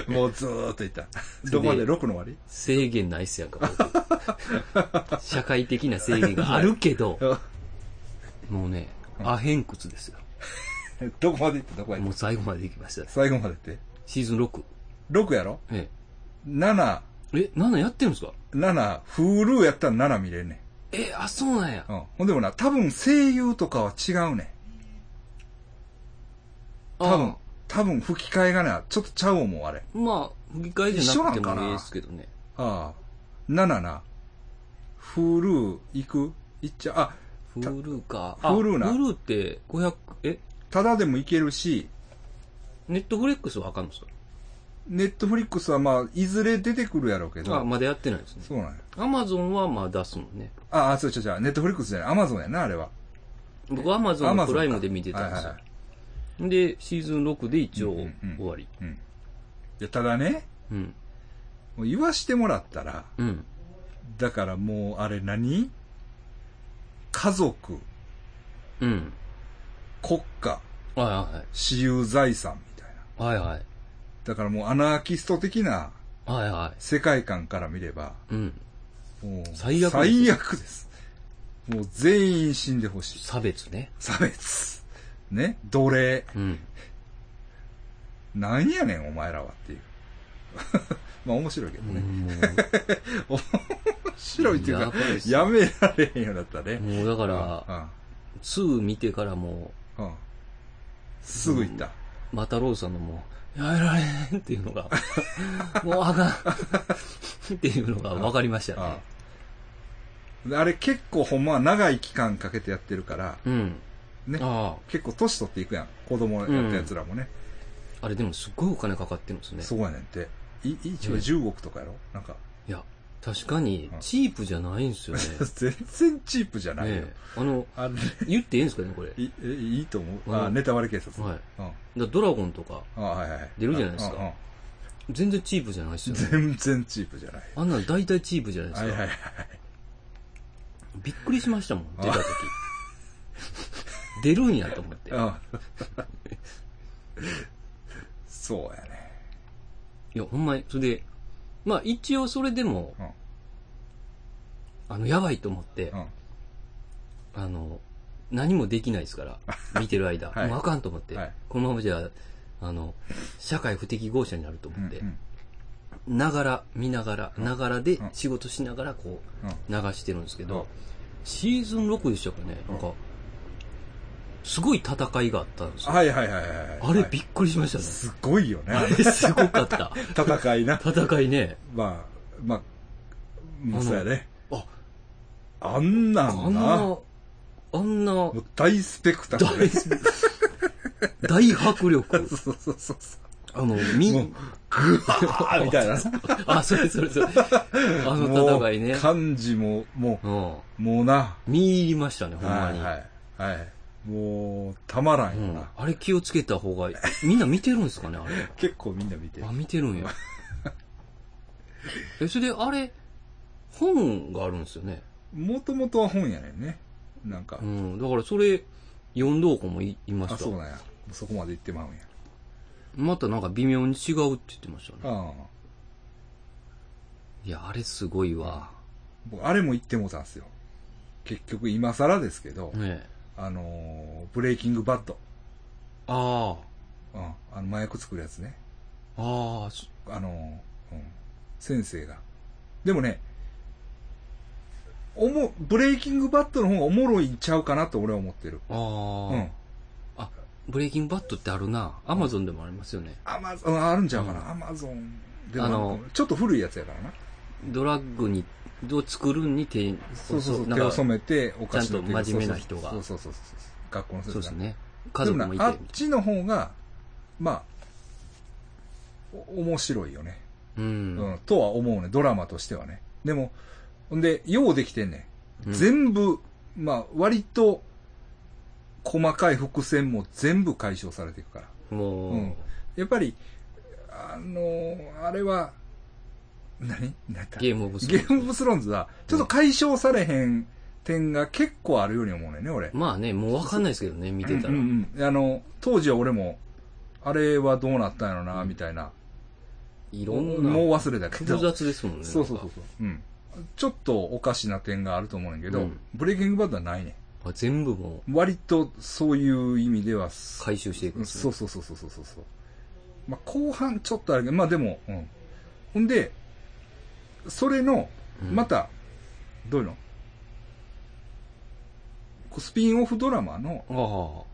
た。
もうずーっといった。どこまで ?6 の終わり
制限ないっすやんか、 僕社会的な制限があるけど、もうね、アヘン窟ですよ。
どこまで行ったどこまで行
も
っ
う最後まで行きました
た。最後までって。
シーズン6。
6やろ
え
?7、
え、え7やってるんですか
7、Hulu やったら7見れんね
え、あ、そうなんや
ん。。うん。ほんでもな、多分声優とかは違うねん。多分
あ、
多分吹き替えがな、ちょっとちゃう思う、あれ。
まあ、吹き替えじゃなくて
一緒なんか
も
ない
いですけどね。
ああ。7な、Hulu 行く行っちゃう。あ、
フ
た
ルーか。
フルーな
フルーって500、え
ただでも行けるし、
ネットフレックスはあかんのですか
ネットフリックスはまあ、いずれ出てくるやろうけど。
あ、まだやってないですね。
そうなんや。
アマゾンはまあ出すもんね。
ああ、そう、違う違う。ネットフリックスじゃない。アマゾンやな、あれは。
僕アマゾンのプライムで見てたんです
はいはい
よ。で、シーズン6で一応
うんうんうん
終わり。
うん。いや、ただね、
うん。
もう言わしてもらったら、
うん。
だからもう、あれ何家族、
うん。
国家、
は
私有財産みたいな。
いはい。はいはい。
だからもうアナーキスト的な
はいは
世界観から見れば、
い。うん。
もう
最悪です
最悪です。もう全員死んでほしい。
差別ね。
差別。ね奴隷。
うん。
なんやねん、お前らはっていう。 まあ面白いけどね。
も
面白いっていうか
やばいっ、すね
やめられへんようになった
う
ね。
もうだか
う
ら、
ん
2見てからも
うんうんすぐ行った。
う、マタロウさんのもう、やめられへんっていう のが、もうあかんっていうのが分かりましたね。
ああれ結構ほんまは長い期間かけてやってるから、
うん。
ね
あ
結構年取っていくやん。子供やったやつらもね。
あ。あれでもすっごいお金かかってるんですね。
そうやねんって。い一応
うん
10億とかやろなんか。
いや、確かに、チープじゃないんですよね。
全然チープじゃないよ。
ねえあの、
あれ
言っていいんですかね、これ。はい
えいいと思う。
うん
あ、ネタバレ警察。
い。
うんあ
だドラゴンとか、
はいはいはい。
出るじゃないですか
うんうん
全然チープじゃないですよね。
全然チープじゃない。
あんなの大体チープじゃないです
は
か。
いはいはい。
びっくりしましたもん、出た時。出るんやと思って。
あ そうやね。
いや、ほんまに、それで、まあ一応それでも、
うん
あの、やばいと思って、
うん。
あの、何もできないで すから、見てる間。
はい
もうあかんと思って、
はい
このままじゃ、あの、社会不適合者になると
うん
思って
う、ん
ながら、見ながら、ながらで
うん
仕事しながらこう、
うん
流してるんですけ
うん
ど、シーズン6でしたかね、なんか、すごい戦いがあったんですよ。
はいはいはいはい。
あれびっくりしましたね。
すごいよね。
あれすごかった。
戦いな。
戦いね。
まあ、まあう
あの
ん、そうやね。
あ、
あんな
あ
ん
ん
な、
な
も、
あんな
う大スペクタクル。
大、大 迫力。
そうそうそうそ
あの、
う。もう
み、、
ぐわーみたいな。
あ、それそれそれ。 あの
も、
戦いうね。
漢字も、も
うん。
う、もうな。
見入りましたね、ほんま
はい
に。
はい。はい。もう、たまらんよ
うん
な。
あれ気をつけた方がいい。みんな見てるんですかね、あれ。
結構みんな見てる
あ、。見てるんや。 え、それで、あれ、本があるんですよね。
もともとは本やねんね。なんか
う。ん。だから、それ、読んどう子もいいま
あ、
した
そう。なんや。そこまで行ってまうんや。
またなんか微妙に違うって言ってましたね。
ああ。
いや、あれすごいわ。
僕、あれも言ってもうたんすよ。結局、今更ですけど、
ねえ。
あのー、ブレイキングバッド。
あ
うん。あの、麻薬作るやつね。
あ。ああ、そ
あのー、うん。先生が。でもね、おも、ブレイキングバッドの方がおもろいんちゃうかなと俺は思ってる。
ああ、
うん。
ブレイキングバットってあるな。アマゾンでもありますよね。
アマゾン、あるんちゃうかな。アマゾンでもあるかも
あの
ちょっと古いやつやからな。
ドラッグに、を作るに手、
そうそうそう。
なん
手を
か、そう
染めて、お菓子の手
ちゃんと真面目な人が
そうそうそうそう。学校の先
で
生
す
が。
ね。家族も
で
い
も
てみ
な
た
あっ
いな。
ちの方が、まあ、お面白いよね。
う。
うんん、とは思うね。ドラマとしてはね。でも、ほんで、ようできてんね、
うん
ん。全部、まあ、割と、細かい伏線も全部解消されていくから。
もう、
うんやっぱり、あのーあれは、何何やった
ゲームオブス
ゲ
ローンズ
ームオブスローンズは、ちょっと解消されへん点が結構あるように思うねんね、俺。
まあね、もうわかんないですけどね、見てた
う
ら。
んうんうんあの、当時は俺も、あれはどうなったんやろな、みたいな。
いろ
も
ん
う
な、
忘れたけど。
複雑ですもんね。
そうそう
な
そ
ん
う
か。
そう。うん。ちょっとおかしな点があると思うねんだけど、
うん
ブレイキングバッドはないね
あ全部も
ん。割とそういう意味では、
う回収していくん
うん
です
そ
ね
うそうそうそうそうそうそう。まあ、後半ちょっとあるけど、まあでも、うん。ほんで、それの、
うん
また、どういうのこうスピンオフドラマの
ああ。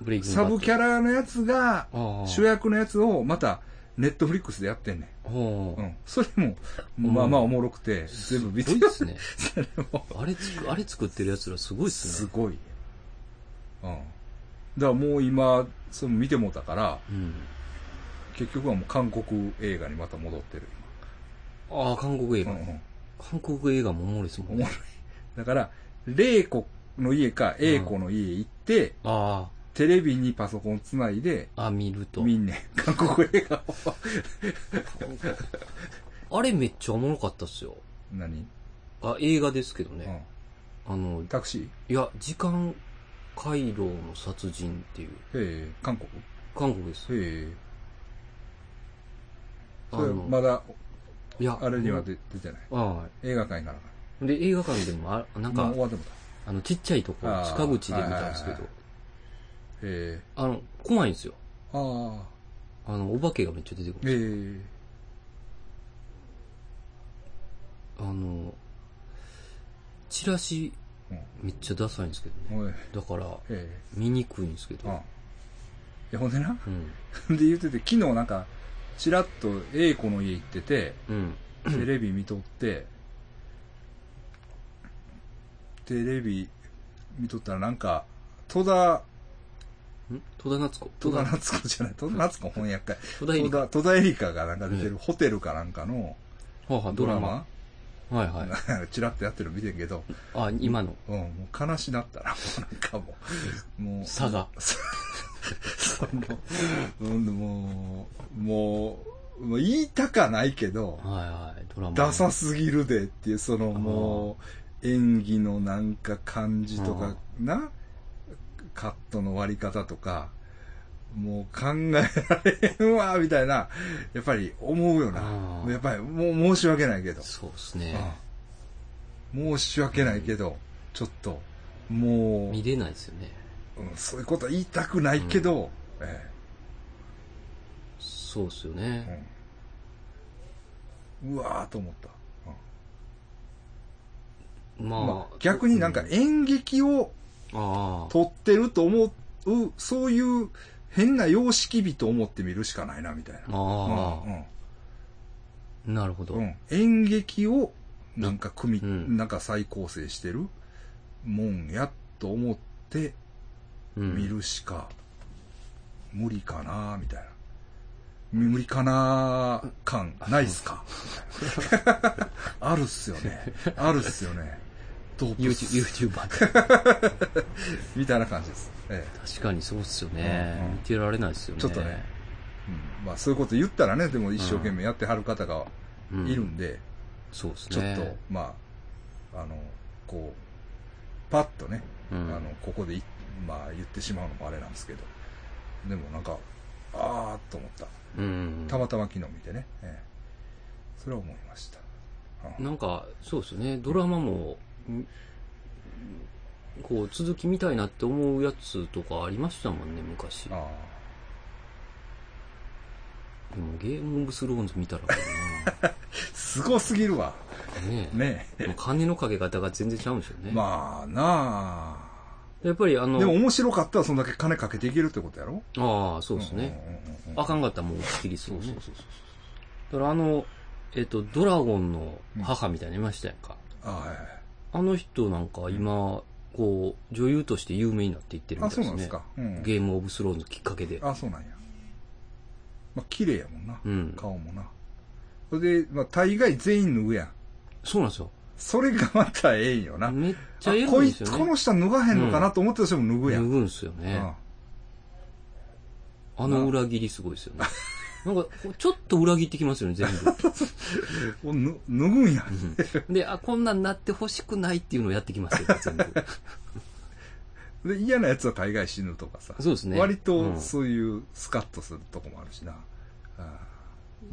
ブレイキング
サ
バッ
ブ
ト。
キャラのやつが、
ああ。
主役のやつをまた、ネットフリックスでやってんね
ほ
ん。う。
うん
それも、まあまあおもろくて、全部見て
すごいっすね。
それも
あれつく、あれ作ってる奴らすごいっす
す
ね。
ごいね。うん。だからもう今、それも見てもうたから、
うん。
結局はもう韓国映画にまた戻ってる。
ああ、韓国映
今
画
うん。うん
韓国映画もおもろいですも
お
ん
もろ
ね
い。。だから、玲子の家か英子の家行って、
あ
テレビにパソコンつないで、
あ、あ、見ると。
み んねん、韓国映画を。
あれめっちゃおもろかったっすよ。
何、
あ、映画ですけど
う
ね。
ん、
あの、
タクシーへ
いや、時間回廊の殺人っていう、
え、韓国
韓国です。
へえ。
あ
それ
の、
まだ、
いや、
あれには出出てない。
は
映画館行かなあか
い。で、映画館でも、あな
ら。も
ん
う
か
終、わってもうた。
あの、ちっちゃいとこ、
あー
近口で見たんですけ
はいはいはいは、
ど
へえ。
あの、怖いんですよ。
ああ。
あの、お化けがめっちゃ出てくる。
ええ。
あの、チラシ
うん、
めっちゃダサいんですけどね。
おい。
だから、
ええ。
見にくいんですけ
うん。い
ど、
や、ほんでな。
うん。
で言ってて、昨日なんか、ちらっと A 子の家行ってて、
うん。
テレビ見とって、テレビ見とったらなんか、戸田、
ん戸田夏子。
戸田夏子じゃない、戸田夏子翻訳会。
戸田恵
戸
梨香。
田、戸田恵梨香がなんか出て
う
るホテルかなんかの
はあはあ
ドラマ、
はいは い。
ちらっとやってるの見てんけど、
あ、今の、
うん、もう悲しな ったら、もうなんかもう、もう、
佐賀。
その、うん、もう、もう、もう言いたかないけど、
はいはい、ドラマ。
ダサすぎるでっていう、その
あー
もう、演技のなんか感じとか、な、カットの割り方とか、もう考えられへんわ、みたいな、やっぱり思うよな
あ。ー
やっぱり、もう申し訳ないけど。
そうですね。
うん申し訳ないけど、ちょっと、もう、
見れないですよね。
うんそういうことは言いたくないけど、え
そうですよ
え
ね。
うんうわーと思った。うんま
ま
あ
あ、、
逆になんか演劇を
ああ。
撮ってると思う、そういう変な様式美と思って見るしかないな、みたいな。う
あ
ん
あ。なるほど。
うんうん演劇をなんか組み、
うん
なんか再構成してるもんやと思って
うん
見。るしか無理かな、みたいな。無理かな感ないっすかあるっすよね。あるっすよね。ドープっす
YouTube、YouTuber。
みたいな感じです。ええ
確かにそうっすよね
うんうん。
見てられないですよね。
ちょっとねうんまあそういうこと言ったらね、でも一生懸命やってはる方が
うん。
いるんで、
そうですね。
ちょっと、まあ、あの、こう、パッとね、
うん
あの、ここでい、まあ言ってしまうのもあれなんですけど、でもなんか、あーっと思った。
うん。
たまたま昨日見てね、ええそれは思いました。うん
なんか、そうですよね。ドラマも、んこう、続き見たいなって思うやつとかありましたもんね、昔。で
あ
もゲームオブスローンズ見たらか
ーすごすぎるわ。
な。ねえ。
ね
もう金のかけ方が全然ちゃうんですよね。
まあな
やっぱりあ
あ
の、
でも面白かったらそんだけ金かけていけるってことやろ
ああ、そうですね。
うんうんうんうん
あかんかったらもう打ち切りです
そ
よ
う
ね。
そうそうそう。
だからあの、えっと、ドラゴンの母みたいなのいましたやんか。
あはいはい。
あの人なんか今、こう、女優として有名になっていってるみ
あ、
た
そ
いで
う
す
なん
ね。
ですか。うん。
ゲームオブスローンズきっかけで。
あ、そうなんや。まあ、綺麗やもんな。
うん。
顔もな。それで、まあ、大概全員脱ぐやん。
そうなんですよ。
それがまたええんよな。
めっちゃ
あ
エロ
こ
い
い
んです
つ、
よ
こ
ね。
の人脱がへんのかなと思ってた人も脱ぐや
脱
ん。
ぐんですよ
うん
ね。あの裏切りすごいです よね。なんか、ちょっと裏切ってきますよね、全部。
おぬ脱ぐんや。
うんで、あ、こんなんなってほしくないっていうのをやってきますよね、 全部。
で、嫌なやつは大概死ぬとかさ。
そうですね。
割
う
と
ん
そういうスカッとするとこもあるしな。あ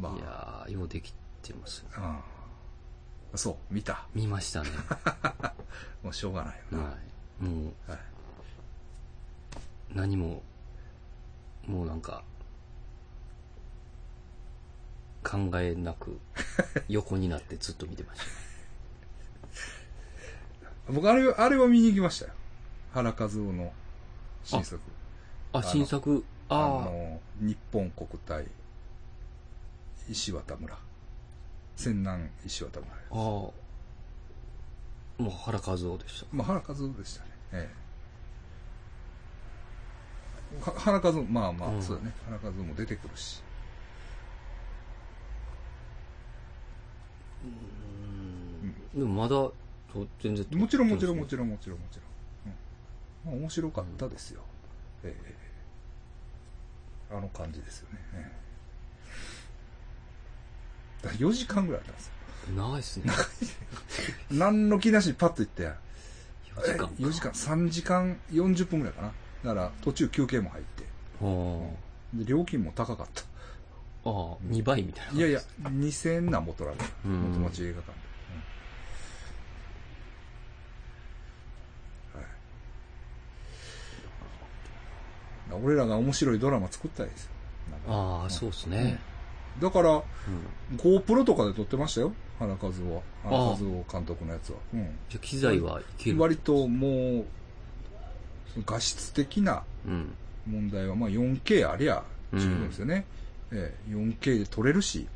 ーま
いやー、ようできてますね。
ああー。そう、見た。
見 ましたね。
もうしょうがないよな。
はい。もう、
はい
何も、もうなんか、考えな く、横になってずっと見てまし
僕、あれ、あれは見に行きましたよ。原和夫の新作。
た。あ、新作、
あ
あ
の、日本国体、石渡村。泉南石渡村。
あ、ああ、もう原和夫でした。
まあ、原和夫でしたね。ええ。は原和夫、まあまあ、
うん
そうだね。原和夫も出てくるし。
でもまだ、と全然撮って
もちろんもちろん
ま
も
すね
ちろんもちろんもちろん。うん。まあ、面白かったですよ。ええあの感じですよね。ええだ4時間ぐらいあったんですよ。
長いですね。
何の気なしにパッと行って、
4時間か。
4時間、3時間40分ぐらいかな。だから途中休憩も入って。
は
で料金も高かった。
あああ、2倍みたいな。
いやいや、2000なんぼ取られた。
うん
元町映画館で。うんはい、俺らが面白いドラマ作ったらいいですよ。なんか
ああ、そうですね。
だから、
うん
GoPro とかで撮ってましたよ。原和夫は。
あ
原和夫監督のやつは。うん
じゃあ機材はいける。
割ともう、その画質的な
うん。
問題は、まあ 4K ありゃ十分ですよね。ええ 4K で撮れるし、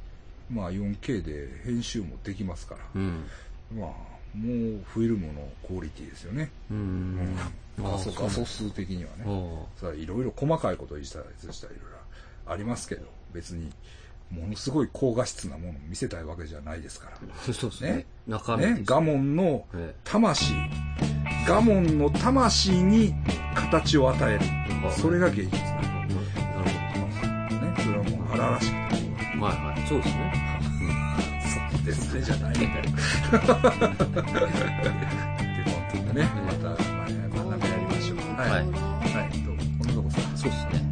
まあ 4K で編集もできますから。
うん。
まあ、もうフィルムのクオリティですよね。
う。
うんまあ、そうか、素
す
数的には
あ
ね。
あ
さあ、いろいろ細かいことをしたりしたりいろいろありますけど、別に、ものすごい高画質なものを見せたいわけじゃないですか
そうです
ね
ね。中
ら。
身です
ね、ガモンの
え
魂。ガモンの魂に形を与える。
えなんか
それが芸術だ。ね、
なるほ
それはもう荒々しく。
ど。はいはい。そうですね。
そうですね、じゃないみた いな。ってことでね、また、まあ、学び合いましょう。はい。はい
そうですね。